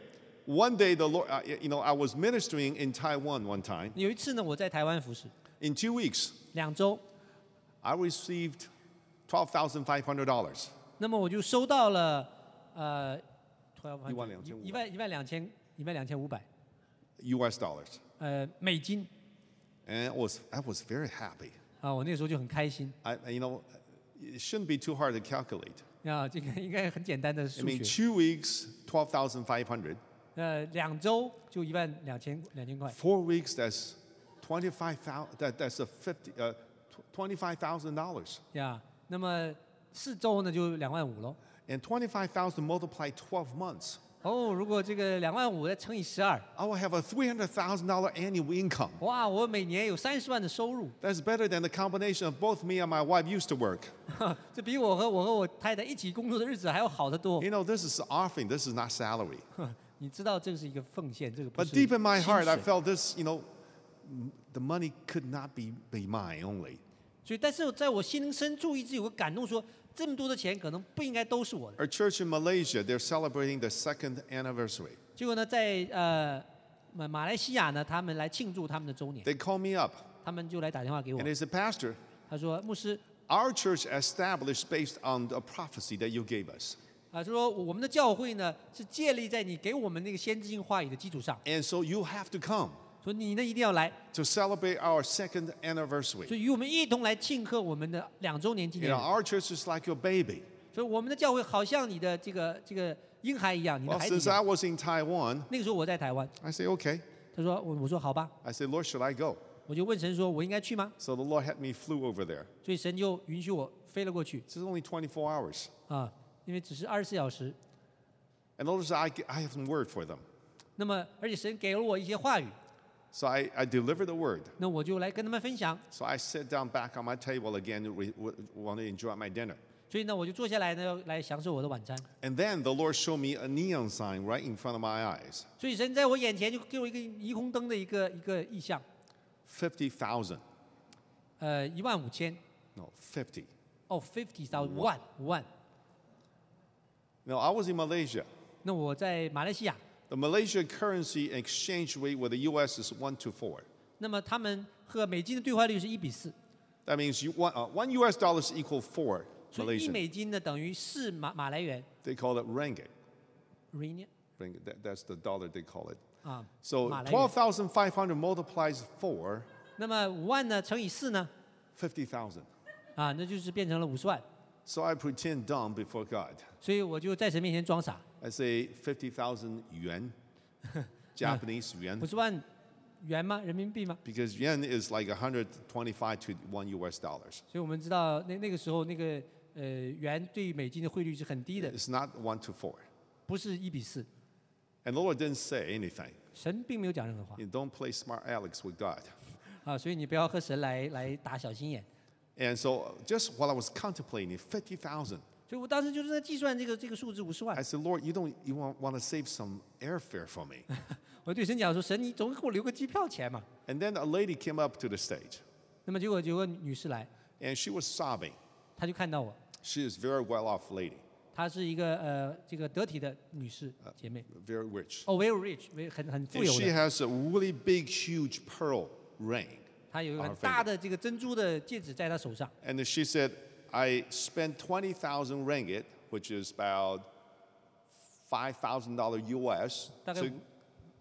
Speaker 4: one day the Lord, uh, you know, I was ministering in Taiwan one time.
Speaker 1: 有一次呢，我在台湾服侍
Speaker 4: In two weeks,
Speaker 1: 两周，
Speaker 4: I received twelve thousand five hundred dollars.
Speaker 1: 那么我就收到了呃12,500
Speaker 4: 一万两千五百
Speaker 1: 一万一万两千一万两千五百
Speaker 4: U.S. dollars,
Speaker 1: 呃美金
Speaker 4: and it was I was very happy.
Speaker 1: 啊，我那个时候就很开心
Speaker 4: I, you know, it shouldn't be too hard to calculate.
Speaker 1: 啊，这个应该很简单的
Speaker 4: I
Speaker 1: 数
Speaker 4: mean,
Speaker 1: 学，
Speaker 4: two weeks, twelve thousand five hundred.
Speaker 1: 呃两周就一万两千两千块，
Speaker 4: Four weeks, that's twenty-five thousand. That, that's a fifty, uh, twenty-five thousand dollars.
Speaker 1: 呀，啊那么四周呢就两万五喽。
Speaker 4: And twenty-five thousand multiplied twelve months,
Speaker 1: 哦，如果这个两万五再乘以十二，
Speaker 4: I will have a three hundred thousand dollar annual income.
Speaker 1: 哇，我每年有三十万的收入，
Speaker 4: That's better than the combination of both me and my wife used to work.
Speaker 1: 这比我和我和我太太一起工作的日子还要好得多。
Speaker 4: You know, this is offering, this is not salary.
Speaker 1: 你知道这个是一个奉献，这个不
Speaker 4: But
Speaker 1: 是
Speaker 4: deep in my
Speaker 1: 薪
Speaker 4: heart, I
Speaker 1: 水
Speaker 4: felt this, you know, m- the money could not be, be mine only.
Speaker 1: 所以，但是在我心灵深处一直有个感动说，这么多的钱可能不应该都是我的。
Speaker 4: Our church in Malaysia, they're celebrating the second anniversary.
Speaker 1: 结果呢，在呃马马来西亚呢，他们来庆祝他们的周年，
Speaker 4: They called me up
Speaker 1: 他们就来打电话给我
Speaker 4: and，they said, Pastor,
Speaker 1: 他说牧师
Speaker 4: our church established based on the prophecy that you gave us.
Speaker 1: 啊，他说我们的教会呢是建立在你给我们那个先知性话语的基础上，
Speaker 4: And so you have to come
Speaker 1: 说你呢一定要来，
Speaker 4: to celebrate our second anniversary.
Speaker 1: 所以与我们一同来庆贺我们的两周年纪
Speaker 4: You
Speaker 1: 念
Speaker 4: know,
Speaker 1: 日。
Speaker 4: our church is like your baby.
Speaker 1: 所以我们的教会好像你的这个这个婴孩一样，你的
Speaker 4: Well,
Speaker 1: 孩子一
Speaker 4: since I
Speaker 1: 样。
Speaker 4: was in Taiwan,
Speaker 1: 那个时候我在台湾，
Speaker 4: I say, okay,
Speaker 1: 他说我我说好吧，
Speaker 4: I said, Lord, should I go?
Speaker 1: 我就问神说我应该去吗？
Speaker 4: So the Lord had me flew over there.
Speaker 1: 所以神就允许我飞了过去
Speaker 4: This is only 24 hours.
Speaker 1: 啊，因为只是二十四小时。
Speaker 4: And notice I, g- I have some word for them.
Speaker 1: 那么而且神给了我一些话语，
Speaker 4: So I, I delivered the word.
Speaker 1: 那我就来跟他们分享。
Speaker 4: So I sit down back on my table again, re, w- want to enjoy my dinner.
Speaker 1: 所以呢，我就坐下来呢，来享受我的晚餐。
Speaker 4: And then the Lord showed me a neon sign right in front of my eyes
Speaker 1: 所以神在我眼前就给我一个霓虹灯的一个一个意象，
Speaker 4: 50,000.
Speaker 1: 呃，一万五千，
Speaker 4: No, 50.
Speaker 1: 哦，fifty thousand one one。
Speaker 4: No, I was in Malaysia.
Speaker 1: 那我在马来西亚，
Speaker 4: The Malaysian currency exchange rate with the US is 1 to 4.
Speaker 1: 那么他们和美金的兑换率是一比四，
Speaker 4: That means you, one, uh, one US dollar is equal 4
Speaker 1: 所以一
Speaker 4: Malaysian.
Speaker 1: 美金呢等于四马马来元
Speaker 4: They call it ringgit.
Speaker 1: r i n g
Speaker 4: ringgit that, that's the dollar they call it.
Speaker 1: 啊，
Speaker 4: So
Speaker 1: 马来元。
Speaker 4: 12,500 multiplies 4,
Speaker 1: 那么五万呢乘以四呢，
Speaker 4: 50,000.
Speaker 1: 啊，那就是变成了五十万。
Speaker 4: So I pretend dumb before God.
Speaker 1: 所以我就在神面前装傻，
Speaker 4: I say 50,000 yuan, Japanese yuan,
Speaker 1: 五十万元吗？人民币吗？
Speaker 4: because yuan is like 125 to 1 US dollars.
Speaker 1: 所以我们知道那那个时候那个呃元对美金的汇率是很低的，
Speaker 4: It's not 1 to 4.
Speaker 1: 不是一比四。
Speaker 4: And the Lord didn't say anything.
Speaker 1: 神并没有讲任何话
Speaker 4: You don't play smart Alex with God.
Speaker 1: 啊，所以你不要和神来来打小心眼。
Speaker 4: And so just while I was contemplating 50,000,
Speaker 1: 所以我当时就是在计算这个这个数字五十万
Speaker 4: I，said, Lord, you don't you want, want to save some airfare for me.
Speaker 1: 我对神讲说：“神，你总给我留个机票钱嘛。
Speaker 4: and then a lady came up to the stage ”
Speaker 1: 那么结果有个女士来，
Speaker 4: and she was sobbing.
Speaker 1: 她就看到我，
Speaker 4: She is very well off lady,
Speaker 1: 她是一个呃这个得体的女士姐妹，
Speaker 4: very rich.
Speaker 1: 哦、v e r y rich，very- 很很富
Speaker 4: And
Speaker 1: 有
Speaker 4: she
Speaker 1: 的，
Speaker 4: has a really big, huge pearl ring.
Speaker 1: 她有一个
Speaker 4: our
Speaker 1: 很大的这个珍珠的戒指在她手上。
Speaker 4: And then she said, I spent 20,000 ringgit, which is about $5,000 US,
Speaker 1: 大概
Speaker 4: to,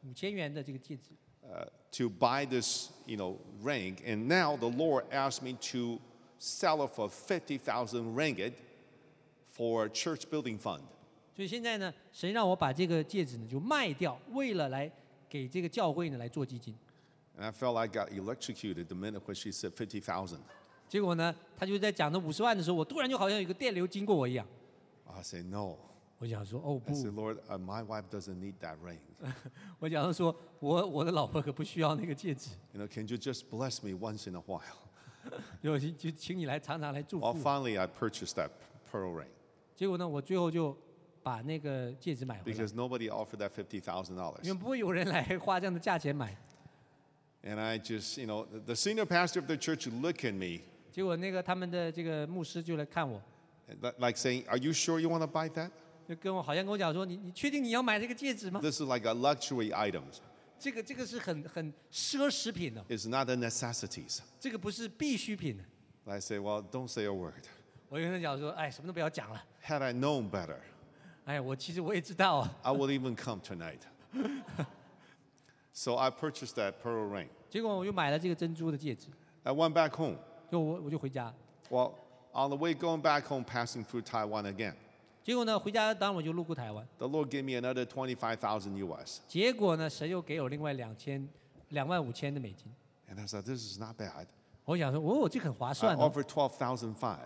Speaker 1: 五五千元的这个戒指。
Speaker 4: uh, to buy this you know, ring. And now the Lord asked me to sell it for 50,000 ringgit for church building fund.
Speaker 1: 所以现在呢，神让我把这个戒指呢就卖掉，为了来给这个教会呢来做基金。
Speaker 4: And I felt I got electrocuted the minute when she said 50,000.
Speaker 1: 结果呢，他就在讲那五十万的时候，我突然就好像有个电流经过我一样，
Speaker 4: I said, no.
Speaker 1: 我想说哦
Speaker 4: I said,
Speaker 1: 不，
Speaker 4: Lord, uh, my wife doesn't need that ring.
Speaker 1: 我想说我我的老婆可不需要那个戒指，
Speaker 4: You know, can you just bless me once in a while?
Speaker 1: 就就请你来常常来祝
Speaker 4: Well,
Speaker 1: 福。
Speaker 4: finally, I purchased that pearl ring
Speaker 1: 结果呢，我最后就把那个戒指买回来
Speaker 4: because，nobody offered that
Speaker 1: 因为
Speaker 4: $50,000.
Speaker 1: 不会有人来花这样的价钱买。
Speaker 4: And I just, you know, the- the senior pastor of the church looked at me
Speaker 1: 结果那个他们的这个牧师就来看我，
Speaker 4: li- like saying, Are you sure you want to buy that?
Speaker 1: 就跟我好像跟我讲说，你你确定你要买这个戒指吗？
Speaker 4: This is like a luxury item,
Speaker 1: 这个这个是很很奢侈品的、
Speaker 4: it's not a necessities.
Speaker 1: 这个不是必需品的。
Speaker 4: And I say, Well, don't say a word.
Speaker 1: 我就跟他讲说，哎，什么都不要讲了。
Speaker 4: Had I known better,
Speaker 1: 哎，我其实我也知道啊。
Speaker 4: I would even come tonight. so I purchased that pearl ring.
Speaker 1: 结果我就买了这个珍珠的戒指，
Speaker 4: I went back home.
Speaker 1: 就我我就回家。
Speaker 4: Well, on the way going back home, passing through Taiwan again,
Speaker 1: 结果呢，回家当然我就路过台湾。
Speaker 4: the Lord gave me another 25,000 US.
Speaker 1: 结果呢，神又给我另外两千两万五千的美金。
Speaker 4: And I said, this is not bad.
Speaker 1: 我想说，哦，这个很划
Speaker 4: I
Speaker 1: 算哦。
Speaker 4: offered 12,005.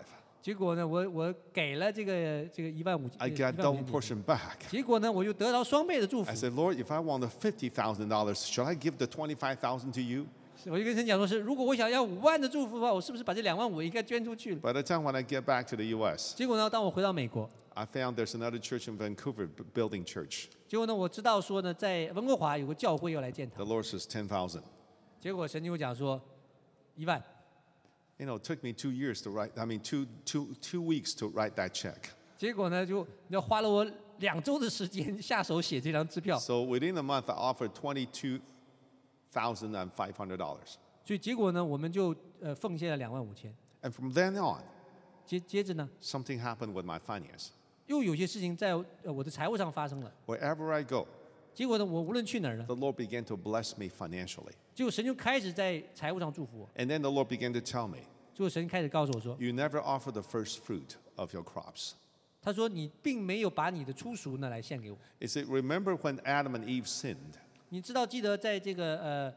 Speaker 1: 结果呢，我我给了这个这个一万五
Speaker 4: I
Speaker 1: 千。
Speaker 4: got
Speaker 1: 一万
Speaker 4: double
Speaker 1: 五千美金
Speaker 4: portion back.
Speaker 1: 结果呢，我就得到双倍的祝福
Speaker 4: I。said, Lord, if I want the $50,000, should I give the 25,000 to you?
Speaker 1: 我就跟神讲说是，如果我想要五万的祝福的话，我是不是把这两万五应该捐出去了？
Speaker 4: By the time when I get back to the U.S.,
Speaker 1: 结果呢，当我回到美国，
Speaker 4: I found there's another church in Vancouver, b- building church.
Speaker 1: 结果呢，我知道说呢，在温哥华有个教会要来建堂
Speaker 4: The。Lord says 10,000.
Speaker 1: 结果神就讲说，一万。
Speaker 4: You know, it took me two years to write, I mean, two, two, two weeks to write that check.
Speaker 1: 结果呢，就你知道花了我两周的时间下手写这张支票，
Speaker 4: So within a month, I offered $22,500.
Speaker 1: 所以结果呢，我们就呃奉献了两万五千。
Speaker 4: And from then on,
Speaker 1: 接接着呢，
Speaker 4: something happened with my finance.
Speaker 1: 又有些事情在呃我的财务上发生了。
Speaker 4: Wherever I go,
Speaker 1: 结果呢，我无论去哪儿呢，
Speaker 4: the Lord began to bless me financially.
Speaker 1: 结果神就开始在财务上祝福我。
Speaker 4: And then the Lord began to tell me,
Speaker 1: 结果神开始告诉我说，
Speaker 4: You never offer the first fruit of your crops.
Speaker 1: 他说你并没有把你的出赎呢来献给我。
Speaker 4: He said, Remember when Adam and Eve sinned?
Speaker 1: 你知道，记得在这个呃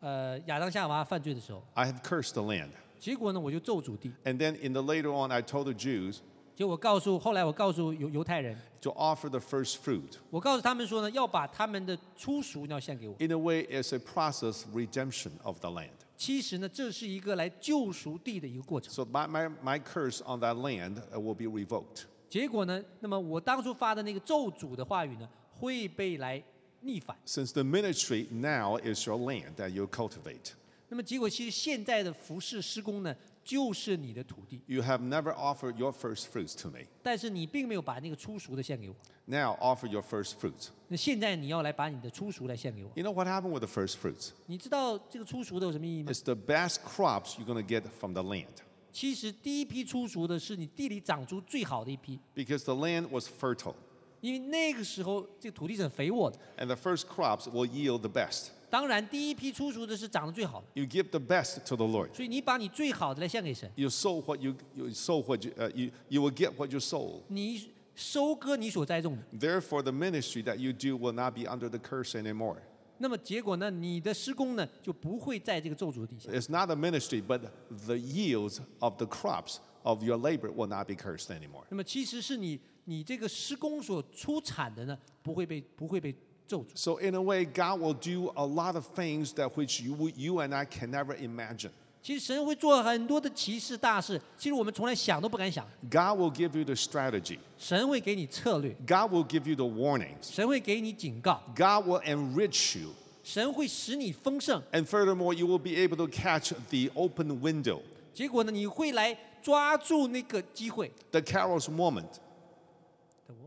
Speaker 1: 呃亚当夏娃犯罪的时候，
Speaker 4: I have cursed the land.
Speaker 1: 结果呢，我就咒诅地，
Speaker 4: And then in the later on, I told the Jews
Speaker 1: 结果我告诉后来我告诉犹犹太人，
Speaker 4: to offer the first fruit.
Speaker 1: 我告诉他们说呢，要把他们的初熟呢要献给我。
Speaker 4: In a way, it's a process of redemption of the land.
Speaker 1: 其实呢，这是一个来救赎地的一个过程。
Speaker 4: So my, my, my curse on that land uh, will be revoked.
Speaker 1: 结果呢，那么我当初发的那个咒诅的话语呢，会被来逆反。
Speaker 4: Since the ministry now is your land that you cultivate,
Speaker 1: 那么结果，其实现在的服饰施工呢，就是你的土地，
Speaker 4: you have never offered your first fruits to me.
Speaker 1: 但是你并没有把那个初熟的献给我。
Speaker 4: Now offer your first fruits.
Speaker 1: 那现在你要来把你的初熟来献给我。
Speaker 4: You know what happened with the first fruits?
Speaker 1: 你知道这个初熟的有什么意义吗？
Speaker 4: It's the best crops you're going to get from the land
Speaker 1: 其实第一批初熟的是你地里长出最好的一批，
Speaker 4: because the land was fertile,
Speaker 1: 因为那个时候这个土地是很肥沃的。
Speaker 4: and the first crops will yield the best.
Speaker 1: 当然，第一批初熟的是长得最好的，
Speaker 4: You give the best to the Lord.
Speaker 1: 所以你把你最好的来献给神，
Speaker 4: You sow what you, you sow what you, uh, you you will get what you sow.
Speaker 1: 你收割你所栽种的。
Speaker 4: Therefore, the ministry that you do will not be under the curse anymore.
Speaker 1: 那么结果呢，你的施工呢就不会在这个咒诅的底下。
Speaker 4: It's not a ministry, but the yields of the crops of your labor will not be cursed anymore.
Speaker 1: 那么其实是你你这个施工所出产的呢，不会被不会被咒诅。
Speaker 4: So, in a way, God will do a lot of things that which you, you and I can never imagine.
Speaker 1: 其实神会做很多的奇事大事，其实我们从来想都不敢想。
Speaker 4: God will give you the strategy.
Speaker 1: 神会给你策略，
Speaker 4: God will give you the warnings.
Speaker 1: 神会给你警告，
Speaker 4: God will enrich you.
Speaker 1: 神会使你丰盛。
Speaker 4: And furthermore, you will be able to catch the open window,
Speaker 1: 结果呢，你会来抓住那个机会。
Speaker 4: the Carol's moment.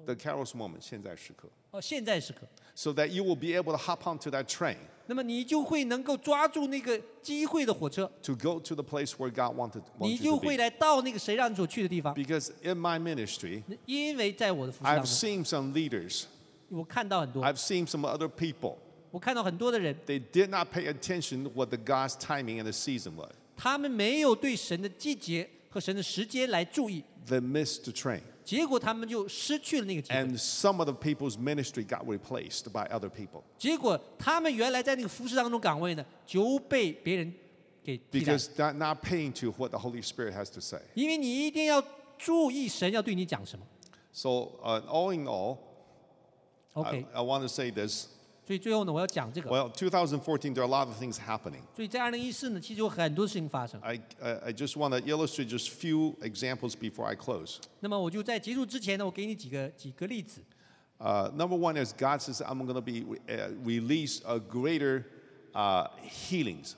Speaker 4: The Carol's moment, 现在时刻.
Speaker 1: 哦，现在时刻，
Speaker 4: So that you will be able to hop onto that train
Speaker 1: 那么你就会能够抓住那个机会的火车，
Speaker 4: to go to the place where God wanted,
Speaker 1: 你
Speaker 4: wants
Speaker 1: 就
Speaker 4: you
Speaker 1: 会
Speaker 4: to
Speaker 1: 来到那个谁让你所去的地方
Speaker 4: be.。Because in my ministry,
Speaker 1: 因为在我的服饰当
Speaker 4: I've
Speaker 1: 中，
Speaker 4: seen some leaders,
Speaker 1: 我看到很多，
Speaker 4: I've seen some other people.
Speaker 1: 我看到很多的人，
Speaker 4: They did not pay attention to what the God's timing and the season was.
Speaker 1: 他们没有对神的季节和神的时间来注意，
Speaker 4: They missed the train.
Speaker 1: 结果他们就失去了那个机会。
Speaker 4: And some of the people's ministry got replaced by other people
Speaker 1: 结果他们原来在那个服饰当中岗位呢，就被别人给替代。
Speaker 4: because they're not paying to what the Holy Spirit has to say.
Speaker 1: 因为你一定要注意神要对你讲什么。
Speaker 4: So, uh, all in all,
Speaker 1: OK，
Speaker 4: I, I want to say this.
Speaker 1: 所以最后呢，我要讲这个。
Speaker 4: Well, 2014, there are a lot of things happening.
Speaker 1: 所以在二零一四呢，其实有很多事情发生。
Speaker 4: I, I, I just want to illustrate just few examples before I close.
Speaker 1: 那么我就在结束之前呢，我给你几个几个例子。
Speaker 4: Uh, number one is God says, I'm going to be uh, release a greater uh, healings.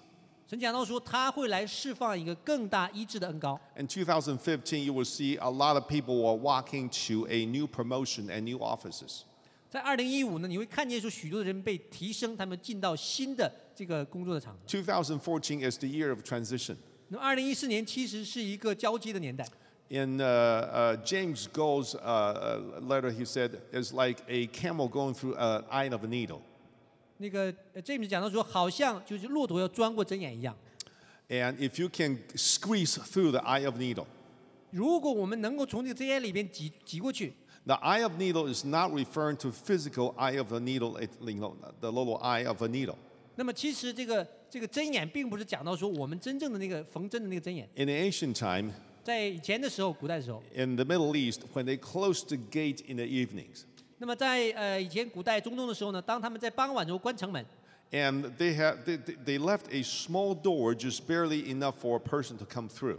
Speaker 1: 神讲到说，他会来释放一个更大医治的恩高。
Speaker 4: In 2015, you will see a lot of people are walking to a new promotion and new offices.
Speaker 1: 在二零一五呢，你会看见说许多的人被提升，他们进到新的这个工作的场合。
Speaker 4: 2014 is the year of transition.
Speaker 1: 那么二零一四年其实是一个交接的年代。
Speaker 4: In uh, uh, James Gold's uh, uh, letter, he said, it's like a camel going through an eye of a needle.
Speaker 1: 那个呃 James 讲到说，好像就是骆驼要钻过针眼一样。
Speaker 4: And if you can squeeze through the eye of needle,
Speaker 1: 如果我们能够从这个针眼里边挤挤过去，
Speaker 4: the eye of needle is not referring to physical eye of the needle, it, you know, the little eye of a needle.
Speaker 1: 那么其实这个这个针眼并不是讲到说我们真正的那个缝针的那个针眼，
Speaker 4: In ancient time,
Speaker 1: 在以前的时候，古代的时候，
Speaker 4: in the Middle East, when they closed the gate in the evenings,
Speaker 1: 那么在呃以前古代中东的时候呢，当他们在傍晚的时候关城门，
Speaker 4: and they, had, they, they they left a small door just barely enough for a person to come through.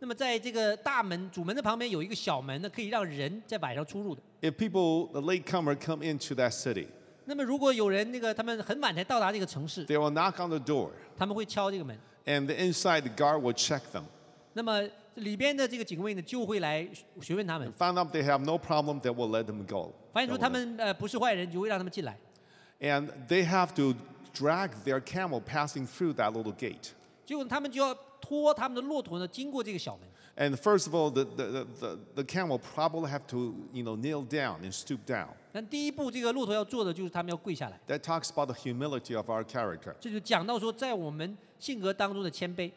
Speaker 1: 那么在这个大门主门的旁边有一个小门呢，可以让人在晚上出入的。
Speaker 4: If people, the latecomer, come into that city,
Speaker 1: 那么如果有人那个他们很晚才到达这个城市，
Speaker 4: they will knock on the door,
Speaker 1: 他们会敲这个门，
Speaker 4: and the inside the guard will check them.
Speaker 1: 那么里边的这个警卫呢就会来询问他们
Speaker 4: And，found out they have no problem, they will let them go.
Speaker 1: 发现出
Speaker 4: They will
Speaker 1: 他
Speaker 4: let-
Speaker 1: 们呃不是坏人，就会让他们进来。
Speaker 4: And they have to drag their camel passing through that little gate.
Speaker 1: 结果他们就要拖他们的骆驼呢经过这个小门。
Speaker 4: And first of all, the, the, the, the, the camel probably have to you know, kneel down and stoop down.
Speaker 1: 但第一步，这个骆驼要做的就是他们要跪下来。
Speaker 4: That talks about the humility of our character.
Speaker 1: 这就讲到说，在我们性格当中的谦卑。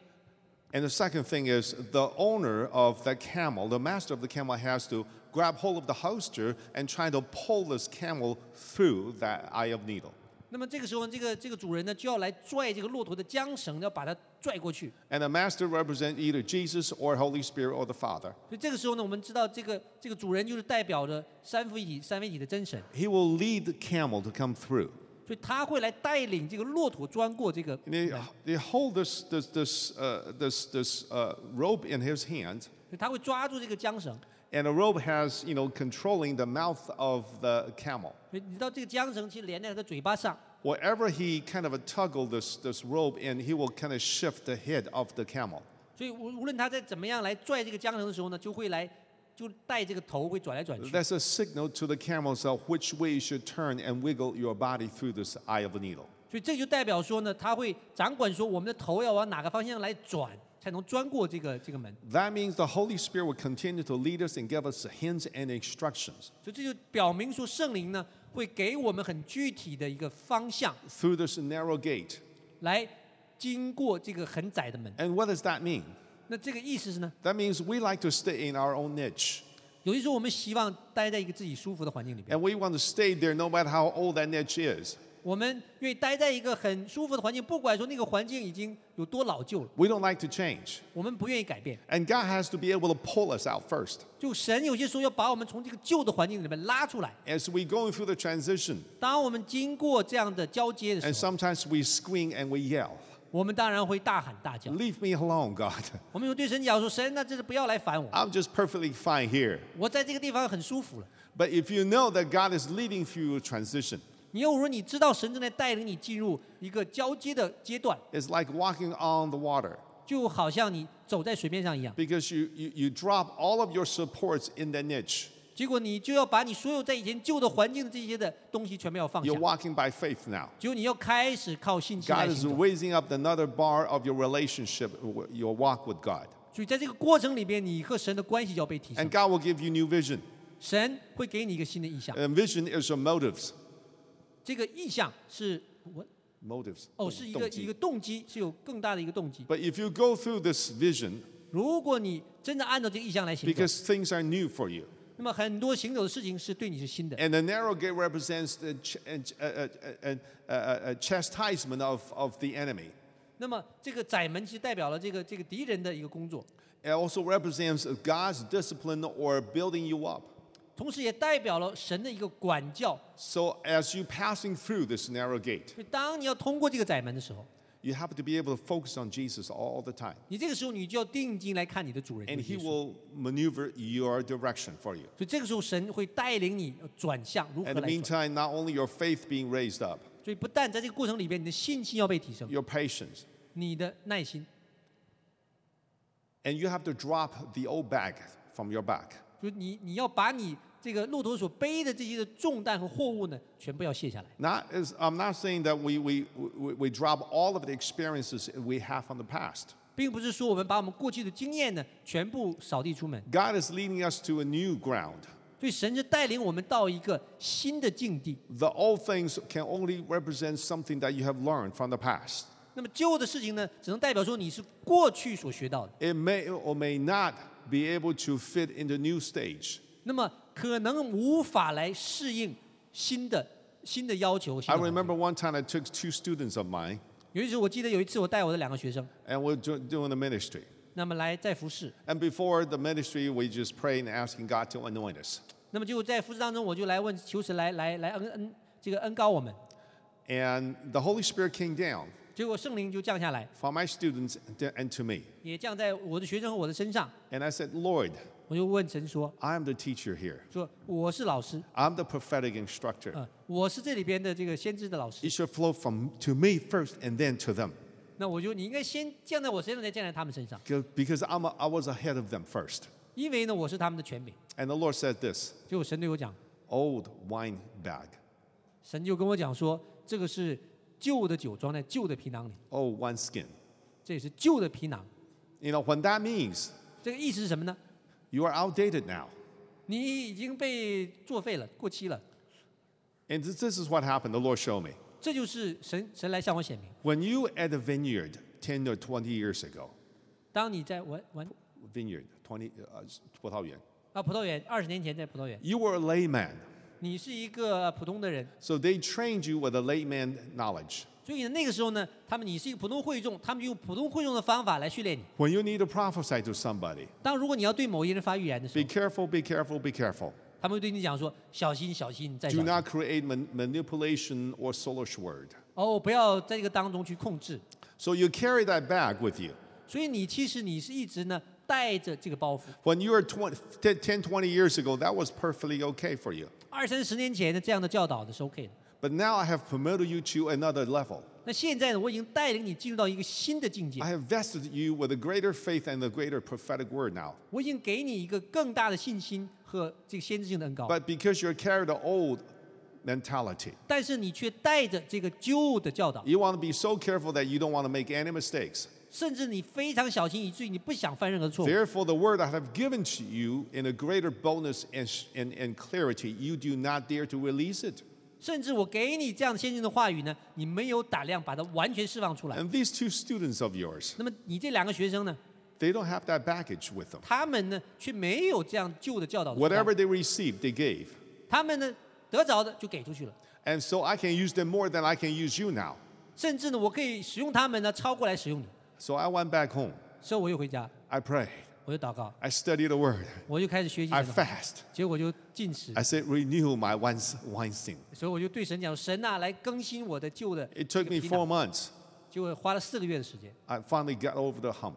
Speaker 4: And the second thing is the owner of that camel, the master of the camel, has to grab hold of the holster and try to pull this camel through that eye of needle.
Speaker 1: 那么这个时候呢，这个这个主人呢就要来拽这个骆驼的缰绳，要把它拽过去。
Speaker 4: And the master represents either Jesus or Holy Spirit or the Father.
Speaker 1: 所以这个时候呢，我们知道这个这个主人就是代表着三位一体三位一体的真神，
Speaker 4: He will lead the camel to come through.
Speaker 1: 所以他会来带领这个骆驼钻过这个
Speaker 4: And he, he hold this this this uh, this this uh, rope in his hand,
Speaker 1: 他会抓住这个缰绳，
Speaker 4: and the rope has you know controlling the mouth of the camel.
Speaker 1: 所以你知道这个缰绳其实连在他的嘴巴上，
Speaker 4: Wherever he kind of toggle this this rope, and he will kind of shift the head of the camel.
Speaker 1: 所以无无论他在怎么样来拽这个缰绳的时候呢，就会来就带这个头会转来转去。
Speaker 4: That's a signal to the camel cell which way you should turn and wiggle your body through this eye of a needle.
Speaker 1: 所以这就代表说呢，他会掌管说我们的头要往哪个方向来转，才能钻过这个这个门。
Speaker 4: That means the Holy Spirit will continue to lead us and give us hints and instructions
Speaker 1: 所以这就表明说圣灵呢会给我们很具体的一个方向，
Speaker 4: through this narrow gate.
Speaker 1: 来经过这个很窄的门。
Speaker 4: And what does that mean?
Speaker 1: 那这个意思是呢，
Speaker 4: That means we like to stay in our own niche.
Speaker 1: 有些时候我们希望待在一个自己舒服的环境里边，
Speaker 4: And we want to stay there no matter how old that niche is.
Speaker 1: 我们愿意待在一个很舒服的环境，不管说那个环境已经有多老旧了，
Speaker 4: We don't like to change.
Speaker 1: 我们不愿意改变。
Speaker 4: And God has to be able to pull us out first.
Speaker 1: 就神有些时候要把我们从这个旧的环境里面拉出来。
Speaker 4: As we going through the transition,
Speaker 1: 当我们经过这样的交接的
Speaker 4: and
Speaker 1: 时候，
Speaker 4: sometimes we scream and we yell,
Speaker 1: 我们当然会大喊大叫。
Speaker 4: Leave me alone, God.
Speaker 1: 我们有对神讲说：“神，那这是不要来烦我，
Speaker 4: I'm just perfectly fine here.
Speaker 1: 我在这个地方很舒服了。
Speaker 4: But if you know that God is leading through a transition, ”
Speaker 1: 你又如果你知道神正在带领你进入一个交接的阶段，
Speaker 4: it's like walking on the water
Speaker 1: 就好像你走在水面上一样，
Speaker 4: because you, you, you drop all of your supports in the niche.
Speaker 1: 结果你就要把你所有在以前旧的环境的这些的东西全部要放下
Speaker 4: You're，walking by faith now.
Speaker 1: 结果你要开始靠信心来
Speaker 4: God is
Speaker 1: 行走。
Speaker 4: raising up another bar of your relationship, w- your walk with God.
Speaker 1: 所以在这个过程里边，你和神的关系就要被提
Speaker 4: And
Speaker 1: 升，
Speaker 4: God will give you new vision.
Speaker 1: 神会给你一个新的意向，
Speaker 4: And vision is your motives.
Speaker 1: 这个意向是我
Speaker 4: Motives.
Speaker 1: 哦是一个一个动机，是有更大的一个动机。
Speaker 4: But if you go through this vision,
Speaker 1: 如果你真的按照这个意向来行走，
Speaker 4: because things are new for you,
Speaker 1: 那么很多行走的事情是对你是新的。
Speaker 4: and the narrow gate represents the ch- and- uh, uh, uh, uh, uh, chastisement of, of the enemy.
Speaker 1: 那么这个窄门其实代表了这个这个敌人的一个工作，
Speaker 4: It also represents God's discipline or building you up.
Speaker 1: 同时也代表了神的一个管教。
Speaker 4: So as you passing through this narrow gate,
Speaker 1: 就当你要通过这个窄门的时候，
Speaker 4: you have to be able to focus on Jesus all the time.
Speaker 1: 你这个时候你就要定睛来看你的主人
Speaker 4: And
Speaker 1: 就是
Speaker 4: he
Speaker 1: 耶稣。
Speaker 4: will maneuver your direction for you.
Speaker 1: 所以这个时候神会带领你呃转向如何
Speaker 4: In the
Speaker 1: 来转。
Speaker 4: meantime, not only your faith being raised up,
Speaker 1: 所以不但在这个过程里边，你的信心要被提升，
Speaker 4: your patience,
Speaker 1: 你的耐心，
Speaker 4: and you have to drop the old bag from your back.
Speaker 1: 就是你你要把你这个骆驼所背的这些的重担和货物呢，全部要卸下来。
Speaker 4: Not is, I'm not saying that we, we, we, we drop all of the experiences we have from the past.
Speaker 1: 并不是说我们把我们过去的经验呢全部扫地出门，
Speaker 4: God is leading us to a new ground.
Speaker 1: 所以神是带领我们到一个新的境地。
Speaker 4: The old things can only represent something that you have learned from the past.
Speaker 1: 那么旧的事情呢，只能代表说你是过去所学到的。
Speaker 4: It may or may not be able to fit in the new stage.
Speaker 1: 那么可能无法来适应新的新的要求。新
Speaker 4: I
Speaker 1: 的环境
Speaker 4: remember one time I took two students of mine,
Speaker 1: 有一次，我记得有一次我带我的两个学生，
Speaker 4: and we're do- doing the ministry.
Speaker 1: 那么来在服侍，
Speaker 4: And before the ministry, we just pray and asking God to anoint us.
Speaker 1: 那么就在服侍当中，我就来问求神来来来恩恩这个恩高我们，
Speaker 4: And the Holy Spirit came down
Speaker 1: 结果圣灵就降下来，
Speaker 4: from my students to- and to me.
Speaker 1: 也降在我的学生和我的身上。
Speaker 4: And I said, Lord,
Speaker 1: 我就问神说
Speaker 4: I am the teacher here.
Speaker 1: 说我是老师，
Speaker 4: I'm the prophetic instructor.
Speaker 1: 嗯，我是这里边的这个先知的老师
Speaker 4: It，should flow from to me first and then to them.
Speaker 1: 那我就你应该先降在我身上，再降在他们身上，
Speaker 4: 'Cause- Because I'm a, I was ahead of them first.
Speaker 1: 因为呢我是他们的权柄。
Speaker 4: And the Lord said this
Speaker 1: 结果神对我讲，
Speaker 4: old wine bag,
Speaker 1: 神就跟我讲说，这个是旧的酒装在旧的皮囊里，
Speaker 4: old wine skin.
Speaker 1: 这也是旧的皮囊。
Speaker 4: You know, when that means
Speaker 1: 这个意思是什么呢？
Speaker 4: you are outdated now.
Speaker 1: 你已经被作废了，过期了。
Speaker 4: And this, this is what happened, the Lord showed me.
Speaker 1: 这就是神神来向我显明。
Speaker 4: When you at the vineyard 10 or 20 years ago,
Speaker 1: 当你在玩玩
Speaker 4: vineyard, 20, uh, 葡萄园.
Speaker 1: 啊葡萄园，二十年前在葡萄园，
Speaker 4: You were a layman.
Speaker 1: 你是一个呃普通的人，
Speaker 4: So they trained you with a layman knowledge.
Speaker 1: 所以呢，那个时候呢，他们你是一个普通会众，他们就用普通会众的方法来训练你。
Speaker 4: When you need to prophesy to somebody,
Speaker 1: 当如果你要对某一人发预言的时
Speaker 4: be
Speaker 1: 候，
Speaker 4: careful, be careful, be careful.
Speaker 1: 他们会对你讲说：小心，小心，再小心。
Speaker 4: Do not create man- manipulation or soulish word.
Speaker 1: 哦，不要在这个当中去控制。
Speaker 4: So you carry that bag with you.
Speaker 1: 所以你其实你是一直呢带着这个包袱。
Speaker 4: When you were 20, 10, 10, 20 years ago, that was perfectly okay for you.
Speaker 1: 二三十年前的这样的教导呢是 OK 的。
Speaker 4: But now I have promoted you to another level.
Speaker 1: 那现在呢，我已经带领你进入到一个新的境界
Speaker 4: I，have vested you with a greater faith and a greater prophetic word now.
Speaker 1: 我已经给你一个更大的信心和这个先知性的恩膏。
Speaker 4: But because you're carried the old mentality,
Speaker 1: 但是你却带着这个旧的教导，
Speaker 4: you want to be so careful that you don't want to make any mistakes.
Speaker 1: 甚至你非常小心，以至于你不想犯任何错误。
Speaker 4: Therefore, the word I have given to you in a greater boldness and, sh- and, and clarity, you do not dare to release it.
Speaker 1: 甚至我给你这样先进的话语呢，你没有胆量把它完全释放出来。
Speaker 4: And these two students of yours,
Speaker 1: 那么你这两个学生呢，
Speaker 4: they don't have that baggage with them.
Speaker 1: 他们呢却没有这样旧的教导的负担
Speaker 4: Whatever they received, they gave.
Speaker 1: 他们呢得着的就给出去了，
Speaker 4: And so I can use them more than I can use you now.
Speaker 1: 甚至呢我可以使用他们呢超过来使用你。
Speaker 4: So I went back home.
Speaker 1: 所以我又回家，
Speaker 4: I prayed.
Speaker 1: 我就祷告，
Speaker 4: I studied the word.
Speaker 1: 我就开始学习
Speaker 4: I
Speaker 1: 神的话，
Speaker 4: fast.
Speaker 1: 结果就进食
Speaker 4: I。said, renew my wines- Weinstein.
Speaker 1: 所以我就对神讲：“神啊，来更新我的旧的。”
Speaker 4: It took me four months.
Speaker 1: 结果花了四个月的时间。
Speaker 4: I finally got over the hump.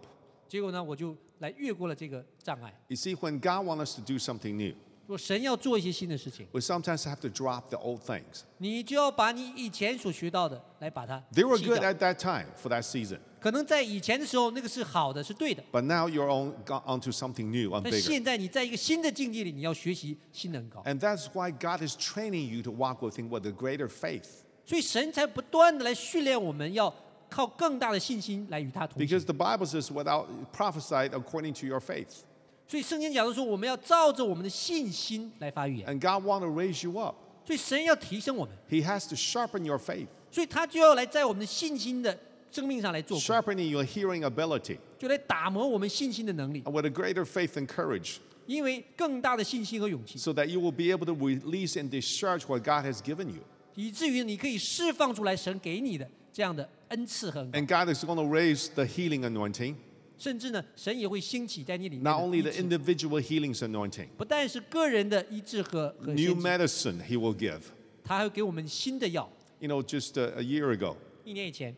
Speaker 1: 结果呢，我就来越过了这个障碍。
Speaker 4: You see, when God wants us to do something new,
Speaker 1: 如果神要做一些新的事情，
Speaker 4: we sometimes have to drop the old things.
Speaker 1: 你就要把你以前所学到的来把它
Speaker 4: They were
Speaker 1: 弃
Speaker 4: good
Speaker 1: 掉
Speaker 4: at that time for that season,
Speaker 1: 可能在以前的时候，那个是好的，是对的。
Speaker 4: but now you're on, go- onto something new and
Speaker 1: 但
Speaker 4: bigger.
Speaker 1: 现在你在一个新的境界里，你要学习新能高，
Speaker 4: And that's why God is training you to walk with Him with a greater faith.
Speaker 1: 所以神才不断的来训练我们，要靠更大的信心来与他同行
Speaker 4: Because。the Bible says, without prophesied according to your faith.
Speaker 1: 所以圣经讲的说，我们要照着我们的信心来发预言。
Speaker 4: And God wants to raise you up.
Speaker 1: 所以神要提升我们，
Speaker 4: He has to sharpen your faith,
Speaker 1: 所以他就要来在我们的信心的生命上来做工，
Speaker 4: sharpening your hearing ability
Speaker 1: 就来打磨我们信心的能力。
Speaker 4: and with a greater faith and courage
Speaker 1: 因为更大的信心和勇气，
Speaker 4: so that you will be able to release and discharge what God has given you.
Speaker 1: 以至于你可以释放出来神给你的这样的恩赐和恩膏
Speaker 4: And God is going to raise the healing anointing,
Speaker 1: 甚至呢，神也会兴起在你里面
Speaker 4: not
Speaker 1: 的
Speaker 4: only
Speaker 1: 医
Speaker 4: the
Speaker 1: 治，
Speaker 4: individual healings anointing,
Speaker 1: 不但是个人的医治和和
Speaker 4: new
Speaker 1: 先知
Speaker 4: medicine He will give.
Speaker 1: 他还会给我们新的药。
Speaker 4: You know, just a, a year ago,
Speaker 1: 一年以前，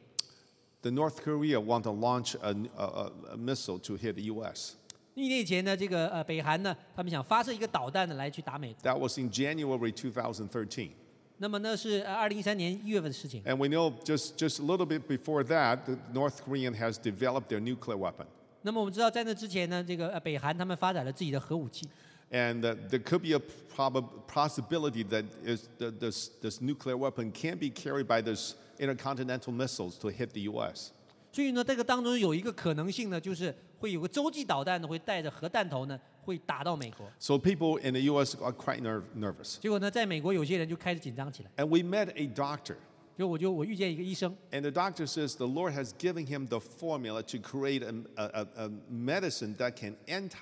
Speaker 4: the North Korea want to launch a, a- a- a missile to hit the U.S.
Speaker 1: 一年以前呢，这个呃北韩呢，他们想发射一个导弹呢来去打美国。
Speaker 4: That was in January 2013.
Speaker 1: 那么呢是呃二零一三年一月份的事情。
Speaker 4: And we know just, just a little bit before that, the North Korean has developed their nuclear weapon.
Speaker 1: 那么我们知道，在那之前呢，这个呃北韩他们发展了自己的核武器，
Speaker 4: And uh, there could be a probab- possibility that is, that this, this nuclear weapon can be carried by this intercontinental missiles to hit the U.S.
Speaker 1: 所以呢，这个当中有一个可能性呢，就是会有个洲际导弹呢会带着核弹头呢会打到美国。
Speaker 4: So people in the U.S. are quite ner- nervous.
Speaker 1: 结果呢，在美国有些人就开始紧张起来。
Speaker 4: And we met a doctor,
Speaker 1: 就我就我遇见一个医生，
Speaker 4: and the doctor says the Lord has given him the formula to create a, a, a a medicine that can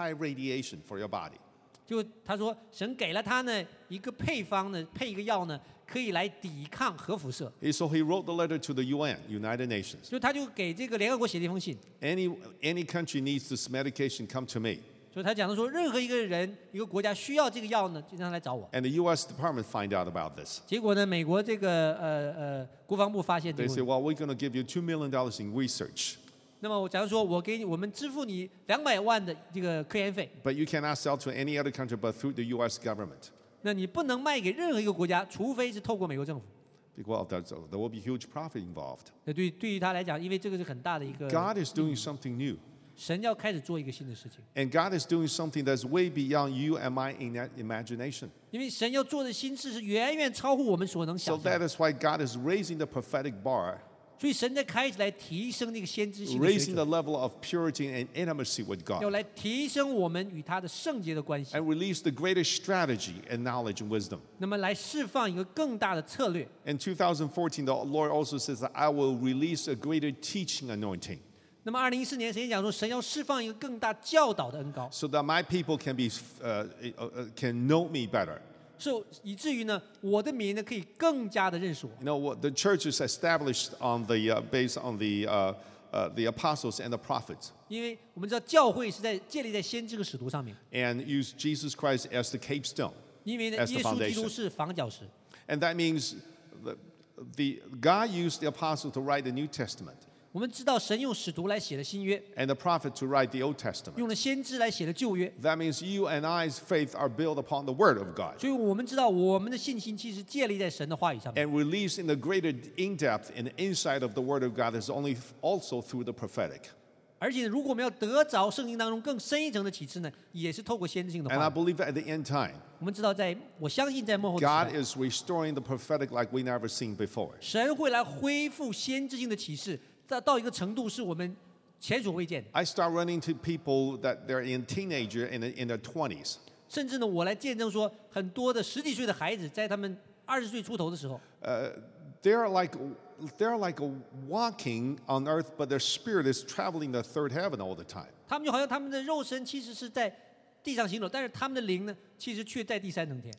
Speaker 4: anti-radiation for your body.
Speaker 1: 就他说神给了他呢一个配方呢，配一个药呢，可以来抵抗核辐射。
Speaker 4: He- So he wrote the letter to the UN, United Nations.
Speaker 1: 就他就给这个联合国写了一封信，
Speaker 4: Any, any country needs this medication, come to me.
Speaker 1: 所以他讲的说，任何一个人一个国家需要这个药呢，就让他来找我。
Speaker 4: And the U.S. Department find out about this.
Speaker 1: 结果呢，美国这个呃呃国防部发现这
Speaker 4: They
Speaker 1: 个
Speaker 4: say,
Speaker 1: 问题，
Speaker 4: well, we're going to give you $2 million in research,
Speaker 1: 那么我假如说我给你我们支付你两百万的这个科研费，
Speaker 4: but you cannot sell to any other country but through the U.S. government.
Speaker 1: 那你不能卖给任何一个国家，除非是透过美国政府。
Speaker 4: Well, that's, uh, there will be huge profit involved.
Speaker 1: 那对对于他来讲，因为这个是很大的一个
Speaker 4: God is doing something new,
Speaker 1: 神要开始做一个新的事情，
Speaker 4: and God is doing something that's way beyond you and my ina- imagination.
Speaker 1: 因为神要做的新事是远远超乎我们所能
Speaker 4: So
Speaker 1: 想象
Speaker 4: that
Speaker 1: 的。
Speaker 4: is why God is raising the prophetic bar,
Speaker 1: 所以神在开始来提升那个先知性的水
Speaker 4: raising the
Speaker 1: 准，
Speaker 4: level of purity and intimacy with
Speaker 1: 要
Speaker 4: God,
Speaker 1: 来提升我们与他的圣洁的关系，
Speaker 4: and release the greatest strategy and knowledge and wisdom.
Speaker 1: 那么来释放一个更大的策略。
Speaker 4: In 2014, the Lord also says that I will release a greater teaching anointing.
Speaker 1: 那么，二零一四年，神也讲说，神要释放一个更大教导的恩高，
Speaker 4: so that my people can be uh, uh, uh, can know me better.
Speaker 1: 受以至于呢，我的民呢可以更加的认识我。
Speaker 4: You know, what the church is established on the uh, based on the uh, uh, the apostles and the prophets,
Speaker 1: 因为我们知道教会是在建立在先知和使徒上面，
Speaker 4: and use Jesus Christ as the capstone,
Speaker 1: 因为呢，
Speaker 4: As the
Speaker 1: 耶稣基
Speaker 4: foundation.
Speaker 1: 督是房角石，
Speaker 4: and that means the, the God used the apostles to write the New Testament
Speaker 1: 我们知道神用使徒来写的新约，
Speaker 4: and the prophet to write the Old
Speaker 1: 用
Speaker 4: Testament.
Speaker 1: 了先知来写的旧约，
Speaker 4: That means you and I's faith are built upon the Word of God
Speaker 1: 所以我们知道我们的信心其实建立在神的话语上面。
Speaker 4: and released in the greater in-depth and insight of the Word of God is only also through the prophetic.
Speaker 1: 而且，如果我们要得着圣经当中更深一层的启示呢，也是透过先知性的
Speaker 4: And
Speaker 1: 话
Speaker 4: I
Speaker 1: 语。
Speaker 4: believe that at the end time,
Speaker 1: 我们知道在，我相信在幕后的时
Speaker 4: God
Speaker 1: 代，
Speaker 4: is restoring the prophetic like we never seen before.
Speaker 1: 神会来恢复先知性的启示，到到一个程度是我们前所未见的。
Speaker 4: I start running to people that they're in teenager and in their 20s.
Speaker 1: 甚至呢，我来见证说，很多的十几岁的孩子，在他们二十岁出头的时候，
Speaker 4: They're like they're like walking on earth, but their spirit is traveling the third heaven all the time.
Speaker 1: 他们就好像他们的肉身其实是在地上行走，但是他们的灵呢，其实却在第三层天。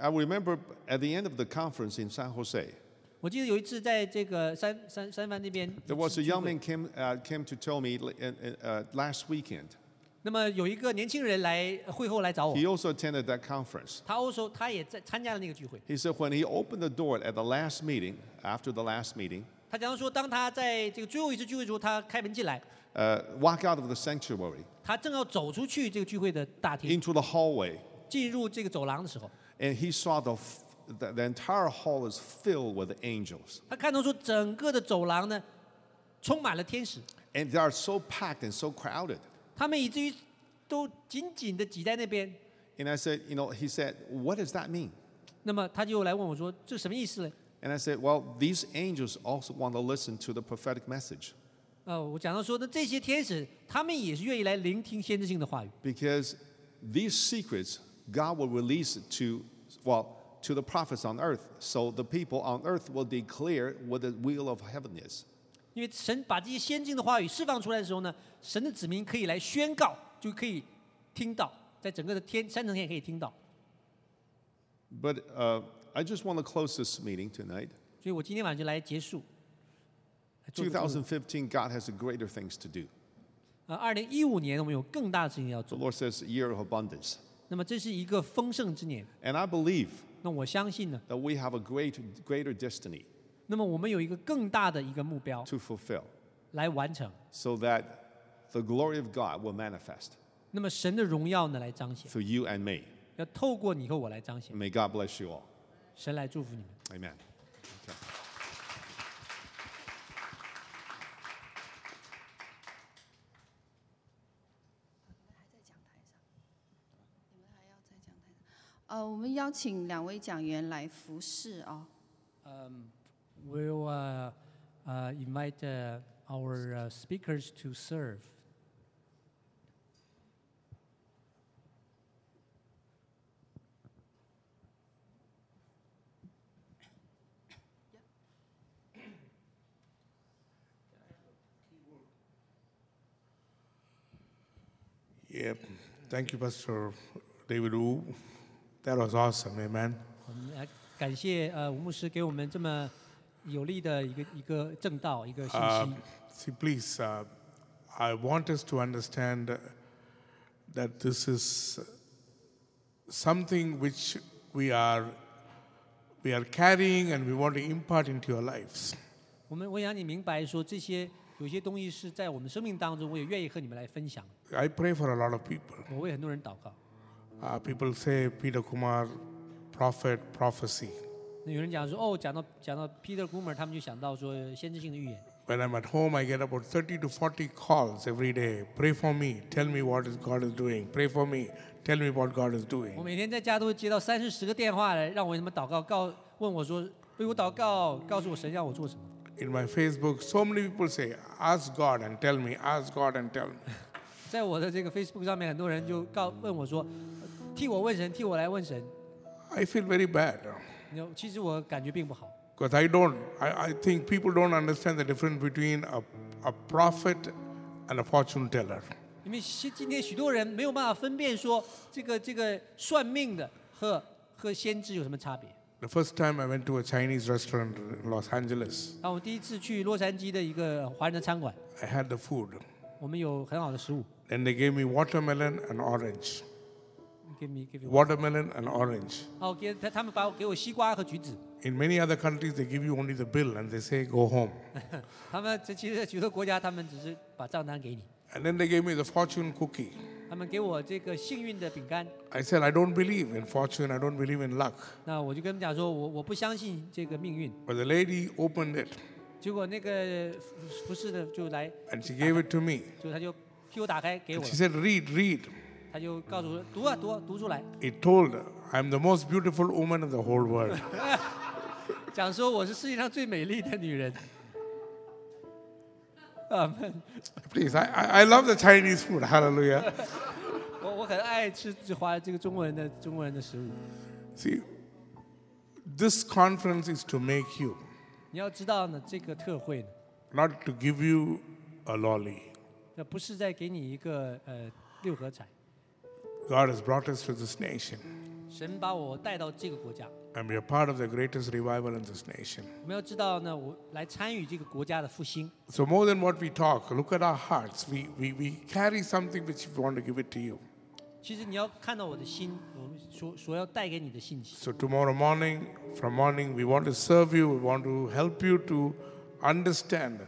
Speaker 4: I remember at the end of the conference in San Jose,
Speaker 1: 我记得有一次在这个山山山湾那边
Speaker 4: there was a
Speaker 1: 聚
Speaker 4: young
Speaker 1: 会
Speaker 4: man came uh, came to tell me uh, uh, last weekend.
Speaker 1: 那么有一个年轻人来会后来找我
Speaker 4: He，also attended that conference.
Speaker 1: 他欧洲他也在参加了那个聚会。
Speaker 4: He said when he opened the door at the last meeting, after the last meeting,
Speaker 1: 他讲到说，当他在这个最后一次聚会中，他开门进来，
Speaker 4: uh, walk out of the sanctuary
Speaker 1: 他正要走出去这个聚会的大厅，
Speaker 4: into the hallway,
Speaker 1: 进入这个走廊的时候，
Speaker 4: and he saw the, f- the, the entire hall is filled with angels.
Speaker 1: 他看到说整个的走廊呢，充满了天使，
Speaker 4: And they are so packed and so crowded.
Speaker 1: 他们以至于都紧紧的挤在那边。
Speaker 4: And I said, you know, he said, what does that mean?
Speaker 1: 那么他就来问我说：“这什么意思呢
Speaker 4: And I said, well, these angels also want to listen to the prophetic message？”
Speaker 1: 呃，我讲到说，那这些天使他们也是愿意来聆听先知性的话语，
Speaker 4: because these secrets God will release to, well, to the prophets on earth. So the people on earth will declare what the will of heaven is.
Speaker 1: 因为神把这些先进的话语释放出来的时候呢，神的子民可以来宣告，就可以听到，在整个的天三层天也可以听到。
Speaker 4: But uh, I just want to close this meeting tonight.
Speaker 1: 所以我今天晚上就来结束。做个结束
Speaker 4: 2015, God has greater things to do.
Speaker 1: 呃，二零一五年我们有更大的事情要
Speaker 4: The
Speaker 1: 做，
Speaker 4: Lord says, year of abundance.
Speaker 1: 那么这是一个丰盛之年。
Speaker 4: And I believe
Speaker 1: 那我相信呢，
Speaker 4: that we have a great, greater destiny
Speaker 1: 那么我们有一个更大的一个目标
Speaker 4: to fulfill
Speaker 1: 来完成，
Speaker 4: so that the glory of God will manifest
Speaker 1: 那么神的荣耀呢来彰显，
Speaker 4: through you and me.
Speaker 1: 要透过你和我来彰显，
Speaker 4: May God bless you all.
Speaker 1: 神来祝福你们。
Speaker 4: Amen.
Speaker 3: Uh, 我们邀请两位讲员来服侍啊、
Speaker 1: We'll uh, uh, invite uh, our uh, speakers to serve.
Speaker 2: Yep. Thank you, Pastor David Wu. That was awesome. Amen.
Speaker 1: 我们来感谢呃吴牧师给我们这么有力的一个一个正道一个信息。
Speaker 2: See, please, uh, I want us to understand uh, that this is something which we are we are carrying and we want to impart into your lives.
Speaker 1: 我们我想你明白说这些有些东西是在我们生命当中，我也愿意和你们来分享。
Speaker 2: I pray for a lot of people.
Speaker 1: 我为很多人祷告。
Speaker 2: Uh, people say Peter Kumar, prophet, prophecy.
Speaker 1: 那有人讲说哦，讲到讲到 Peter Goomer，他们就想到说先知性的预言。
Speaker 2: When I'm at home, I get about 30 to 40 calls every day. Pray for me. Tell me what is God is doing. Pray for me. Tell me what God is
Speaker 1: 我
Speaker 2: doing.
Speaker 1: 每天在家都会接到三四十个电话来让我为他们祷告，告问我说为我祷告，告诉我神让我做什么。
Speaker 2: In my Facebook, so many people say, Ask God and tell me. Ask God and tell me.
Speaker 1: 在我的这个 Facebook 上面，很多人就告问我说，替我问神，替我来问神。
Speaker 2: I feel very bad
Speaker 1: 你知道其实我感觉并不好，
Speaker 2: because I don't, I, I think people don't understand the difference between a, a prophet and a fortune teller.
Speaker 1: 因为现今天许多人没有办法分辨说这个这个算命的和和先知有什么差别？
Speaker 2: The first time I went to a Chinese restaurant in Los Angeles,
Speaker 1: 当我第一次去洛杉矶的一个华人的餐馆，
Speaker 2: I had the food.
Speaker 1: 我们有很好的食物。
Speaker 2: Then they gave me watermelon and orange.
Speaker 1: Give me, give me.
Speaker 2: Watermelon and orange.
Speaker 1: 哦，给他他们把我给我西瓜和橘子。
Speaker 2: In many other countries, they give you only the bill and they say, go home.
Speaker 1: 他们这其实许多国家他们只是把账单给你，
Speaker 2: And then they gave me the fortune cookie.
Speaker 1: 他们给我这个幸运的饼干。
Speaker 2: I said, I don't believe in fortune, I don't believe in luck.
Speaker 1: 那我就跟他们讲说，我我不相信这个命运。
Speaker 2: But the lady opened it
Speaker 1: 结果那个服服侍的就来，
Speaker 2: and she gave it to me.
Speaker 1: 就他就替我打开给我
Speaker 2: And
Speaker 1: 了
Speaker 2: she，said, read, read.
Speaker 1: 他就告诉我读啊读啊读出来，
Speaker 2: It told, I'm the most beautiful woman in the whole world.
Speaker 1: 讲说我是世界上最美丽的女人。 啊，
Speaker 2: Please, I, I, I love the Chinese food. Hallelujah.
Speaker 1: 我我很爱吃这华这个中国人的中国人的食物。
Speaker 2: See, this conference is to make you,
Speaker 1: 你要知道呢，这个特会呢，
Speaker 2: not to give you a lolly.
Speaker 1: 那不是在给你一个呃六合彩，
Speaker 2: God has brought us to this nation,
Speaker 1: 神把我带到这个国家。
Speaker 2: and we are part of the greatest revival in this nation.
Speaker 1: 我们要知道呢，我来参与这个国家的复兴。
Speaker 2: So, more than what we talk, look at our hearts. We, we, we carry something which we want to give it to you.
Speaker 1: 其实你要看到我的心，我们所所要带给你的信息。
Speaker 2: So, tomorrow morning, from morning, we want to serve you, we want to help you to understand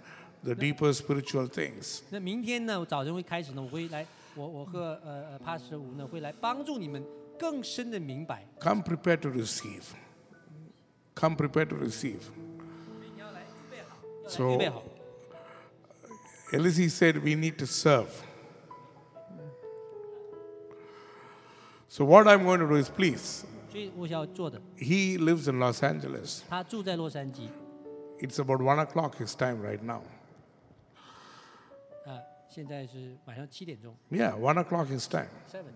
Speaker 2: the deeper spiritual things.
Speaker 1: 那明天呢，我早晨会开始呢，我会来，我我和呃呃帕什吴呢会来帮助你们更深的明白。
Speaker 2: Come prepared to receive. Come prepared to receive.
Speaker 1: 你要来预备好，要来
Speaker 2: So-
Speaker 1: 预备好。
Speaker 2: Elise said we need to serve. So, what I'm going to do is please,
Speaker 1: 所以我想要做的，
Speaker 2: he lives in Los Angeles.
Speaker 1: 他住在洛杉矶，
Speaker 2: It's about one o'clock his time right now.
Speaker 1: 啊、现在是晚上七点钟
Speaker 2: Yeah, one o'clock his time.
Speaker 1: ，seven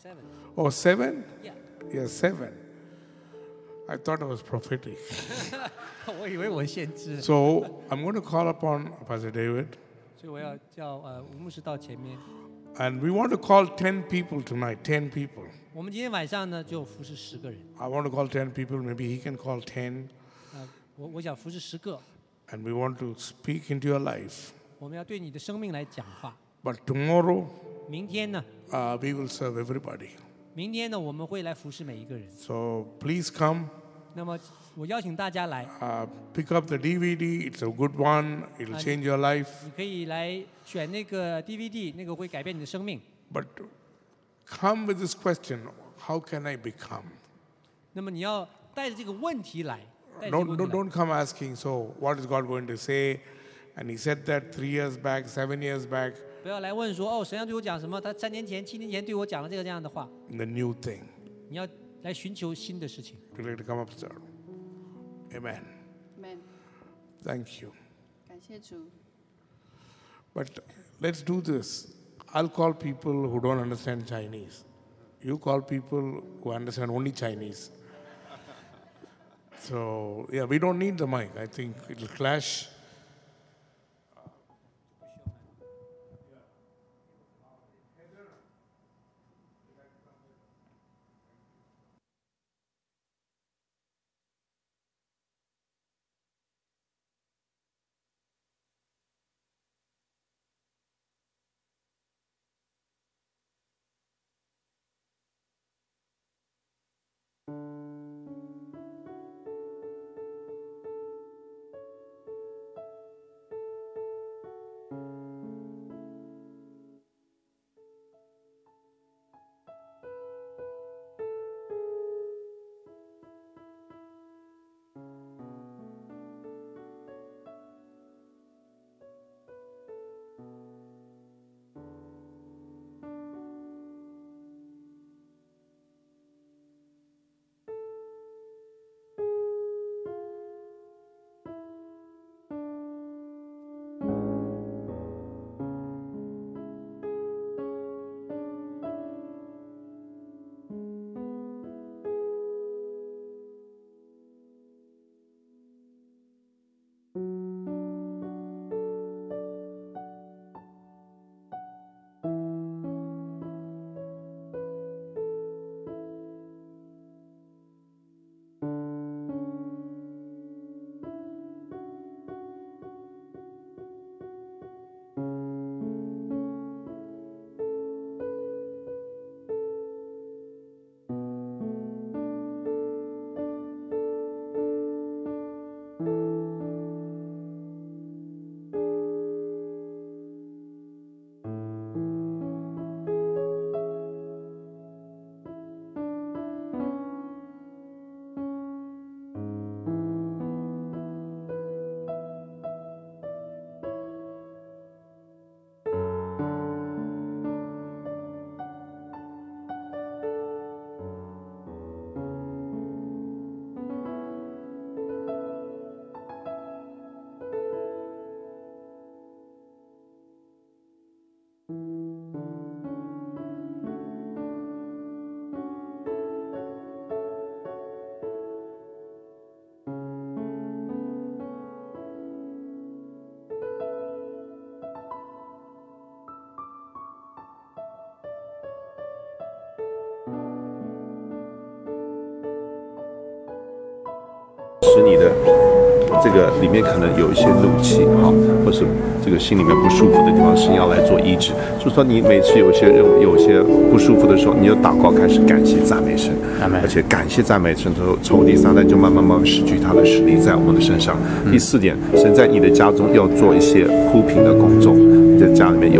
Speaker 1: seven
Speaker 2: Oh, seven?
Speaker 1: yeah，
Speaker 2: Yeah, seven. I thought it was prophetic.
Speaker 1: 我以为我先知了，
Speaker 2: So I'm going to call upon Pastor David,
Speaker 1: 所以我要叫呃吴牧师到前面。
Speaker 2: and we want to call 10 people tonight. 10 people.
Speaker 1: 我们今天晚上呢就服侍十个人，
Speaker 2: I want to call 10 people. Maybe he can call 10.
Speaker 1: 啊、我我想服侍十个，
Speaker 2: And we want to speak into your life.
Speaker 1: 我们要对你的生命来讲话。
Speaker 2: But tomorrow,
Speaker 1: 明天呢，
Speaker 2: uh, we will serve everybody.
Speaker 1: 明天呢我们会来服侍每一个人。
Speaker 2: So please come,
Speaker 1: 那么我邀请大家来，
Speaker 2: uh, pick up the DVD. It's a good one, it'll change your life.
Speaker 1: 你可以来选那个 DVD，那个会改变你的生命。
Speaker 2: But come with this question how can I become?
Speaker 1: 那么你要带着这个问题来，带着这个
Speaker 2: Don't,
Speaker 1: 问题
Speaker 2: don't,
Speaker 1: 来。
Speaker 2: don't come asking, so what is God going to say? And he said that three years back, seven years back,
Speaker 1: 不要来问说哦，神要对我讲什么？他三年前、七年前对我讲了这个这样的话。
Speaker 2: the new thing.
Speaker 1: 你要来寻求新的事情。
Speaker 2: Would you like to come up, sir? Amen.
Speaker 3: Amen.
Speaker 2: Thank you.
Speaker 3: 感谢主。
Speaker 2: But let's do this. I'll call people who don't understand Chinese. You call people who understand only Chinese. So, yeah, we don't need the mic. I think it'll clash.
Speaker 4: 使你的这个里面可能有一些怒气哈，或是这个心里面不舒服的地方，神要来做医治。就说你每次有些任务、有些不舒服的时候，你就祷告开始感谢赞美神，而且感谢赞美神之后，仇敌撒旦就慢慢慢慢失去他的实力在我们的身上。第四点，神在你的家中要做一些铺平的工作，你的家里面有